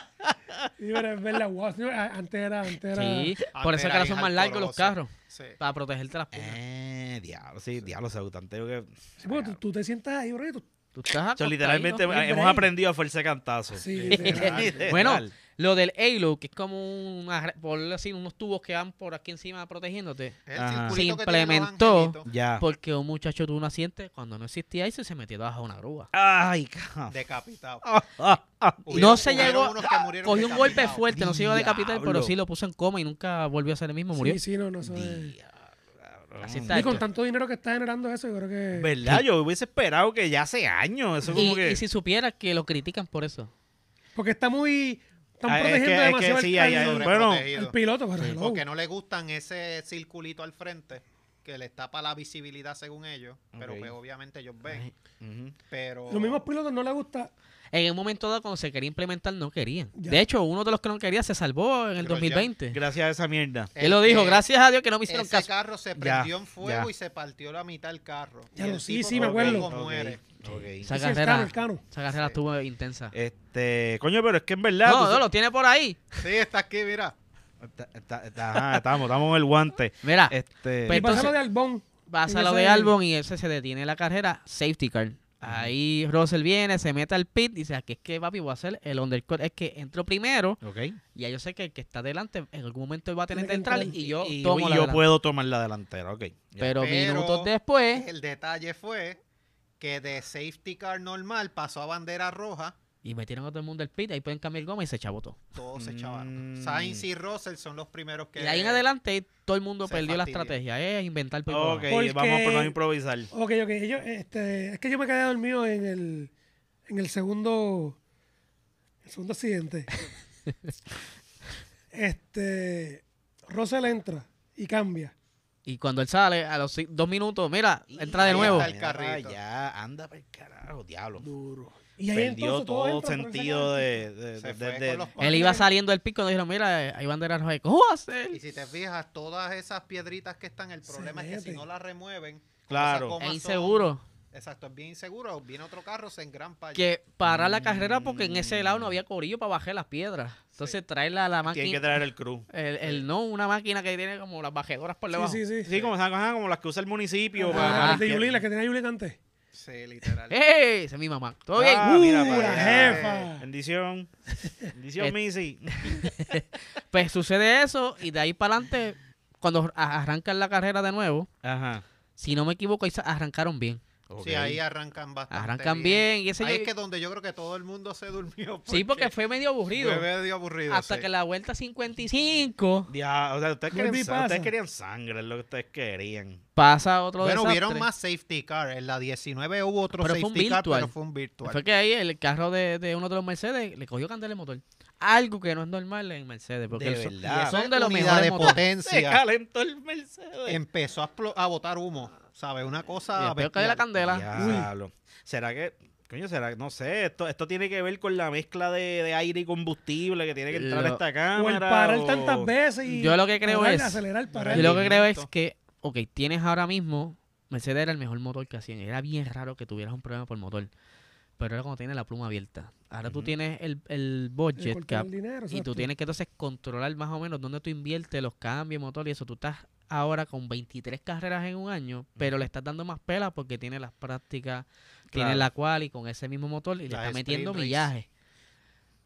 Speaker 4: Sí, pero es verdad, wow. Sí, a- Antes era, antes era.
Speaker 3: Sí,
Speaker 1: Ah,
Speaker 3: por eso es
Speaker 1: era
Speaker 3: que ahora
Speaker 1: bien
Speaker 3: son más largos los
Speaker 1: alcoholoso.
Speaker 3: carros,
Speaker 1: Sí.
Speaker 3: para protegerte las piernas.
Speaker 2: Eh, diablo, sí, diablo, se tanteo que.
Speaker 4: Sí, porque tú, tú te sientas ahí, bro. y tú-
Speaker 3: Tú estás
Speaker 2: Yo,
Speaker 3: acostadito.
Speaker 2: literalmente
Speaker 4: break.
Speaker 2: hemos aprendido a fuerza de cantazo.
Speaker 4: Sí,
Speaker 2: Literal.
Speaker 3: Bueno, Lo del halo, que es como una, re- por decirlo así, unos tubos que van por aquí encima protegiéndote.
Speaker 1: El
Speaker 2: Ajá.
Speaker 1: circulito que
Speaker 3: Se
Speaker 1: tienen los
Speaker 3: implementó.
Speaker 1: angelitos.
Speaker 2: Ya.
Speaker 3: Porque un muchacho tuvo un accidente cuando no existía eso y se metió debajo de una grúa.
Speaker 2: Ay, cabrón.
Speaker 1: Decapitado.
Speaker 2: Ah, ah, ah.
Speaker 1: Hubieron-
Speaker 3: se
Speaker 1: hubieron
Speaker 3: llegó-
Speaker 1: unos que murieron
Speaker 3: Cogió un golpe
Speaker 1: decapitados.
Speaker 3: fuerte, no se iba a decapitar, pero
Speaker 2: Diablo.
Speaker 3: sí lo puso en coma y nunca volvió a ser el mismo, murió.
Speaker 4: Sí, sí, no, no sé.
Speaker 2: Diablo, cabrón.
Speaker 3: Así está.
Speaker 4: Y con
Speaker 3: Exacto.
Speaker 4: tanto dinero que está generando eso, yo creo que.
Speaker 2: ¿Verdad? Yo hubiese esperado que ya hace años. Eso como
Speaker 3: Y,
Speaker 2: que...
Speaker 3: y si supieras que lo critican por eso.
Speaker 4: Porque está muy. Están
Speaker 2: Ah, es
Speaker 4: protegiendo
Speaker 2: que- es que
Speaker 4: demasiado al-
Speaker 2: sí, hay- hay-
Speaker 4: al,
Speaker 2: bueno,
Speaker 4: al
Speaker 1: Sobreprotegido.
Speaker 4: piloto, pero hello.
Speaker 1: Porque no le gustan ese circulito al frente que les tapa la visibilidad según ellos, pero
Speaker 2: Ok.
Speaker 1: pues obviamente ellos ven.
Speaker 2: Ujú.
Speaker 1: Pero
Speaker 4: Los mismos pilotos no les gusta.
Speaker 3: En un momento dado, cuando se quería implementar, no querían.
Speaker 4: Ya.
Speaker 3: De hecho, uno de los que no quería se salvó en
Speaker 1: Pero
Speaker 3: el
Speaker 1: ya-
Speaker 3: 2020.
Speaker 2: Gracias a esa mierda.
Speaker 1: el
Speaker 3: Él lo dijo,
Speaker 1: que-
Speaker 3: gracias a Dios que no me hicieron
Speaker 1: Ese
Speaker 3: caso.
Speaker 1: carro se prendió
Speaker 2: Ya,
Speaker 1: en fuego
Speaker 2: ya.
Speaker 1: y se partió la mitad del carro.
Speaker 4: Ya
Speaker 1: Y
Speaker 4: lo-
Speaker 1: el
Speaker 4: sí,
Speaker 1: tipo
Speaker 4: sí, me
Speaker 1: por poco
Speaker 4: acuerdo.
Speaker 1: muere.
Speaker 2: Ok.
Speaker 3: Esa
Speaker 4: Sí, sí, el
Speaker 3: carrera,
Speaker 4: Cano, el Cano.
Speaker 3: esa carrera
Speaker 1: Sí.
Speaker 3: estuvo intensa.
Speaker 2: Este, coño, pero es que en verdad. tú
Speaker 3: e No,
Speaker 2: sa-
Speaker 3: no, lo tiene por ahí.
Speaker 1: Sí, está aquí, mira.
Speaker 2: Está- está- está- ajá, estamos, estamos en el guante.
Speaker 3: Mira,
Speaker 2: Este,
Speaker 3: Pero Ah, pues
Speaker 4: y pasa
Speaker 3: entonces-
Speaker 4: lo de Albón.
Speaker 3: pasa
Speaker 4: y
Speaker 3: lo
Speaker 4: ese-
Speaker 3: de álbum y ese se detiene la carrera, safety car. Ahí Russell viene, se mete al pit y dice, aquí es que papi voy a hacer el undercut. Es que entro primero
Speaker 2: ok.
Speaker 3: y ya yo sé que el que está adelante en algún momento él va a
Speaker 4: Tiene
Speaker 3: tener que
Speaker 4: que
Speaker 3: entrar
Speaker 4: entrar.
Speaker 3: y yo
Speaker 2: y
Speaker 3: tomo
Speaker 2: y
Speaker 3: la
Speaker 2: yo
Speaker 3: delantera.
Speaker 2: puedo tomar la delantera, ok. ya.
Speaker 3: Pero,
Speaker 1: Pero-
Speaker 3: minutos
Speaker 4: Eh.
Speaker 3: después,
Speaker 1: El detalle fue que de safety car normal pasó a bandera roja,
Speaker 3: y metieron a todo el mundo al pit, ahí pueden cambiar goma y se chabotó.
Speaker 1: todos se
Speaker 2: Mm.
Speaker 1: echaban. Sainz y Russell son los primeros que...
Speaker 3: Y de ahí en adelante todo el mundo
Speaker 1: Se
Speaker 3: perdió la
Speaker 1: fastidió.
Speaker 3: estrategia, es inventar por
Speaker 2: ok,
Speaker 4: Porque-
Speaker 2: vamos a poner a improvisar.
Speaker 4: Ok, ok. ellos, este, es que yo me quedé dormido en el, en el segundo. El segundo accidente. este. Russell entra y cambia.
Speaker 3: Y cuando él sale, a los ci- dos minutos, mira, entra de
Speaker 1: ahí
Speaker 3: nuevo.
Speaker 1: está el carrito.
Speaker 2: Ya, anda para el carajo, diablo.
Speaker 4: Duro. Y ahí
Speaker 2: Perdió
Speaker 4: entonces
Speaker 2: todo
Speaker 4: todos entran, pero él se
Speaker 2: sentido
Speaker 4: queda
Speaker 2: de. de-
Speaker 1: Se
Speaker 2: de-
Speaker 1: fue
Speaker 2: de-
Speaker 1: con los
Speaker 3: Él iba saliendo del pico y dijeron, mira, eh, hay bandera roja. ¿Cómo va a ser?
Speaker 1: Y si te fijas, todas esas piedritas que están, el
Speaker 4: Se
Speaker 1: problema es que si
Speaker 4: meten.
Speaker 1: no las remueven... como
Speaker 2: Claro.
Speaker 1: esas gomas
Speaker 3: Es
Speaker 1: son-
Speaker 3: inseguro.
Speaker 1: exacto, es bien inseguro. Viene otro carro, se engrampa.
Speaker 3: Que parar la carrera porque en ese lado no había corillo para bajar las piedras. Entonces traerla a la
Speaker 2: Tiene que
Speaker 3: máquina.
Speaker 2: traer el crew.
Speaker 3: El, el- no, una máquina que tiene como las bajedoras por
Speaker 4: allá.
Speaker 3: debajo.
Speaker 4: Sí, sí, sí.
Speaker 2: Sí, como, ajá, como las que usa el municipio.
Speaker 4: Ah,
Speaker 2: para-
Speaker 4: las de
Speaker 2: para-
Speaker 4: Yulín, las que tenía Yulín antes.
Speaker 1: Sí, literal.
Speaker 3: ¡Ey! Esa es mi mamá. ¿Todo bien?
Speaker 2: Ah, mira
Speaker 4: ¡Uh,
Speaker 2: para
Speaker 4: la
Speaker 2: allá.
Speaker 4: jefa!
Speaker 2: Bendición.
Speaker 3: Eh,
Speaker 2: Bendición, Missy.
Speaker 3: Pues sucede eso y de ahí para adelante, cuando a- arrancan la carrera de nuevo,
Speaker 2: Ajá.
Speaker 3: si no me equivoco, ahí sa- arrancaron bien.
Speaker 1: Sí, ahí arrancan bastante
Speaker 3: Arrancan
Speaker 1: bien.
Speaker 3: bien. y ese
Speaker 1: Ahí
Speaker 3: yo-
Speaker 1: es que donde yo creo que todo el mundo se durmió.
Speaker 3: sí, porque fue medio aburrido.
Speaker 1: fue medio aburrido.
Speaker 3: Hasta
Speaker 1: sí.
Speaker 3: que la vuelta 55
Speaker 2: Ya, o sea, ustedes
Speaker 4: Vuelve
Speaker 2: querían,
Speaker 4: y pasa.
Speaker 2: ustedes querían sangre, es lo que ustedes querían.
Speaker 3: pasa otro
Speaker 1: Bueno,
Speaker 3: desastre.
Speaker 1: hubieron más safety car. En la 19 hubo otro
Speaker 3: Pero fue un
Speaker 1: safety car,
Speaker 3: virtual.
Speaker 1: pero fue un virtual.
Speaker 3: Fue que ahí el carro de, de uno de los Mercedes le cogió candela el motor. Algo que no es normal en Mercedes. Porque
Speaker 2: De
Speaker 3: el son-
Speaker 2: verdad.
Speaker 3: son de los
Speaker 1: Unidad
Speaker 3: mejores
Speaker 1: de
Speaker 3: motores.
Speaker 2: Se
Speaker 1: potencia.
Speaker 2: calentó el Mercedes.
Speaker 1: Empezó a, explo- a botar humo. ¿Sabes? Una
Speaker 3: Y
Speaker 1: cosa.
Speaker 3: después cayó la
Speaker 1: bestial.
Speaker 3: candela.
Speaker 2: Diablo. ¿Será que, coño, será, no sé, esto, esto tiene que ver con la mezcla de, de aire y combustible que tiene que entrar
Speaker 3: Lo-
Speaker 2: esta
Speaker 4: O el
Speaker 2: cámara? oh.
Speaker 4: parar
Speaker 2: o-
Speaker 4: tantas veces y.
Speaker 3: Yo lo que creo
Speaker 4: parar,
Speaker 3: es-
Speaker 4: Acelerar, parar.
Speaker 3: Yo lo que creo es
Speaker 1: rendimiento.
Speaker 3: que, ok, tienes ahora mismo, Mercedes era el mejor motor que hacían. Era bien raro que tuvieras un problema por motor. Pero era cuando tienes la pluma abierta. Ahora tú
Speaker 2: Ujú.
Speaker 3: tienes el, el
Speaker 4: de
Speaker 3: budget
Speaker 4: cortar
Speaker 3: cap.
Speaker 4: el dinero,
Speaker 3: Y tú
Speaker 4: exacto.
Speaker 3: tienes que entonces controlar más o menos dónde tú inviertes los cambios, motor y eso. Tú estás ahora con 23 carreras en un año, pero le estás dando más pela porque tiene las prácticas, tiene
Speaker 2: Claro.
Speaker 3: la cual y con ese mismo motor y le
Speaker 1: Las
Speaker 3: está
Speaker 1: sprint
Speaker 3: metiendo
Speaker 1: race.
Speaker 3: millaje.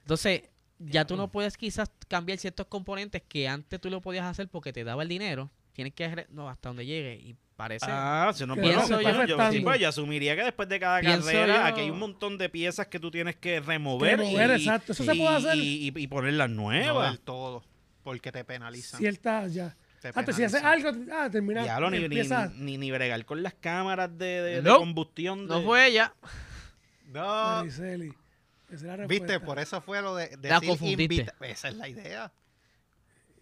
Speaker 3: Entonces, ya tú no puedes quizás cambiar ciertos componentes que antes tú lo podías hacer porque te daba el dinero. Tienes que, re- no, hasta donde llegue. Y parece...
Speaker 2: Ah, si no,
Speaker 4: Pienso
Speaker 2: bueno,
Speaker 4: yo-
Speaker 2: yo, yo- sí,
Speaker 4: afectando.
Speaker 2: pues, yo asumiría que después de cada
Speaker 3: Pienso
Speaker 2: carrera
Speaker 3: yo-
Speaker 2: aquí hay un montón de piezas que tú tienes que remover,
Speaker 4: Remover,
Speaker 2: y,
Speaker 4: exacto. Eso se
Speaker 2: y-
Speaker 4: puede hacer.
Speaker 2: y, y ponerlas
Speaker 1: No
Speaker 2: nuevas.
Speaker 1: del todo. Porque te penalizan.
Speaker 4: Ciertas ya.
Speaker 1: te
Speaker 4: Ah, si haces
Speaker 1: penalizan.
Speaker 4: algo, ah, termina.
Speaker 2: Diablo, ni, ni,
Speaker 4: empieza-
Speaker 2: ni- ni bregar con las cámaras de, de- de
Speaker 3: No.
Speaker 2: combustión.
Speaker 3: no
Speaker 2: de-
Speaker 3: fue ella.
Speaker 1: No.
Speaker 4: Mariceli. Esa es la
Speaker 1: Viste,
Speaker 4: respuesta.
Speaker 1: por eso fue lo de. de
Speaker 3: La confundiste.
Speaker 1: Esa es la idea.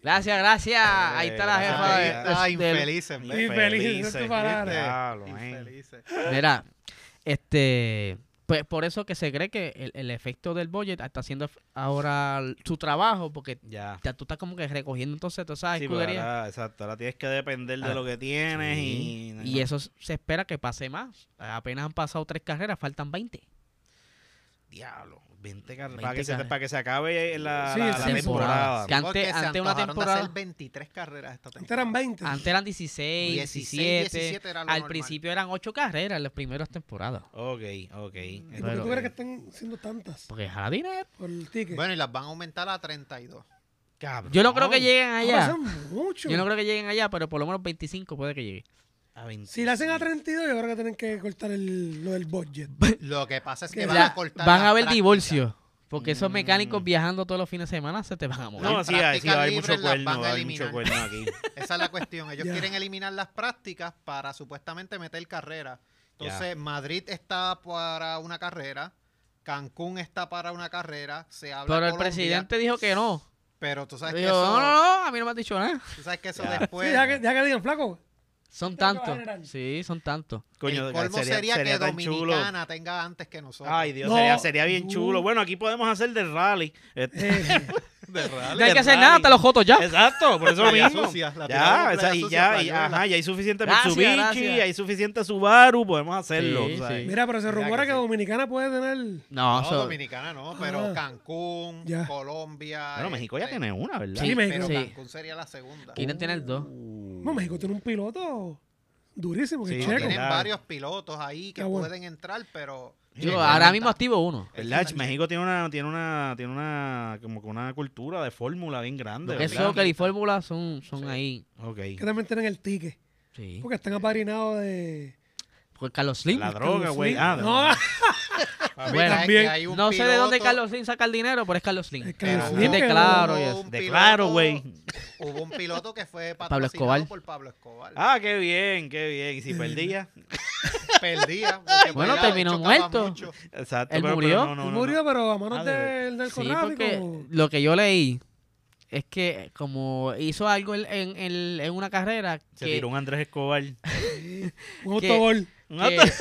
Speaker 3: Gracias, gracias. Ahí está la
Speaker 2: Ahí
Speaker 3: jefa de-
Speaker 1: está,
Speaker 3: de- del-
Speaker 1: infelices. ¿ves?
Speaker 4: Infelices,
Speaker 2: Infelices,
Speaker 4: tú paraste.
Speaker 2: diablo, man.
Speaker 1: Infelices.
Speaker 3: Mira, este, pues por eso que se cree que el, el efecto del budget está haciendo ahora l- su trabajo, porque
Speaker 2: Ya.
Speaker 3: ya tú estás como que recogiendo entonces todas esas
Speaker 2: Sí, pero
Speaker 3: escuderías.
Speaker 2: ahora, exacto, ahora tienes que depender de
Speaker 3: Ah,
Speaker 2: lo que tienes
Speaker 3: Sí.
Speaker 2: y...
Speaker 3: Y eso s- se espera que pase más. Apenas han pasado tres carreras, faltan 20.
Speaker 2: diablo, 20 carreras.
Speaker 3: 20
Speaker 2: Para, que se-
Speaker 3: carreras.
Speaker 2: para que se acabe la,
Speaker 4: Sí,
Speaker 2: la-
Speaker 4: sí,
Speaker 2: la
Speaker 4: sí.
Speaker 2: temporada.
Speaker 3: Que
Speaker 1: Porque
Speaker 3: ante-
Speaker 1: se
Speaker 3: ante una
Speaker 1: antojaron de
Speaker 3: temporada.
Speaker 1: hacer 23 carreras esta
Speaker 4: Antes
Speaker 1: temporada.
Speaker 4: eran 20.
Speaker 3: Antes eran 16,
Speaker 1: 16,
Speaker 3: 17.
Speaker 1: 17 era lo
Speaker 3: al
Speaker 1: normal.
Speaker 3: principio eran 8 carreras en las primeras temporadas.
Speaker 2: Ok, ok.
Speaker 4: ¿Y por qué
Speaker 3: Pero-
Speaker 4: tú crees que están siendo tantas?
Speaker 3: Porque jala dinero.
Speaker 4: Por el ticket.
Speaker 1: Bueno, y las van a aumentar a 32.
Speaker 2: Cabrón.
Speaker 3: Yo no creo que lleguen allá.
Speaker 4: Ahora son Ah, mucho.
Speaker 3: Yo no creo que lleguen allá, pero por lo menos 25 puede que llegue.
Speaker 2: A 20.
Speaker 4: Si le hacen a 32, yo creo que tienen que cortar el, lo del budget.
Speaker 1: Lo que pasa es que
Speaker 4: Que
Speaker 1: van
Speaker 3: La-
Speaker 1: a cortar.
Speaker 3: van a
Speaker 1: las
Speaker 3: haber
Speaker 1: prácticas.
Speaker 3: divorcio. Porque esos mecánicos
Speaker 2: Mm.
Speaker 3: viajando todos los fines de semana se te van a morir.
Speaker 2: No,
Speaker 1: Las
Speaker 2: sí, hay, sí,
Speaker 1: prácticas
Speaker 2: hay mucho
Speaker 1: libres las van
Speaker 2: cuerno,
Speaker 1: a
Speaker 2: hay mucho
Speaker 1: eliminar.
Speaker 2: cuerno aquí.
Speaker 1: Esa es la cuestión. Ellos
Speaker 4: Ya.
Speaker 1: quieren eliminar las prácticas para supuestamente meter carreras. Entonces, Madrid está para una carrera, Cancún está para una carrera, se habla
Speaker 3: pero el
Speaker 1: Colombia,
Speaker 3: presidente dijo que no.
Speaker 1: Pero tú sabes
Speaker 3: Dijo,
Speaker 1: que eso,
Speaker 3: no, no, no, a mí no me has dicho nada.
Speaker 1: tú sabes que eso
Speaker 2: Ya. Sí,
Speaker 1: después...
Speaker 4: sí, deja que, deja que digan, flaco.
Speaker 3: Son
Speaker 4: Creo que va a
Speaker 3: tantos.
Speaker 4: generar.
Speaker 3: Sí, son tantos.
Speaker 2: Coño,
Speaker 1: el colmo
Speaker 2: sería,
Speaker 1: sería,
Speaker 2: sería
Speaker 1: que
Speaker 2: tan chulo.
Speaker 1: Dominicana tenga antes que nosotros.
Speaker 2: Ay, Dios,
Speaker 4: No.
Speaker 2: sería, sería bien
Speaker 4: Uh.
Speaker 2: chulo. Bueno, aquí podemos hacer del rally. Este,
Speaker 4: Eh,
Speaker 1: de
Speaker 3: No
Speaker 1: rally.
Speaker 2: Dale,
Speaker 3: hay que hacer
Speaker 2: dale.
Speaker 3: nada, te los jotos ya.
Speaker 2: Exacto, por eso
Speaker 1: Playa
Speaker 2: mismo.
Speaker 1: sucia, la tiramos
Speaker 2: ya,
Speaker 1: playa
Speaker 2: esa- y
Speaker 1: sucia,
Speaker 2: ya,
Speaker 1: playa
Speaker 2: y-
Speaker 1: de la-
Speaker 2: ajá, ya hay suficiente
Speaker 3: Gracias,
Speaker 2: Mitsubishi,
Speaker 3: gracias.
Speaker 2: hay suficiente Subaru, podemos hacerlo.
Speaker 3: Sí,
Speaker 2: ¿sabes?
Speaker 3: sí.
Speaker 4: mira, pero se
Speaker 1: Mira que
Speaker 4: rumora que,
Speaker 1: sí.
Speaker 4: Dominicana puede tener.
Speaker 3: No,
Speaker 1: No,
Speaker 3: so-
Speaker 1: Dominicana no, pero
Speaker 4: Ah.
Speaker 1: Cancún,
Speaker 4: Ya.
Speaker 1: Colombia...
Speaker 2: Bueno, México ya
Speaker 1: este,
Speaker 2: tiene una, ¿verdad?
Speaker 4: Sí,
Speaker 1: Pero
Speaker 4: México.
Speaker 3: Sí.
Speaker 1: Cancún sería la segunda.
Speaker 3: quieren tener dos.
Speaker 4: No, México tiene un piloto durísimo, que
Speaker 2: Sí,
Speaker 4: es
Speaker 1: No,
Speaker 4: checo.
Speaker 1: tienen
Speaker 2: Claro.
Speaker 1: varios pilotos ahí que
Speaker 4: Ah, bueno.
Speaker 1: pueden entrar, pero...
Speaker 3: Yo
Speaker 2: Sí,
Speaker 3: ahora
Speaker 1: aguanta.
Speaker 3: mismo activo uno.
Speaker 2: ¿Verdad?
Speaker 1: Eso
Speaker 2: México tiene una, tiene una, tiene una, como que una cultura de fórmula bien grande.
Speaker 3: Lo que es
Speaker 2: ¿verdad?
Speaker 3: soccer y fórmula son, son ahí.
Speaker 2: Ok.
Speaker 4: Que también tienen el ticket.
Speaker 3: Sí.
Speaker 4: Porque están apadrinados de.
Speaker 3: Porque Carlos Slim.
Speaker 2: La droga, güey. Ah,
Speaker 4: No,
Speaker 1: Papi,
Speaker 3: Bueno,
Speaker 1: sabes que
Speaker 4: también.
Speaker 1: hay un
Speaker 3: No sé de dónde
Speaker 1: piloto-
Speaker 3: Carlos Slim saca el dinero, pero es Carlos Slim.
Speaker 4: Es
Speaker 1: Pero
Speaker 4: Carlos
Speaker 1: hubo-
Speaker 4: Slim,
Speaker 3: de
Speaker 4: que-
Speaker 3: claro,
Speaker 1: hubo
Speaker 3: yes.
Speaker 1: un
Speaker 2: Declaro,
Speaker 1: piloto-
Speaker 2: güey.
Speaker 1: Hubo un piloto que fue
Speaker 3: Pablo
Speaker 1: Pablo
Speaker 3: Escobar.
Speaker 1: Escobar. por Pablo Escobar.
Speaker 2: Ah, qué bien, qué bien. Y si perdía.
Speaker 1: Perdía. porque
Speaker 3: Bueno,
Speaker 1: pegaba,
Speaker 3: terminó
Speaker 1: chocaba
Speaker 3: muerto.
Speaker 1: mucho.
Speaker 2: Exacto.
Speaker 3: Él
Speaker 2: pero- pero
Speaker 3: murió.
Speaker 2: no, no,
Speaker 4: Él
Speaker 2: no,
Speaker 4: murió,
Speaker 2: no.
Speaker 4: pero a manos
Speaker 2: Ah, de-
Speaker 4: del, del
Speaker 3: Sí,
Speaker 4: narcotráfico.
Speaker 3: porque lo que yo leí es que como hizo algo en, en- en- en una carrera
Speaker 2: Se
Speaker 3: que,
Speaker 2: tiró un Andrés Escobar.
Speaker 4: Un
Speaker 3: que-
Speaker 4: autogol.
Speaker 2: Un
Speaker 3: que-
Speaker 2: auto-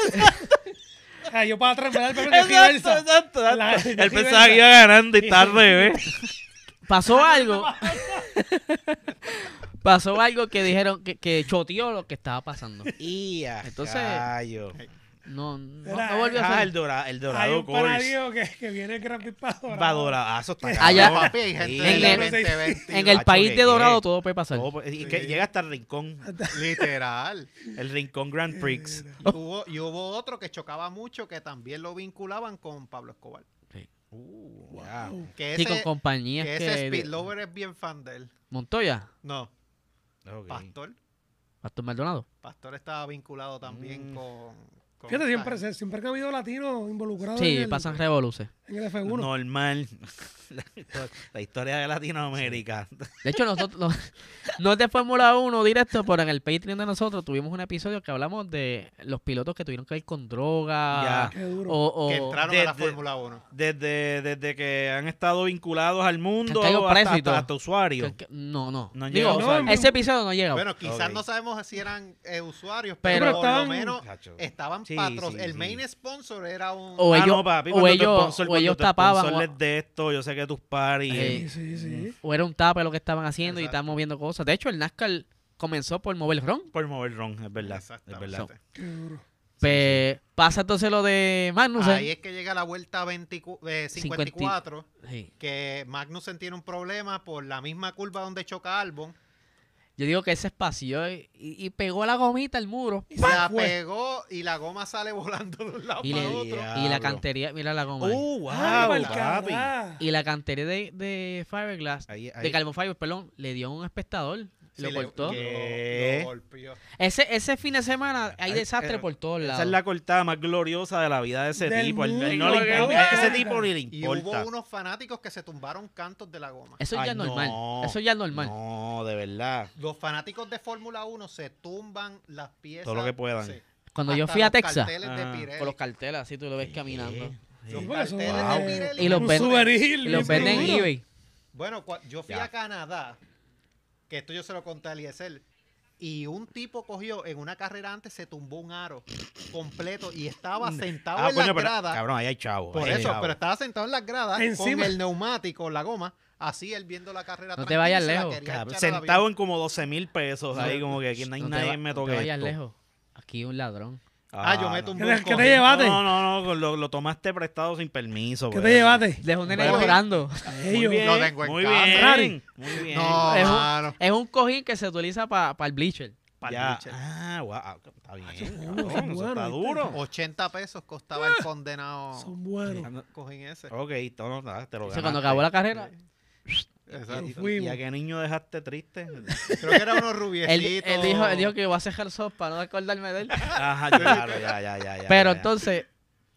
Speaker 4: Ah, yo para atrás me da el papel de
Speaker 2: Exacto,
Speaker 4: reversa.
Speaker 2: exacto, exacto.
Speaker 4: La-
Speaker 2: Él
Speaker 4: sí,
Speaker 2: pensaba que
Speaker 4: versa.
Speaker 2: iba ganando y tarde, ¿eh?
Speaker 3: pasó algo. pasó algo que dijeron que, que choteó lo que estaba pasando.
Speaker 2: Y
Speaker 3: Entonces- No, no,
Speaker 4: Era-
Speaker 3: no volvió a
Speaker 2: Ah, el,
Speaker 3: ser.
Speaker 2: Dora- el
Speaker 4: Hay
Speaker 2: Dorado
Speaker 4: un pana
Speaker 2: Course.
Speaker 4: mío que, que viene el gran pispador.
Speaker 2: Va doradazo, está
Speaker 3: Allá-
Speaker 2: cabrón,
Speaker 1: Papi, hay gente
Speaker 2: Sí.
Speaker 1: del
Speaker 3: Ah, En el-
Speaker 1: 2020,
Speaker 3: En el
Speaker 2: Macho,
Speaker 3: país
Speaker 2: que
Speaker 3: de Dorado
Speaker 2: bien.
Speaker 3: todo puede pasar.
Speaker 2: Oh, pues, y que
Speaker 1: Sí.
Speaker 2: Llega hasta el rincón.
Speaker 1: Literal.
Speaker 2: El rincón Grand Prix.
Speaker 3: Oh.
Speaker 1: Y hubo, y hubo otro que chocaba mucho que también lo vinculaban con Pablo Escobar.
Speaker 2: Uh, wow.
Speaker 4: Wow.
Speaker 1: Que
Speaker 3: Sí,
Speaker 1: ese,
Speaker 3: con compañías
Speaker 1: que
Speaker 3: que...
Speaker 1: ese
Speaker 3: de-
Speaker 1: Speed Lover es bien fan de él.
Speaker 3: Montoya,
Speaker 1: No,
Speaker 2: Ok.
Speaker 1: Pastor.
Speaker 3: Pastor Maldonado.
Speaker 1: Pastor estaba vinculado también
Speaker 2: Mm.
Speaker 1: con, con
Speaker 4: Fíjate,
Speaker 1: esta
Speaker 4: siempre,
Speaker 1: gente.
Speaker 4: se- siempre que ha habido latinos involucrados
Speaker 3: Sí,
Speaker 4: en, el,
Speaker 3: pasan revoluces.
Speaker 4: en el F1.
Speaker 2: Normal. La, histo- la historia de Latinoamérica.
Speaker 3: De hecho, nosotros no, no es de Fórmula 1 directo, pero en el Patreon de nosotros tuvimos un episodio que hablamos de los pilotos que tuvieron que ir con droga.
Speaker 2: Ya.
Speaker 4: Qué duro.
Speaker 3: O, o-
Speaker 1: Que entraron a la
Speaker 2: Desde-
Speaker 1: Fórmula 1.
Speaker 2: Desde, desde que han estado vinculados al mundo
Speaker 3: Que han caído
Speaker 2: hasta,
Speaker 3: presos y
Speaker 2: hasta-
Speaker 3: todo.
Speaker 2: hasta usuarios.
Speaker 3: que- que- no, no.
Speaker 2: No han
Speaker 3: Digo,
Speaker 2: llegado
Speaker 4: a usar.
Speaker 3: ese episodio no llega.
Speaker 1: Bueno, quizás
Speaker 2: Ok.
Speaker 1: no sabemos si eran eh, usuarios, pero,
Speaker 3: Pero- Pero
Speaker 1: por lo
Speaker 4: estaban-
Speaker 1: menos
Speaker 2: Chacho.
Speaker 1: estaban
Speaker 2: Sí,
Speaker 1: patro-
Speaker 2: sí,
Speaker 1: El
Speaker 2: sí.
Speaker 1: main sponsor era un...
Speaker 3: O
Speaker 2: Ah,
Speaker 3: ellos-
Speaker 2: no, papi,
Speaker 3: o
Speaker 2: cuando tu
Speaker 3: ellos-
Speaker 2: sponsor-
Speaker 3: o
Speaker 2: cuando
Speaker 3: elles
Speaker 2: tu
Speaker 3: tapaban,
Speaker 2: sponsor
Speaker 3: o-
Speaker 2: les de esto, yo sé que tus paris.
Speaker 3: Eh,
Speaker 4: sí, sí, sí.
Speaker 3: O era un tape lo que estaban haciendo y
Speaker 1: Exacto.
Speaker 3: estaban moviendo cosas. De hecho, el NASCAR comenzó por mover el ron.
Speaker 2: Por mover ron, es verdad. Es
Speaker 1: Exactamente.
Speaker 2: verdad.
Speaker 4: Qué duro.
Speaker 3: Pe- Pues, Pasa entonces lo de Magnussen.
Speaker 1: Ahí es que llega la vuelta 24 eh, 54,
Speaker 3: Sí.
Speaker 1: que Magnussen tiene un problema por la misma curva donde choca Albon.
Speaker 3: Yo digo que ese espacio y, y pegó la gomita al muro.
Speaker 1: Se la
Speaker 4: fue.
Speaker 1: pegó y la goma sale volando de un lado
Speaker 3: Y,
Speaker 1: para
Speaker 3: le-
Speaker 1: otro.
Speaker 3: y la
Speaker 2: Diablo.
Speaker 3: cantería, mira la goma. ahí.
Speaker 2: Oh, wow,
Speaker 4: Ay, pa'l
Speaker 2: papi.
Speaker 4: carajo.
Speaker 3: Y la cantería de, de Fiberglass,
Speaker 2: Ahí- ahí-
Speaker 3: de Carbon Fiber, perdón, le dio a un espectador.
Speaker 1: Sí,
Speaker 3: lo
Speaker 1: le-
Speaker 3: cortó.
Speaker 1: lo-
Speaker 2: ¿Qué?
Speaker 1: lo golpeó.
Speaker 3: Ese, ese fin de semana
Speaker 2: Ay,
Speaker 3: hay desastre
Speaker 2: eh,
Speaker 3: por todos lados.
Speaker 2: Esa es la cortada más gloriosa de la vida de ese
Speaker 4: Del
Speaker 2: tipo. Al- al-
Speaker 4: mundo,
Speaker 2: no le
Speaker 4: qué
Speaker 2: importa- ese
Speaker 4: bueno.
Speaker 2: tipo ni le
Speaker 1: Y
Speaker 2: importa.
Speaker 1: hubo unos fanáticos que se tumbaron cantos de la goma.
Speaker 3: Eso ya
Speaker 2: Ay,
Speaker 3: es normal.
Speaker 2: no.
Speaker 3: Eso ya es normal.
Speaker 2: No, de verdad.
Speaker 1: Los fanáticos de Fórmula 1 se tumban las piezas.
Speaker 2: Todo lo que puedan.
Speaker 3: Cuando yo
Speaker 1: Hasta
Speaker 3: fui a
Speaker 1: los
Speaker 3: Texas,
Speaker 1: carteles de
Speaker 2: Ah,
Speaker 1: Pirelli.
Speaker 3: con los carteles así tú lo ves caminando.
Speaker 2: Sí, Pues sí.
Speaker 4: Sí,
Speaker 2: Ah,
Speaker 4: porque eso
Speaker 1: carteles
Speaker 4: va-
Speaker 1: de Pirelli.
Speaker 3: Y los
Speaker 4: un
Speaker 3: ven-
Speaker 4: souvenir,
Speaker 3: Y los
Speaker 4: un
Speaker 3: venden en
Speaker 4: seguro.
Speaker 3: eBay.
Speaker 1: Bueno, cua- yo fui
Speaker 2: Ya.
Speaker 1: a Canadá, que esto yo se lo conté a Eliezer, y un tipo cogió en una carrera antes, se tumbó un aro completo y estaba sentado
Speaker 2: Ah,
Speaker 1: en
Speaker 2: coño,
Speaker 1: las
Speaker 2: pero,
Speaker 1: gradas.
Speaker 2: cabrón, ahí hay chavo.
Speaker 1: por
Speaker 2: ahí hay
Speaker 1: eso,
Speaker 2: chavo.
Speaker 1: pero estaba sentado en las gradas
Speaker 4: Encima.
Speaker 1: con el neumático, la goma, así él viendo la carrera.
Speaker 3: No te
Speaker 1: tranquilo,
Speaker 3: vayas
Speaker 1: se la
Speaker 3: lejos,
Speaker 1: quería
Speaker 2: Cabrón,
Speaker 1: echar al avión.
Speaker 2: sentado en como 12 mil pesos. Ahí como que aquí no hay
Speaker 3: No te
Speaker 2: nadie
Speaker 3: va-
Speaker 2: me
Speaker 3: no te
Speaker 2: toque
Speaker 3: vayas
Speaker 2: esto.
Speaker 3: lejos. Aquí un ladrón.
Speaker 1: Ah, yo meto un
Speaker 4: ¿Qué te-
Speaker 1: busco.
Speaker 4: qué te lleva? Llévate.
Speaker 2: No, no, no, lo, lo tomaste prestado sin permiso.
Speaker 4: ¿Qué te
Speaker 2: pues.
Speaker 4: llevaste?
Speaker 3: Dejó un nene
Speaker 1: Bueno.
Speaker 3: llorando.
Speaker 2: Muy
Speaker 4: Ellos.
Speaker 2: bien,
Speaker 1: Lo tengo en
Speaker 2: muy
Speaker 1: casa.
Speaker 2: bien,
Speaker 4: Ferrari.
Speaker 2: muy bien.
Speaker 1: No,
Speaker 3: Es un-
Speaker 1: mano.
Speaker 3: Es un cojín que se utiliza para el bleacher.
Speaker 1: pa'l
Speaker 2: Ya.
Speaker 1: biche.
Speaker 2: Ah, guau, ah, está bien. cabrón,
Speaker 4: son buenos,
Speaker 2: eso
Speaker 4: son
Speaker 2: está
Speaker 4: buenos,
Speaker 2: duro.
Speaker 1: 80 pesos costaba el condenado.
Speaker 4: Son buenos.
Speaker 2: Ah, no.
Speaker 1: Cojín ese.
Speaker 2: Ok, todo, no, nada, te lo
Speaker 3: O sea, cuando
Speaker 2: ganaste.
Speaker 3: acabó la carrera,
Speaker 1: Exacto.
Speaker 2: ¿Y- ¿Y
Speaker 4: Fuimos.
Speaker 2: a qué niño dejaste triste?
Speaker 1: Creo que era unos
Speaker 3: él,
Speaker 1: rubiecitos.
Speaker 3: él dijo, él dijo que iba a cejar sopa para no acordarme de él.
Speaker 2: Ajá, claro, ya, ya, ya. ya,
Speaker 3: Pero
Speaker 2: ya.
Speaker 3: entonces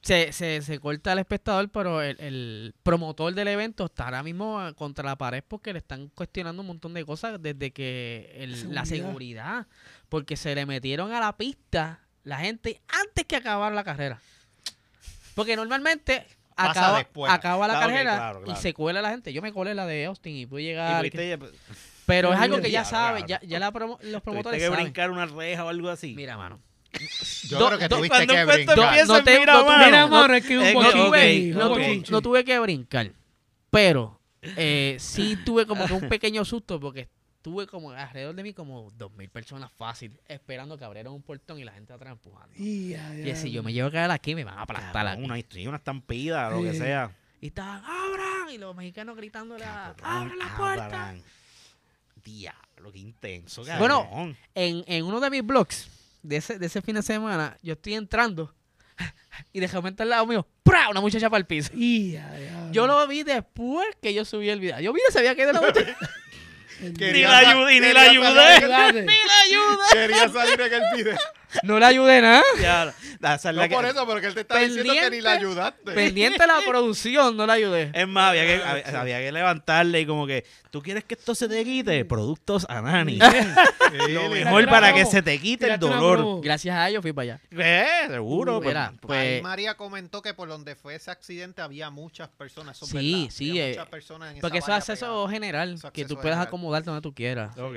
Speaker 3: se, se, se corta al espectador, pero el, el promotor del evento está ahora mismo ah, contra la pared porque le están cuestionando un montón de cosas desde que el- la seguridad, porque se le metieron a la pista la gente antes que acabar la carrera. Porque normalmente
Speaker 1: Pasa
Speaker 3: acaba,
Speaker 1: después.
Speaker 3: acaba la
Speaker 2: Ah, ok,
Speaker 3: carrera
Speaker 2: claro, claro.
Speaker 3: y se cuela la gente. Yo me colé la de Austin y pude
Speaker 2: Y
Speaker 3: llegar.
Speaker 2: fuiste-
Speaker 3: Pero es
Speaker 4: Qué
Speaker 3: algo que ya
Speaker 2: diablo,
Speaker 3: sabes, ya,
Speaker 2: cabrón.
Speaker 3: ya la promo- los
Speaker 2: Tuviste
Speaker 3: promotores
Speaker 2: que
Speaker 3: saben.
Speaker 2: brincar una reja o algo así.
Speaker 3: Mira, mano.
Speaker 1: Yo
Speaker 3: Do-
Speaker 1: creo que
Speaker 3: do-
Speaker 1: tuviste
Speaker 2: cuando
Speaker 1: que
Speaker 2: un cuento
Speaker 1: brincar.
Speaker 2: empieza-
Speaker 3: No, te-
Speaker 2: mira,
Speaker 3: no tuve-
Speaker 2: mano.
Speaker 4: Mira,
Speaker 3: no-
Speaker 4: mano, es que
Speaker 2: Eh,
Speaker 4: un
Speaker 2: no
Speaker 3: no,
Speaker 4: bochinche.
Speaker 3: tuve,
Speaker 2: ok,
Speaker 4: un
Speaker 3: no tuve-
Speaker 4: bochinche.
Speaker 3: no tuve que brincar, pero eh, sí tuve como que un pequeño susto porque tuve como alrededor de mí como dos mil personas fácil esperando que abrieran un portón y la gente atrás empujando.
Speaker 4: Y ya, ya.
Speaker 3: Y si yo me llevo a caer aquí me van a aplastar
Speaker 2: Cabrón,
Speaker 3: aquí.
Speaker 2: Una, sí, una estampida, lo que
Speaker 4: Sí.
Speaker 2: sea.
Speaker 3: Y estaban, abran, y los mexicanos gritándole,
Speaker 2: Cabrón,
Speaker 3: abran la puerta.
Speaker 2: abran. ah, Diablo, qué intenso,
Speaker 4: Sí.
Speaker 2: cabrón.
Speaker 3: En, en uno de mis blogs de ese, de ese fin de semana, yo estoy entrando y de repente al lado mío, ¡pra! una muchacha para el piso.
Speaker 4: Y ya, ya.
Speaker 3: Yo lo vi después que yo subí el video. Yo, mira, se había quedado la muchacha.
Speaker 1: Quería
Speaker 2: Ni la
Speaker 1: sa-
Speaker 2: ayudé, ni
Speaker 1: quería
Speaker 2: la
Speaker 1: salir
Speaker 2: ayudé.
Speaker 1: en el-
Speaker 4: Ayúdate.
Speaker 1: Quería salir en el video.
Speaker 3: No le ayudé nada.
Speaker 2: Ya, la- esa es la
Speaker 1: No
Speaker 2: que-
Speaker 1: por eso, pero que él te está diciendo que ni la
Speaker 3: Pendiente.
Speaker 1: ayudaste.
Speaker 3: Pendiente a la producción, no la ayudé.
Speaker 1: Eh,
Speaker 2: Es más, había que, había, había que levantarle y como que, ¿tú quieres que esto se te quite? Productos
Speaker 1: Sí,
Speaker 2: Anani. Lo
Speaker 1: le-
Speaker 2: mejor
Speaker 4: una
Speaker 2: para que
Speaker 4: promo.
Speaker 2: se te quite el
Speaker 4: Tírate una
Speaker 2: dolor.
Speaker 1: uh.
Speaker 4: promo.
Speaker 3: Gracias a ellos fui para allá.
Speaker 2: Eh, seguro.
Speaker 3: Uh,
Speaker 2: pues,
Speaker 3: era,
Speaker 2: pues,
Speaker 1: Ahí
Speaker 3: pues,
Speaker 1: María comentó que por donde fue ese accidente había muchas personas. Eso es
Speaker 3: Sí,
Speaker 1: verdad.
Speaker 3: sí,
Speaker 1: Había
Speaker 3: eh,
Speaker 1: muchas personas en esa
Speaker 3: porque eso
Speaker 1: valla
Speaker 3: es acceso
Speaker 1: pegada.
Speaker 3: general,
Speaker 1: Eso es
Speaker 3: que tú
Speaker 1: acceso
Speaker 3: puedas
Speaker 1: general.
Speaker 3: acomodarte donde tú quieras.
Speaker 2: ok.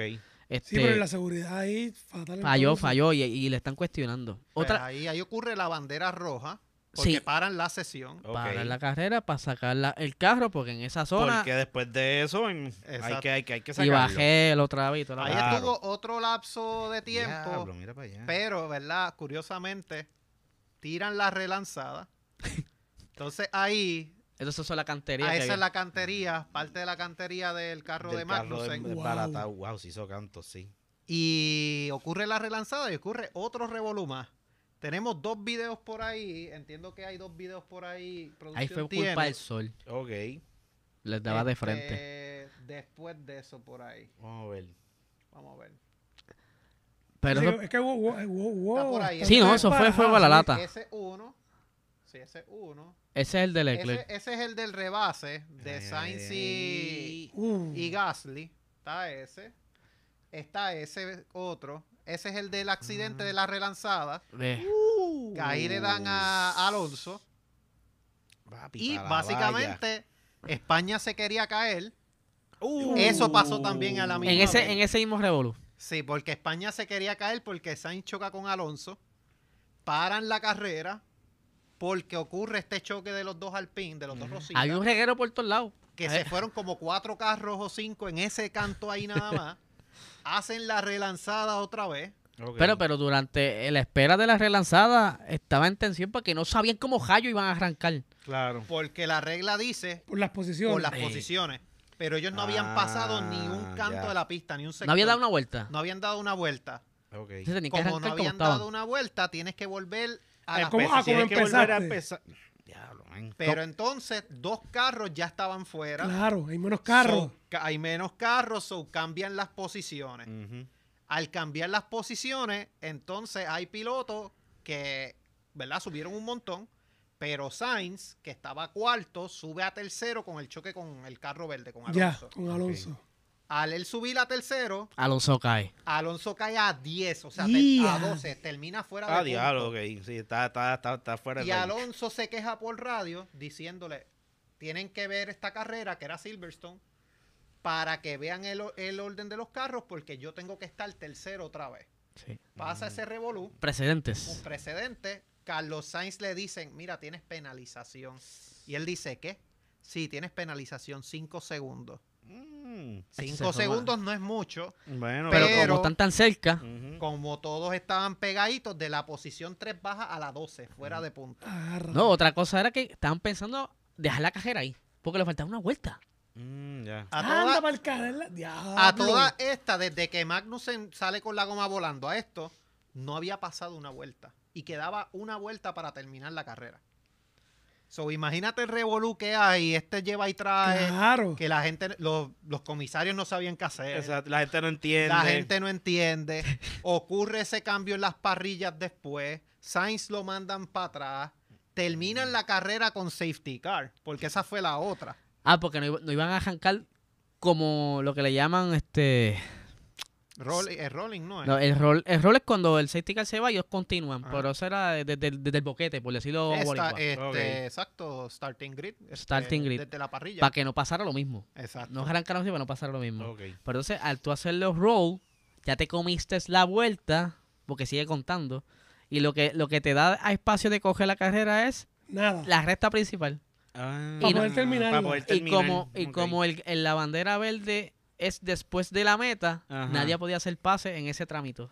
Speaker 3: Este,
Speaker 4: Sí, pero la seguridad ahí, fatal.
Speaker 3: falló,
Speaker 4: entonces.
Speaker 3: falló y, y le están cuestionando.
Speaker 1: Pues
Speaker 3: Otra
Speaker 1: ahí, ahí ocurre la bandera roja porque
Speaker 3: sí,
Speaker 1: paran la sesión.
Speaker 2: Ok.
Speaker 3: para la carrera, para sacar la- el carro, porque en esa zona
Speaker 2: Porque después de eso en- hay,
Speaker 1: Exacto.
Speaker 2: que, hay, que, hay que
Speaker 3: y
Speaker 2: sacarlo.
Speaker 3: bajé el otra vez y toda la
Speaker 1: Ahí
Speaker 3: vaina.
Speaker 2: Claro.
Speaker 1: estuvo otro lapso de tiempo,
Speaker 2: Diablo, mira para allá.
Speaker 1: pero, ¿verdad? Curiosamente, tiran la relanzada. Entonces ahí,
Speaker 3: Entonces eso es la cantería.
Speaker 1: a
Speaker 3: que
Speaker 1: Ah, esa
Speaker 3: había.
Speaker 1: es la cantería, parte de la cantería del carro
Speaker 2: Del
Speaker 1: de
Speaker 2: carro
Speaker 1: Magnussen.
Speaker 2: de- de
Speaker 4: Wow.
Speaker 2: barata. Wow, se hizo canto, sí.
Speaker 1: Y ocurre la relanzada y ocurre otro revolú más. Tenemos dos videos por ahí. Entiendo que hay dos videos por ahí.
Speaker 3: Ahí
Speaker 1: producción
Speaker 3: fue
Speaker 1: tiene.
Speaker 3: culpa del sol.
Speaker 2: Ok,
Speaker 3: Les daba de
Speaker 1: Este,
Speaker 3: frente.
Speaker 1: Después de eso por ahí.
Speaker 2: vamos a ver.
Speaker 1: Vamos a ver.
Speaker 3: Pero
Speaker 4: Sí,
Speaker 3: eso-
Speaker 4: es que wow, wow, wow,
Speaker 1: Está por ahí,
Speaker 4: está
Speaker 3: sí, no,
Speaker 1: este-
Speaker 3: eso fue
Speaker 4: disparado.
Speaker 3: fuego a la lata.
Speaker 1: Ese uno. Sí, ese uno.
Speaker 3: Ese es el de Leclerc.
Speaker 1: Ese, ese es el del rebase de
Speaker 3: Eh,
Speaker 2: Ay,
Speaker 1: Sainz y,
Speaker 2: ay,
Speaker 4: Uh,
Speaker 3: Mm.
Speaker 1: y Gasly. Está ese. Está ese otro. Ese es el del
Speaker 3: Mm.
Speaker 1: accidente de la relanzada.
Speaker 3: De- uh.
Speaker 1: que ahí le dan a Alonso.
Speaker 2: Papi,
Speaker 1: Y
Speaker 2: pa' la
Speaker 1: básicamente España se quería caer.
Speaker 2: valla. Uh.
Speaker 1: eso pasó también a la
Speaker 3: en,
Speaker 1: misma
Speaker 3: ese,
Speaker 1: vez.
Speaker 3: en e- ese mismo revolú.
Speaker 1: Sí, porque España se quería caer porque Sainz choca con Alonso. Paran la carrera porque ocurre este choque de los dos Alpine, de los dos Rositas,
Speaker 3: Hay un reguero por todos lados.
Speaker 1: que
Speaker 3: eh.
Speaker 1: se fueron como cuatro carros o cinco en ese canto ahí nada más. Hacen la relanzada otra vez.
Speaker 2: Ok.
Speaker 3: Pero, pero durante la espera de la relanzada estaba en tensión porque no sabían cómo Jayo iban a arrancar.
Speaker 2: Claro.
Speaker 1: Porque la regla dice
Speaker 4: por las posiciones.
Speaker 1: por las
Speaker 3: Ey.
Speaker 1: posiciones. Pero ellos no habían
Speaker 2: Ah,
Speaker 1: pasado ni un canto
Speaker 2: ya.
Speaker 1: de la pista, ni un sector.
Speaker 3: No había dado una vuelta.
Speaker 1: No habían dado una vuelta.
Speaker 2: Ok.
Speaker 3: Entonces tenían que
Speaker 1: Como
Speaker 3: arrancar
Speaker 1: no
Speaker 3: como
Speaker 1: habían
Speaker 3: estaban.
Speaker 1: dado una vuelta, tienes que volver a
Speaker 4: Es
Speaker 1: la
Speaker 4: como-
Speaker 1: pista.
Speaker 4: ah,
Speaker 2: Tienes que volver a
Speaker 4: empezaste.
Speaker 2: empezar. Diablo, man.
Speaker 1: Pero entonces, dos carros ya estaban fuera.
Speaker 4: Claro, hay menos carros.
Speaker 1: So, ca- hay menos carros, o cambian las posiciones.
Speaker 2: Ujú.
Speaker 1: Al cambiar las posiciones, entonces hay pilotos que, ¿verdad? Subieron un montón, pero Sainz, que estaba cuarto, sube a tercero con el choque con el carro verde, con
Speaker 4: ya,
Speaker 1: Alonso.
Speaker 4: con Alonso.
Speaker 1: Al él subir a tercero,
Speaker 3: Alonso cae.
Speaker 1: Alonso cae a 10, o sea, te-
Speaker 4: Ya.
Speaker 1: a 12, termina fuera de
Speaker 2: Ah,
Speaker 1: punto.
Speaker 2: diablo, ok. Sí, está, está, está, está fuera
Speaker 1: Y
Speaker 2: del-
Speaker 1: Alonso se queja por radio diciéndole, tienen que ver esta carrera que era Silverstone para que vean el, o- el orden de los carros porque yo tengo que estar tercero otra vez.
Speaker 3: Mm.
Speaker 1: Pasa ese revolú, un
Speaker 3: Precedentes.
Speaker 1: precedente, Carlos Sainz le dicen, mira, tienes penalización. Y él dice, ¿qué? Sí, tienes penalización, 5 segundos.
Speaker 2: Mm. Mm,
Speaker 1: Cinco
Speaker 3: se fue
Speaker 1: segundos no es mucho.
Speaker 2: bueno,
Speaker 3: Pero,
Speaker 1: Pero-
Speaker 3: como están tan cerca,
Speaker 2: Ujú.
Speaker 1: Como todos estaban pegaditos de la posición 3 baja a la 12, fuera de punta.
Speaker 4: Agarra.
Speaker 3: no, otra cosa era que estaban pensando dejar la cajera ahí, porque le faltaba una vuelta.
Speaker 2: Mm, ya.
Speaker 1: A
Speaker 4: Anda
Speaker 1: toda,
Speaker 4: pa'l canal, diablo.
Speaker 1: a toda esta, desde que Magnussen sale con la goma volando a esto, no había pasado una vuelta. Y quedaba una vuelta para terminar la carrera. So, imagínate el revolú que hay. Este lleva y trae.
Speaker 4: Claro.
Speaker 1: Que la gente, los, los comisarios no sabían qué hacer.
Speaker 2: Exacto, la gente no entiende.
Speaker 1: Eh, La gente no entiende. Ocurre ese cambio en las parrillas después. Sainz lo mandan para atrás. Terminan la carrera con safety car, porque esa fue la otra.
Speaker 3: Ah, porque no, iba- no iban a arrancar como lo que le llaman este.
Speaker 1: Roll, es eh, rolling, ¿no? es?
Speaker 3: no, el, rol, el rol es cuando el safety car se va y ellos continúan,
Speaker 1: Ajá.
Speaker 3: pero eso era desde el- desde el boquete, por decirlo
Speaker 1: Ah. Esta-
Speaker 3: boricua.
Speaker 1: este,
Speaker 2: Ok.
Speaker 1: Exacto, starting grid. este,
Speaker 3: Starting grid.
Speaker 1: Desde la parrilla.
Speaker 3: para que no pasara lo mismo.
Speaker 1: Exacto.
Speaker 3: No arrancaron así para no pasara lo mismo.
Speaker 2: Ok.
Speaker 3: Pero entonces, al tú hacer los roll, ya te comiste la vuelta, porque sigue contando. Y lo que, lo que te da a espacio de coger la carrera es
Speaker 4: Nada.
Speaker 3: la recta principal.
Speaker 2: Ah,
Speaker 3: Para poder
Speaker 4: terminarla.
Speaker 2: para poder
Speaker 3: Y
Speaker 2: terminar.
Speaker 3: como, y
Speaker 2: Ok.
Speaker 3: como el, el- la bandera verde es después de la meta,
Speaker 2: Ajá.
Speaker 3: nadie podía hacer pase en ese trámite.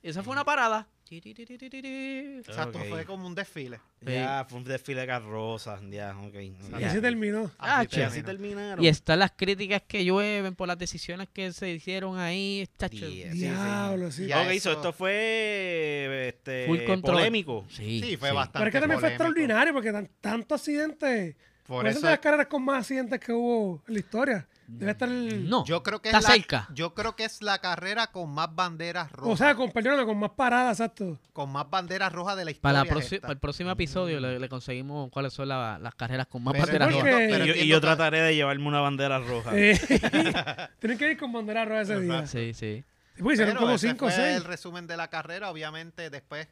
Speaker 3: Y esa fue una parada. Tiriririririr.
Speaker 1: Exacto,
Speaker 2: Ok.
Speaker 1: fue como un desfile. eh.
Speaker 2: Ya, fue un desfile de carrozas. Ya, ok. ok.
Speaker 4: Y se terminó.
Speaker 1: Así
Speaker 2: Y
Speaker 3: che.
Speaker 1: termina.
Speaker 2: así terminaron.
Speaker 3: Y están las críticas que llueven por las decisiones que se hicieron ahí. chacho.
Speaker 2: Diez. Sí, sí.
Speaker 4: Diablo, sí.
Speaker 1: Ya
Speaker 2: ok,
Speaker 1: eso-
Speaker 2: so esto fue este,
Speaker 3: Full control.
Speaker 2: polémico.
Speaker 3: Sí,
Speaker 1: Sí, fue
Speaker 3: sí.
Speaker 1: bastante.
Speaker 4: Pero es que también
Speaker 1: polémico.
Speaker 4: fue extraordinario porque tan, tanto accidente.
Speaker 1: Por
Speaker 4: Por eso
Speaker 1: eso,
Speaker 4: de las carreras con más accidentes que hubo en la historia. Debe estar el.
Speaker 3: No,
Speaker 1: yo creo que
Speaker 3: está
Speaker 1: es la,
Speaker 3: cerca.
Speaker 1: Yo creo que es la carrera con más banderas rojas.
Speaker 4: O sea, con, perdóname, con más paradas, exacto.
Speaker 1: con más banderas rojas de la historia.
Speaker 3: Para, la
Speaker 1: es
Speaker 3: proxi-
Speaker 1: esta.
Speaker 3: para el próximo episodio le, le conseguimos cuáles son la- las carreras con más
Speaker 1: Pero
Speaker 3: banderas
Speaker 4: porque-
Speaker 3: rojas.
Speaker 2: Y yo,
Speaker 1: Pero
Speaker 2: y yo
Speaker 1: entiendo ta-
Speaker 2: trataré de llevarme una bandera roja.
Speaker 4: Eh, Tienen que ir con bandera roja ese día.
Speaker 3: Sí, sí.
Speaker 4: Y pues hicieron
Speaker 1: Pero
Speaker 4: como
Speaker 1: ese
Speaker 4: 5 o
Speaker 1: fue
Speaker 4: 6.
Speaker 1: el resumen de la carrera, obviamente después,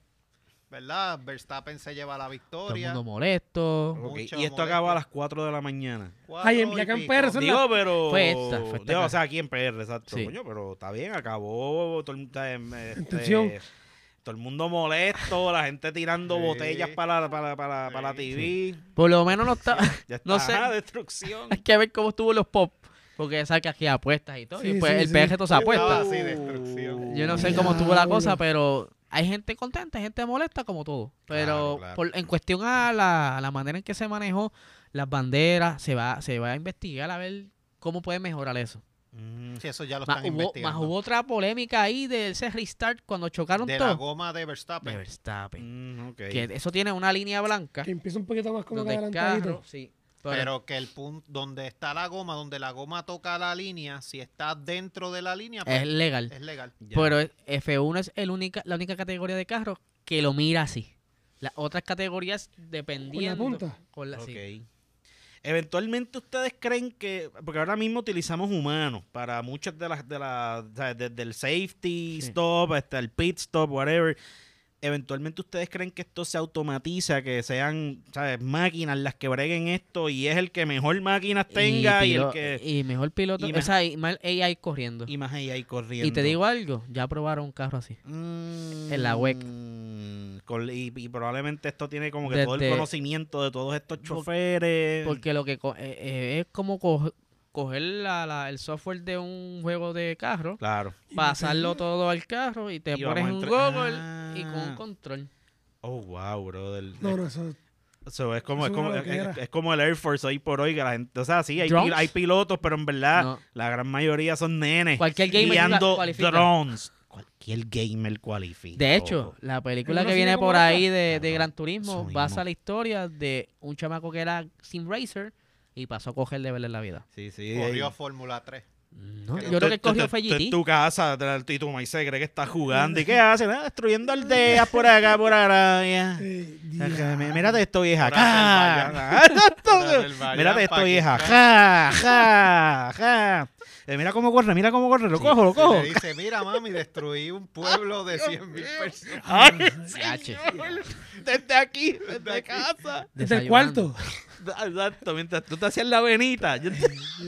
Speaker 1: ¿verdad? Verstappen se lleva la
Speaker 3: Todo el
Speaker 1: victoria.
Speaker 3: mundo molesto.
Speaker 2: Ok, Y esto
Speaker 1: Mucha
Speaker 2: acabó
Speaker 1: molestia.
Speaker 2: a las 4 de la mañana.
Speaker 1: Cuatro
Speaker 4: Ay, en- ya
Speaker 1: y
Speaker 4: que en
Speaker 1: pico.
Speaker 4: PR son-
Speaker 2: Digo, pero.
Speaker 3: Fue esta, fue esta
Speaker 2: Digo,
Speaker 3: acá.
Speaker 2: o sea, aquí en PR, exacto.
Speaker 3: Sí.
Speaker 2: Coño, pero está bien, acabó. Todo el, está en- este,
Speaker 4: tensión.
Speaker 2: todo el mundo molesto, la gente tirando
Speaker 1: Sí.
Speaker 2: botellas para, la- para, para, para la
Speaker 1: Sí.
Speaker 2: TV.
Speaker 3: Por lo menos no está.
Speaker 2: Ya está,
Speaker 3: No sé.
Speaker 2: ajá, destrucción.
Speaker 3: Hay que ver cómo estuvo los pop. Porque sabes que aquí hay apuestas y todo.
Speaker 4: Sí,
Speaker 3: y pues
Speaker 4: sí,
Speaker 3: el
Speaker 4: sí.
Speaker 3: PG todo se apuesta.
Speaker 1: Ah, sí, destrucción.
Speaker 3: Yo no sé cómo estuvo la
Speaker 4: Diablo.
Speaker 3: cosa, pero hay gente contenta, hay gente molesta, como todo. Pero
Speaker 2: Claro, claro.
Speaker 3: por- en cuestión a la, a la manera en que se manejó las banderas, se va, se va a investigar a ver cómo puede mejorar eso.
Speaker 2: Mm,
Speaker 1: Sí, eso ya lo
Speaker 3: Más
Speaker 1: están
Speaker 3: hubo, más
Speaker 1: investigando.
Speaker 3: hubo otra polémica ahí de ese restart cuando chocaron
Speaker 1: de la
Speaker 3: todos.
Speaker 1: goma de Verstappen.
Speaker 3: De Verstappen.
Speaker 2: mm, ok.
Speaker 3: Que eso tiene una línea blanca
Speaker 4: Que empieza un poquito más como que
Speaker 3: donde el
Speaker 4: adelantadito.
Speaker 3: carro, sí, pero,
Speaker 1: Pero que el punto donde está la goma, donde la goma toca la línea, si está dentro de la línea, pues,
Speaker 3: es legal.
Speaker 1: es legal.
Speaker 2: eh, Ya.
Speaker 3: Pero es- F1 es el única, la única categoría de carro que lo mira así. Las otras categorías dependiendo.
Speaker 4: punta?
Speaker 3: con la-
Speaker 2: Ok.
Speaker 3: sí.
Speaker 2: Eventualmente ustedes creen que, porque ahora mismo utilizamos humanos para muchas de las, de las, o sea, desde el safety
Speaker 3: Sí.
Speaker 2: stop hasta el pit stop, whatever. Eventualmente ustedes creen que esto se automatiza, que sean ¿sabes? máquinas las que breguen esto y es el que mejor máquinas tenga y, el
Speaker 3: pilo-
Speaker 2: que...
Speaker 3: y mejor piloto.
Speaker 2: y
Speaker 3: Y
Speaker 2: me-
Speaker 3: o sea, y mal AI corriendo.
Speaker 2: Y,
Speaker 3: Y,
Speaker 2: más ahí ahí corriendo.
Speaker 3: te digo algo, ya probaron un carro así.
Speaker 2: en
Speaker 3: la WEC.
Speaker 2: Y, y probablemente esto tiene como que todo el
Speaker 3: Desde-
Speaker 2: conocimiento de todos estos
Speaker 3: Por-
Speaker 2: choferes.
Speaker 3: Porque lo que co- eh, eh, es como co- coger la- la- el software de un juego de carro,
Speaker 2: Claro.
Speaker 3: pasarlo todo al carro y te
Speaker 2: Y
Speaker 3: pones
Speaker 2: vamos a
Speaker 3: un
Speaker 2: entre-
Speaker 3: Google y con
Speaker 2: Ah.
Speaker 3: un control.
Speaker 2: Oh, wow, brother.
Speaker 4: No, no, eso.
Speaker 2: So, es, como,
Speaker 4: Eso
Speaker 2: es,
Speaker 4: es
Speaker 2: como,
Speaker 4: una
Speaker 2: es,
Speaker 4: loquera.
Speaker 2: es como el Air Force hoy por hoy. Que la gente, o sea, sí, hay,
Speaker 3: ¿Drones?
Speaker 2: pil- hay pilotos, pero en verdad
Speaker 3: No.
Speaker 2: la gran mayoría son nenes.
Speaker 3: Cualquier gamer
Speaker 2: guiando
Speaker 3: cualifica.
Speaker 2: drones. Cualquier gamer cualifica.
Speaker 3: De hecho,
Speaker 2: loco.
Speaker 3: la película
Speaker 4: Él no
Speaker 3: que
Speaker 4: sigue
Speaker 3: viene
Speaker 4: como
Speaker 3: por
Speaker 4: loca.
Speaker 3: ahí de, de
Speaker 2: Claro,
Speaker 3: Gran
Speaker 2: eso
Speaker 3: Turismo
Speaker 2: mismo.
Speaker 3: basa la historia de un chamaco que era sim racer y pasó a coger de verle la vida.
Speaker 2: Sí, sí.
Speaker 1: Corrió a
Speaker 2: ahí.
Speaker 1: Fórmula 3.
Speaker 3: No,
Speaker 1: Tú-
Speaker 3: yo creo que él
Speaker 2: Tú- tú-
Speaker 3: cogió
Speaker 2: tú-
Speaker 3: fue
Speaker 2: tú En
Speaker 3: GT.
Speaker 2: tu casa, tra- y tu maíz se cree que está jugando. ¿Y qué hace? Ah, destruyendo aldeas por acá, por allá. ya.
Speaker 4: Eh,
Speaker 2: Ajá,
Speaker 4: diablo.
Speaker 2: mi- Mírate esto, vieja.
Speaker 1: Por Azerbaiyán.
Speaker 2: Ajá, exacto.
Speaker 1: Por Azerbaiyán,
Speaker 2: Mírate esto, vieja.
Speaker 1: Pakistán.
Speaker 2: Ja, ja, ja. Eh, mira cómo corre, mira cómo corre. Lo
Speaker 3: Sí,
Speaker 2: cojo, lo
Speaker 1: Y le
Speaker 2: cojo.
Speaker 1: dice, mira mami, destruí un pueblo de 100.000 personas.
Speaker 2: Ay,
Speaker 3: Yache.
Speaker 2: señor. Desde aquí, desde casa.
Speaker 4: Desde Este el
Speaker 3: Desayunando.
Speaker 4: cuarto. Eh,
Speaker 2: Exacto, mientras tú te hacías la venita. yo-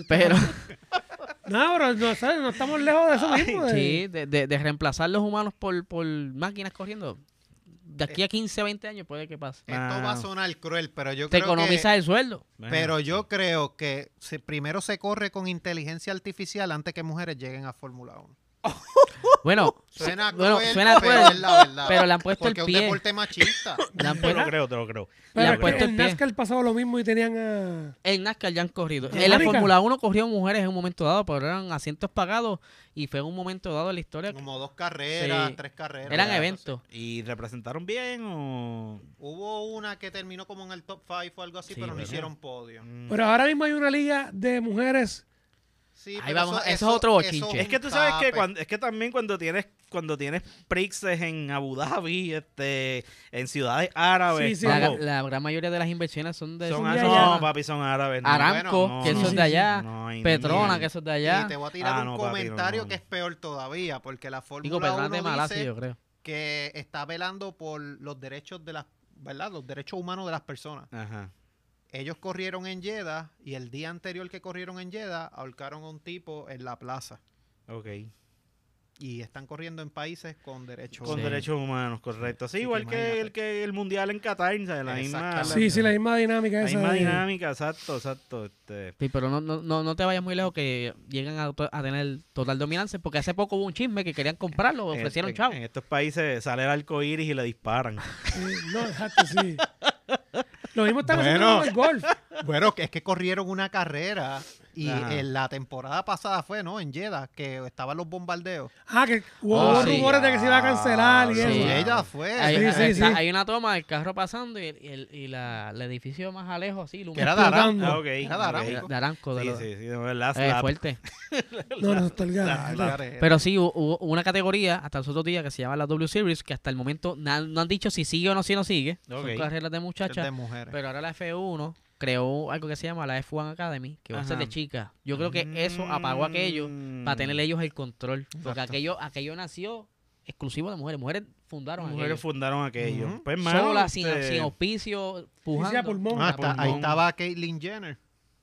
Speaker 3: Pero
Speaker 4: No, pero no, ¿sabes? no estamos lejos de eso mismo. de-
Speaker 3: sí, de, de- de reemplazar los humanos por, por máquinas corriendo. de aquí a 15, 20 años puede que pase.
Speaker 2: Eh,
Speaker 1: Esto va a
Speaker 2: Wow.
Speaker 1: sonar cruel, pero yo
Speaker 3: Te
Speaker 1: creo que-
Speaker 3: economizas el sueldo.
Speaker 2: Bueno,
Speaker 1: Pero yo creo que se- primero se corre con inteligencia artificial antes que mujeres lleguen a Fórmula 1.
Speaker 3: Bueno,
Speaker 1: Suena
Speaker 3: sí, bueno,
Speaker 1: cruel,
Speaker 3: suena
Speaker 1: pero
Speaker 3: cruel,
Speaker 1: es la verdad.
Speaker 3: pero le han puesto el
Speaker 1: Porque es
Speaker 3: pie.
Speaker 1: un deporte machista.
Speaker 3: le han
Speaker 2: te lo
Speaker 3: puesto-
Speaker 2: creo, te lo creo.
Speaker 3: Le han
Speaker 4: Pero es
Speaker 3: puesto
Speaker 4: que
Speaker 3: el
Speaker 4: en
Speaker 3: pie.
Speaker 4: NASCAR pasaba lo mismo y tenían a...
Speaker 3: En NASCAR ya han corrido.
Speaker 4: ¿De
Speaker 3: En la
Speaker 4: Mónica?
Speaker 3: Fórmula 1 corrió mujeres en un momento dado, pero eran asientos pagados y fue en un momento dado de la historia. que
Speaker 1: Como dos carreras,
Speaker 3: Sí.
Speaker 1: tres carreras.
Speaker 3: Eran
Speaker 1: una cosa
Speaker 3: eventos.
Speaker 2: ¿Y representaron bien o...?
Speaker 1: así. Hubo una que terminó como en el top 5 o algo así,
Speaker 3: Sí,
Speaker 1: pero no
Speaker 3: ¿verdad?
Speaker 1: hicieron podio.
Speaker 2: Mm.
Speaker 4: Pero ahora mismo hay una liga de mujeres.
Speaker 1: Sí,
Speaker 3: Ahí
Speaker 1: pero
Speaker 3: vamos, eso es otro
Speaker 1: eso
Speaker 3: bochinche.
Speaker 2: Es
Speaker 1: un
Speaker 2: que tú sabes que
Speaker 1: tape.
Speaker 2: cuando, es que también cuando tienes cuando tienes prixes en Abu Dhabi, este, en ciudades árabes,
Speaker 4: Sí,
Speaker 3: la,
Speaker 2: papo,
Speaker 3: la gran mayoría de las inversiones son de
Speaker 2: son
Speaker 4: son de
Speaker 2: árabes.
Speaker 4: allá.
Speaker 2: No, papi, son árabes. no.
Speaker 3: Aramco,
Speaker 1: bueno,
Speaker 2: No,
Speaker 3: que
Speaker 2: no,
Speaker 3: eso es
Speaker 4: sí,
Speaker 3: de
Speaker 4: sí,
Speaker 3: allá.
Speaker 2: no, hay
Speaker 3: Petrona,
Speaker 2: ni-
Speaker 3: que eso es de
Speaker 1: Y
Speaker 3: allá.
Speaker 1: te voy a tirar
Speaker 2: Ah,
Speaker 1: un
Speaker 2: no, papi, no,
Speaker 1: comentario
Speaker 2: no.
Speaker 1: que es peor todavía, porque la
Speaker 3: Digo,
Speaker 1: Fórmula
Speaker 3: Petrona
Speaker 1: 1
Speaker 3: de
Speaker 1: dice
Speaker 3: Malasia, yo creo.
Speaker 1: que está velando por los derechos de las, ¿verdad? Los derechos humanos de las personas.
Speaker 2: Ajá.
Speaker 1: Ellos corrieron en Jeddah y el día anterior que corrieron en Jeddah ahorcaron a un tipo en la plaza.
Speaker 2: Ok.
Speaker 1: Y están corriendo en países con derechos.
Speaker 2: Con
Speaker 3: Sí.
Speaker 2: derechos humanos, correcto. Sí,
Speaker 1: Así que
Speaker 2: igual que
Speaker 1: imagínate.
Speaker 2: el, que el mundial en Qatar, o sea, Ah, la misma,
Speaker 1: Exactamente.
Speaker 4: Sí, sí, la misma dinámica
Speaker 2: la
Speaker 4: esa.
Speaker 2: misma
Speaker 4: de-
Speaker 2: dinámica, exacto, exacto. Este.
Speaker 3: Sí, pero no, no, no, no te vayas muy lejos que llegan a, to- a tener total dominancia, porque hace poco hubo un chisme que querían comprarlo, ofrecieron
Speaker 2: en, este,
Speaker 3: chavo.
Speaker 2: En estos países sale el arco iris y le disparan.
Speaker 4: Sí, eh, no, exacto, sí. Lo mismo están haciendo
Speaker 1: Bueno.
Speaker 4: con el golf.
Speaker 1: Bueno, que es que corrieron una carrera y
Speaker 2: Ajá.
Speaker 1: en la temporada pasada fue, ¿no? En Jeddah, que estaban los bombardeos.
Speaker 4: Ah, que hubo
Speaker 3: Oh,
Speaker 4: hubo
Speaker 3: sí. Ah,
Speaker 4: rumores de que se iba a cancelar y
Speaker 2: Sí.
Speaker 1: Y
Speaker 4: eso.
Speaker 1: ella fue.
Speaker 3: Hay,
Speaker 4: Sí, sí,
Speaker 3: está-
Speaker 4: sí.
Speaker 3: hay una toma del carro pasando y, el, y el- y la- el edificio más alejo, así,
Speaker 1: Que era
Speaker 3: iluminado.
Speaker 1: de Aramco.
Speaker 4: Explotando.
Speaker 2: Ah, ok.
Speaker 1: Era de
Speaker 2: ok.
Speaker 1: Aramco.
Speaker 3: de Aranco. De
Speaker 2: Sí,
Speaker 3: los-
Speaker 2: sí, sí, no, la-
Speaker 3: eh,
Speaker 2: la-
Speaker 3: fuerte.
Speaker 4: No, no, está el
Speaker 1: Una
Speaker 4: gato.
Speaker 1: carrera.
Speaker 3: Pero sí, hu- hubo una categoría hasta los otros días que se llama la W Series, que hasta el momento na- no han dicho si sigue o no, si no sigue.
Speaker 2: Ok.
Speaker 3: Son carreras de
Speaker 1: Es de
Speaker 3: muchachas.
Speaker 1: mujeres.
Speaker 3: Pero ahora la F1 creó algo que se llama la F1 Academy, que va a ser
Speaker 2: Ajá. Mm.
Speaker 3: de chicas. Yo creo que eso apagó aquello para tener ellos el control. Porque
Speaker 1: Exacto.
Speaker 3: aquello, aquello nació exclusivo de mujeres. Mujeres fundaron
Speaker 2: Mujeres
Speaker 3: aquello.
Speaker 2: fundaron aquello.
Speaker 1: Ujú.
Speaker 2: Pues, mano,
Speaker 3: Sola, sin,
Speaker 2: este-
Speaker 3: sin auspicio, pujando.
Speaker 4: a pulmón.
Speaker 1: Ah,
Speaker 3: A
Speaker 1: está-
Speaker 3: pulmón.
Speaker 1: ahí estaba Caitlyn Jenner.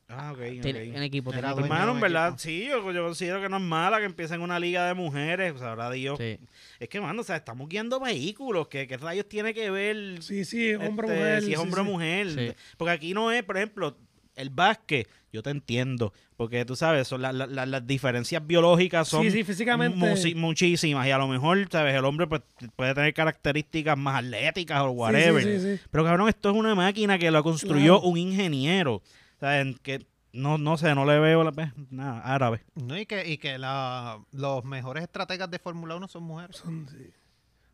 Speaker 2: Ah, ok, ok.
Speaker 3: Ten- En equipo.
Speaker 1: Era
Speaker 3: técnico.
Speaker 1: dueño
Speaker 2: Hermano, en
Speaker 1: de
Speaker 2: verdad,
Speaker 1: equipo.
Speaker 2: sí, yo, yo considero que no es mala que empiecen una liga de mujeres, sabrá Dios.
Speaker 3: Sí.
Speaker 2: Es que, mano, o sea, estamos guiando vehículos, que qué rayos tiene que ver
Speaker 4: Sí, sí, hombre o
Speaker 2: este,
Speaker 4: mujer.
Speaker 2: si es
Speaker 4: sí,
Speaker 2: hombre o
Speaker 4: sí.
Speaker 2: mujer.
Speaker 3: Sí.
Speaker 2: Porque aquí no es, por ejemplo, el básquet, yo te entiendo, porque tú sabes, son la- la- la- las diferencias biológicas son
Speaker 4: Sí, sí, físicamente.
Speaker 2: musi- muchísimas y a lo mejor, sabes, el hombre pues, puede tener características más atléticas o
Speaker 4: Sí,
Speaker 2: whatever.
Speaker 4: Sí, sí, sí.
Speaker 2: Pero cabrón, esto es una máquina que la construyó
Speaker 4: Claro.
Speaker 2: un ingeniero. O sea, en que no, no sé, no le veo la pe- nada árabe.
Speaker 1: No, y que, y que la- los mejores estrategas de Fórmula 1 son mujeres.
Speaker 4: Son- sí.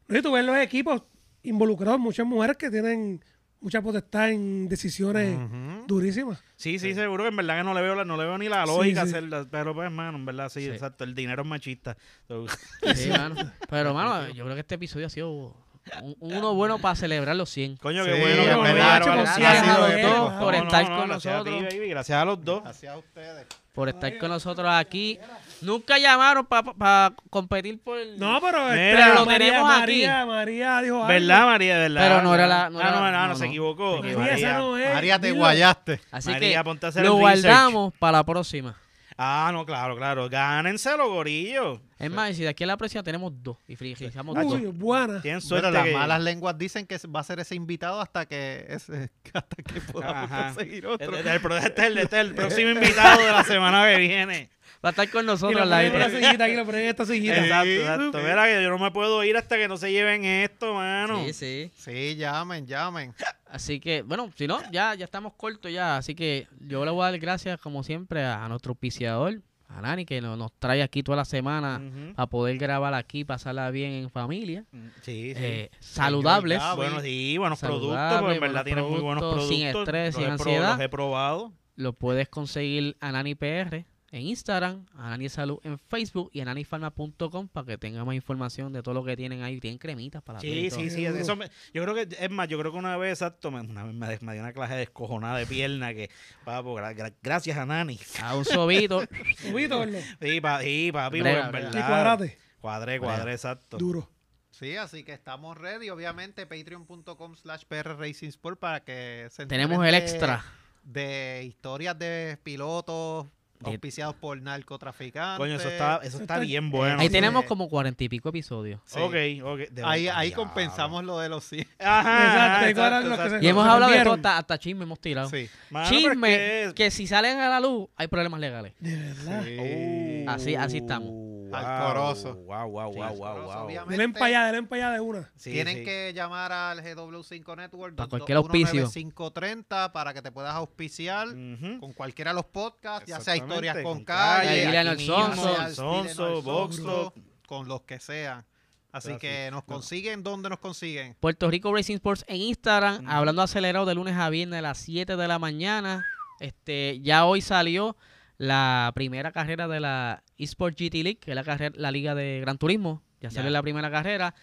Speaker 4: No, y tú ves los equipos involucrados, muchas mujeres que tienen mucha potestad en decisiones
Speaker 1: Ujú.
Speaker 4: durísimas.
Speaker 2: Sí, sí, seguro que en verdad que no le veo la, no le veo ni la
Speaker 4: Sí,
Speaker 2: lógica
Speaker 4: sí.
Speaker 2: hacerla, pero pues hermano, en verdad sí,
Speaker 3: Sí.
Speaker 2: exacto, el dinero es machista. So,
Speaker 3: Sí, mano. Pero, mano, yo creo que este episodio ha sido un- uno bueno para celebrar los 100.
Speaker 2: Coño,
Speaker 1: Sí,
Speaker 2: qué bueno,
Speaker 1: en
Speaker 2: qué
Speaker 1: verdad,
Speaker 2: bueno,
Speaker 1: chicos,
Speaker 2: Alberto.
Speaker 1: gracias
Speaker 2: Ha sido
Speaker 1: a
Speaker 2: épico.
Speaker 1: los dos
Speaker 3: por estar con
Speaker 2: gracias a ti,
Speaker 3: nosotros.
Speaker 2: baby, gracias a los dos.
Speaker 1: Gracias a ustedes.
Speaker 3: por estar con nosotros aquí. Nunca llamaron para competir por...
Speaker 4: No, pero,
Speaker 2: Mira,
Speaker 4: este,
Speaker 2: pero
Speaker 3: lo tenemos
Speaker 4: María, María dijo algo.
Speaker 2: ¿Verdad, María? ¿Verdad?
Speaker 3: Pero no era la- no
Speaker 2: Ah,
Speaker 3: era la-
Speaker 2: no, no,
Speaker 3: no,
Speaker 2: se
Speaker 3: no.
Speaker 2: equivocó.
Speaker 4: María, esa
Speaker 2: María.
Speaker 4: no es.
Speaker 1: María, te
Speaker 4: dilo.
Speaker 1: guayaste.
Speaker 3: Así
Speaker 2: María, ponte a
Speaker 3: que
Speaker 2: hacer
Speaker 3: lo
Speaker 2: el research.
Speaker 3: guardamos para la próxima.
Speaker 2: Ah, no, claro, claro. Gánenselo, gorillo.
Speaker 3: Es más, si de aquí a la próxima tenemos dos y fijamos dos.
Speaker 4: Uy, buena.
Speaker 2: Tienen
Speaker 1: Bueno,
Speaker 2: suerte
Speaker 1: las
Speaker 2: que-
Speaker 1: malas lenguas dicen que va a ser ese invitado hasta que, ese- hasta que podamos
Speaker 2: Ajá.
Speaker 1: conseguir
Speaker 2: El,
Speaker 1: otro.
Speaker 2: el- el pro- este es el- este es el próximo invitado de la semana que viene.
Speaker 3: Va a estar con
Speaker 4: Y lo
Speaker 3: nosotros
Speaker 4: ponen
Speaker 3: la
Speaker 4: en una sillita, aquí lo ponen en esta sillita.
Speaker 2: Exacto, exacto. Mira que yo no me puedo ir hasta que no se lleven esto, mano.
Speaker 3: Sí, sí.
Speaker 1: Sí, llamen, llamen.
Speaker 3: Así que, bueno, si no, ya, ya estamos cortos ya. Así que yo le voy a dar gracias, como siempre, a, a nuestro auspiciador, a Nani, que nos, nos trae aquí toda la semana
Speaker 2: Ujú. Mm,
Speaker 3: a poder grabar aquí, pasarla bien en familia.
Speaker 2: Sí, sí.
Speaker 3: Eh, saludables.
Speaker 1: Gaby.
Speaker 2: Buenos sí, buenos
Speaker 3: Saludable,
Speaker 2: productos, porque en
Speaker 3: buenos
Speaker 2: verdad tienen muy buenos
Speaker 3: productos,
Speaker 2: productos.
Speaker 3: sin estrés,
Speaker 2: Los
Speaker 3: sin
Speaker 2: he pro-
Speaker 3: ansiedad.
Speaker 2: Los he probado.
Speaker 3: Lo puedes conseguir a Nani PR en Instagram, a Nani Salud en Facebook y a nanifarma.com para que tenga más información de todo lo que tienen ahí. Tienen cremitas para la piel
Speaker 2: Sí,
Speaker 3: y todo.
Speaker 2: sí, sí.
Speaker 4: Seguro.
Speaker 2: Eso me- yo creo que, es más, yo creo que una vez, exacto, me, una vez me, des- me dio una clase de descojonada de pierna que, papo, gra- gra- gracias a Nani.
Speaker 3: A Ah, un sobito.
Speaker 4: Subito, ¿verdad?
Speaker 2: Sí, pa- sí, papi, pues,
Speaker 3: Brega,
Speaker 2: en
Speaker 3: brega.
Speaker 2: verdad.
Speaker 4: Y cuadrate.
Speaker 2: Cuadré, cuadré, exacto.
Speaker 4: Duro.
Speaker 1: Sí, así que estamos ready. Obviamente, patreon.com slash prracingsport para que se enteren
Speaker 3: tenemos el
Speaker 1: de-
Speaker 3: extra.
Speaker 1: De historias de pilotos, Auspiciados por narcotraficantes.
Speaker 2: Coño, eso está, eso está bien bueno.
Speaker 3: Ahí
Speaker 1: sí.
Speaker 3: tenemos como cuarenta y pico episodios.
Speaker 1: Sí.
Speaker 2: Ok, ok. De-
Speaker 1: Ahí, ahí
Speaker 2: Diablo.
Speaker 1: compensamos lo de los sí.
Speaker 2: Ajá,
Speaker 4: Exacto, igual a los que se-
Speaker 3: Y hemos
Speaker 4: se
Speaker 3: hablado de todo,
Speaker 4: perdieron.
Speaker 3: hasta, hasta chisme hemos tirado.
Speaker 1: Sí.
Speaker 2: Mano, pero es
Speaker 3: chisme
Speaker 2: que es-
Speaker 3: que si salen a la luz hay problemas legales.
Speaker 4: De verdad.
Speaker 1: Sí.
Speaker 2: Oh,
Speaker 3: Así- así estamos.
Speaker 2: wow,
Speaker 1: Alcoroso.
Speaker 2: Wow, wow,
Speaker 1: Sí,
Speaker 2: wow, wow,
Speaker 1: alcoroso,
Speaker 2: wow.
Speaker 1: obviamente.
Speaker 4: Denle para allá, denle para allá de una.
Speaker 2: Sí,
Speaker 1: Tienen
Speaker 2: sí.
Speaker 1: que llamar al GW5 Network
Speaker 3: Para cualquier auspicio.
Speaker 1: 530 para que te puedas auspiciar
Speaker 2: Ujú.
Speaker 1: con cualquiera de los podcasts, ya sea
Speaker 2: Mm. Exactamente,
Speaker 1: historias con
Speaker 2: con
Speaker 1: calle,
Speaker 2: Calle,
Speaker 1: aquí
Speaker 3: Dylan
Speaker 1: mismo,
Speaker 3: Alsonso,
Speaker 1: ya sea
Speaker 2: Alsonso,
Speaker 1: Dylan Alsonso,
Speaker 2: Voxlo.
Speaker 1: con los que sean. Así
Speaker 2: Así.
Speaker 1: que nos consiguen donde nos consiguen.
Speaker 3: Puerto Rico Racing Sports en Instagram,
Speaker 2: Ujú.
Speaker 3: hablando acelerado de lunes a viernes a las 7 de la mañana. Este, ya hoy salió la primera carrera de la Esports GT League, que es la, carrera, la liga de Gran Turismo. Ya salió
Speaker 2: Ya.
Speaker 3: la primera carrera.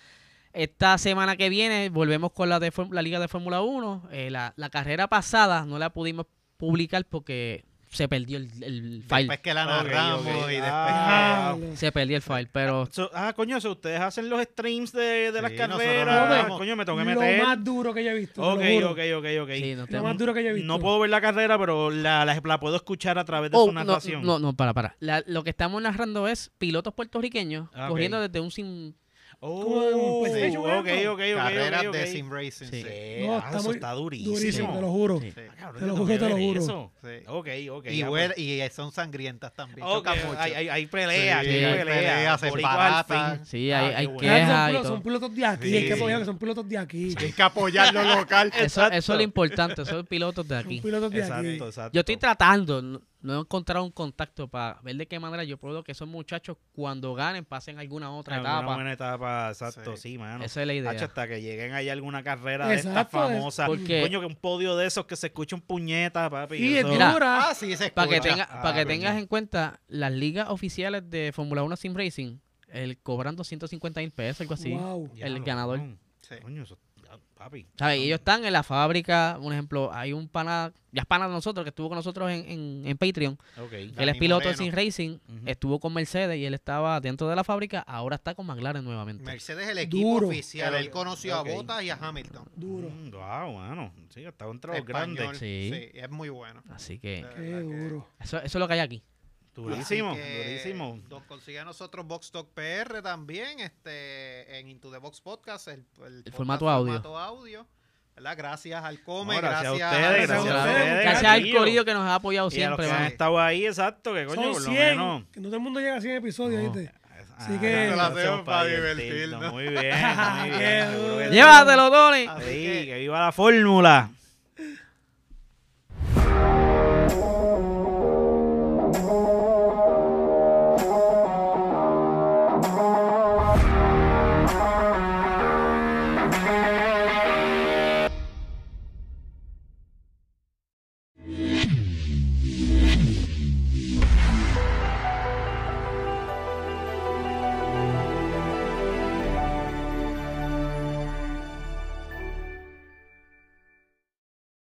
Speaker 3: Esta semana que viene volvemos con la, de, Fórm- la liga de Fórmula 1. Eh, la, la carrera pasada no la pudimos publicar porque se perdió el, el file.
Speaker 1: Después que la
Speaker 2: Ok,
Speaker 1: narramos
Speaker 2: ok.
Speaker 1: y después...
Speaker 2: Ah,
Speaker 4: Diablo.
Speaker 3: Se perdió el file, pero
Speaker 2: So- ah, coño, so ustedes hacen los streams de, de las
Speaker 1: Sí, nosotros
Speaker 2: carreras. Ah,
Speaker 1: vamos.
Speaker 2: coño, me tengo que
Speaker 4: Lo
Speaker 2: meter.
Speaker 4: más duro que yo he visto.
Speaker 2: Ok,
Speaker 4: te lo juro.
Speaker 2: ok, ok, ok.
Speaker 3: sí, no
Speaker 4: Lo
Speaker 3: tenemos-
Speaker 4: más duro que yo he visto.
Speaker 2: No puedo ver la carrera, pero la, la, la puedo escuchar a través de
Speaker 3: Oh,
Speaker 2: su
Speaker 3: no,
Speaker 2: narración.
Speaker 3: No, no, para, para. La- lo que estamos narrando es pilotos puertorriqueños
Speaker 2: Ah, ok.
Speaker 3: corriendo desde un sim.
Speaker 2: Oh,
Speaker 4: Como en
Speaker 2: ok,
Speaker 4: PlayStation,
Speaker 2: ok, ok.
Speaker 4: ¿no?
Speaker 2: ok,
Speaker 1: Carreras
Speaker 2: ok.
Speaker 1: de Sim Racing. Sí.
Speaker 3: Sí.
Speaker 2: Sí,
Speaker 4: No,
Speaker 2: ah,
Speaker 4: está
Speaker 2: eso
Speaker 4: muy
Speaker 2: está durísimo.
Speaker 4: Durísimo, te lo juro.
Speaker 1: Sí.
Speaker 2: Ah, cabrón,
Speaker 4: Te lo
Speaker 2: yo tengo
Speaker 4: juro,
Speaker 2: que
Speaker 4: te lo
Speaker 2: ver
Speaker 4: juro.
Speaker 2: eso.
Speaker 1: Sí.
Speaker 2: Ok, ok.
Speaker 1: y,
Speaker 2: ah,
Speaker 1: huele- y son sangrientas también.
Speaker 2: pues, ok,
Speaker 1: chocan mucho.
Speaker 2: Hay, hay, hay pelea,
Speaker 1: Sí,
Speaker 2: sí, hay
Speaker 1: hay
Speaker 2: pelea.
Speaker 1: pelea, se
Speaker 2: boricuas
Speaker 1: embaratan.
Speaker 2: al fin.
Speaker 3: Sí,
Speaker 2: Ah,
Speaker 3: hay,
Speaker 2: qué
Speaker 3: hay
Speaker 2: bueno.
Speaker 4: Claro,
Speaker 3: quejas
Speaker 4: son,
Speaker 3: y
Speaker 4: pilotos,
Speaker 3: todo.
Speaker 4: son pilotos de aquí.
Speaker 1: Sí.
Speaker 4: Hay que apoyar que son pilotos de aquí.
Speaker 1: Hay que apoyar lo local.
Speaker 3: Eso, eso es lo
Speaker 2: Exacto.
Speaker 3: importante, esos pilotos de
Speaker 4: Son
Speaker 3: aquí.
Speaker 4: pilotos de
Speaker 2: Exacto,
Speaker 4: aquí.
Speaker 2: exacto.
Speaker 3: Yo estoy tratando, no, no he encontrado un contacto para ver de qué manera yo puedo que esos muchachos cuando ganen pasen alguna otra
Speaker 2: Alguna
Speaker 3: etapa.
Speaker 2: buena etapa, exacto, sí, mano.
Speaker 3: Esa es la idea.
Speaker 2: Hacho, hasta que lleguen ahí alguna carrera de estas
Speaker 4: Exacto, es-
Speaker 2: famosas.
Speaker 3: porque-
Speaker 2: Coño, que un podio de esos que se escucha un puñeta, papi.
Speaker 4: Y es
Speaker 2: eso-
Speaker 3: Mira,
Speaker 4: dura.
Speaker 1: Ah, sí, se
Speaker 3: Para que,
Speaker 1: escucha.
Speaker 3: tenga,
Speaker 2: Ah,
Speaker 3: para que
Speaker 2: coño.
Speaker 3: tengas en cuenta, las ligas oficiales de Fórmula 1 Sim Racing, el cobran 250 mil pesos, algo así.
Speaker 4: Wow.
Speaker 2: Ya,
Speaker 3: el
Speaker 2: lo-
Speaker 3: ganador.
Speaker 1: Sí.
Speaker 2: Coño, eso- ya, papi.
Speaker 3: ¿Sabes? Y ellos están en la fábrica, un ejemplo, hay un pana, ya es pana de nosotros, que estuvo con nosotros en, en, en Patreon.
Speaker 2: Ok.
Speaker 1: Ya.
Speaker 3: él es
Speaker 1: Dani
Speaker 3: piloto de
Speaker 1: Moreno.
Speaker 3: Sin Racing,
Speaker 2: Ujú.
Speaker 3: estuvo con Mercedes y él estaba dentro de la fábrica, ahora está con McLaren nuevamente.
Speaker 1: Mercedes es el equipo
Speaker 4: Duro.
Speaker 1: oficial. Él conoció
Speaker 2: Ok.
Speaker 1: a Bottas y a Hamilton.
Speaker 4: Duro.
Speaker 2: Mm, wow, mano. Sí, está contra los
Speaker 1: Español.
Speaker 2: grandes.
Speaker 3: Sí.
Speaker 1: sí, es muy bueno.
Speaker 3: Así que
Speaker 1: La
Speaker 4: Qué
Speaker 1: verdad que-
Speaker 4: duro.
Speaker 3: eso, eso es lo que hay aquí.
Speaker 2: Durísimo,
Speaker 1: Así que
Speaker 2: durísimo.
Speaker 1: Nos consigue a nosotros Box Talk PR también, este, en Into the Box Podcast, el, podcast
Speaker 3: formato audio.
Speaker 1: formato audio, ¿verdad? Gracias al Come,
Speaker 2: No, gracias
Speaker 1: gracias,
Speaker 2: a ustedes,
Speaker 1: al-
Speaker 4: gracias a ustedes.
Speaker 3: Gracias al
Speaker 2: Corillo.
Speaker 3: corillo que nos ha
Speaker 2: Y a
Speaker 3: apoyado
Speaker 2: los
Speaker 3: siempre.
Speaker 2: que han
Speaker 3: mano.
Speaker 1: vamos.
Speaker 2: estado ahí, exacto, que coño,
Speaker 4: Son
Speaker 2: por lo
Speaker 4: 100.
Speaker 2: menos.
Speaker 4: Que no todo el mundo llega a 100 episodios,
Speaker 2: No.
Speaker 4: ¿viste? Así
Speaker 2: Ah,
Speaker 4: que-
Speaker 2: lo
Speaker 1: Lo
Speaker 2: hacemos
Speaker 1: hacemos para divertirnos.
Speaker 2: Muy bien, muy bien.
Speaker 4: Qué
Speaker 2: seguro que
Speaker 4: duro.
Speaker 2: sí.
Speaker 3: Llévatelo, Tony.
Speaker 1: Así
Speaker 2: Sí,
Speaker 1: que-
Speaker 2: que viva la fórmula.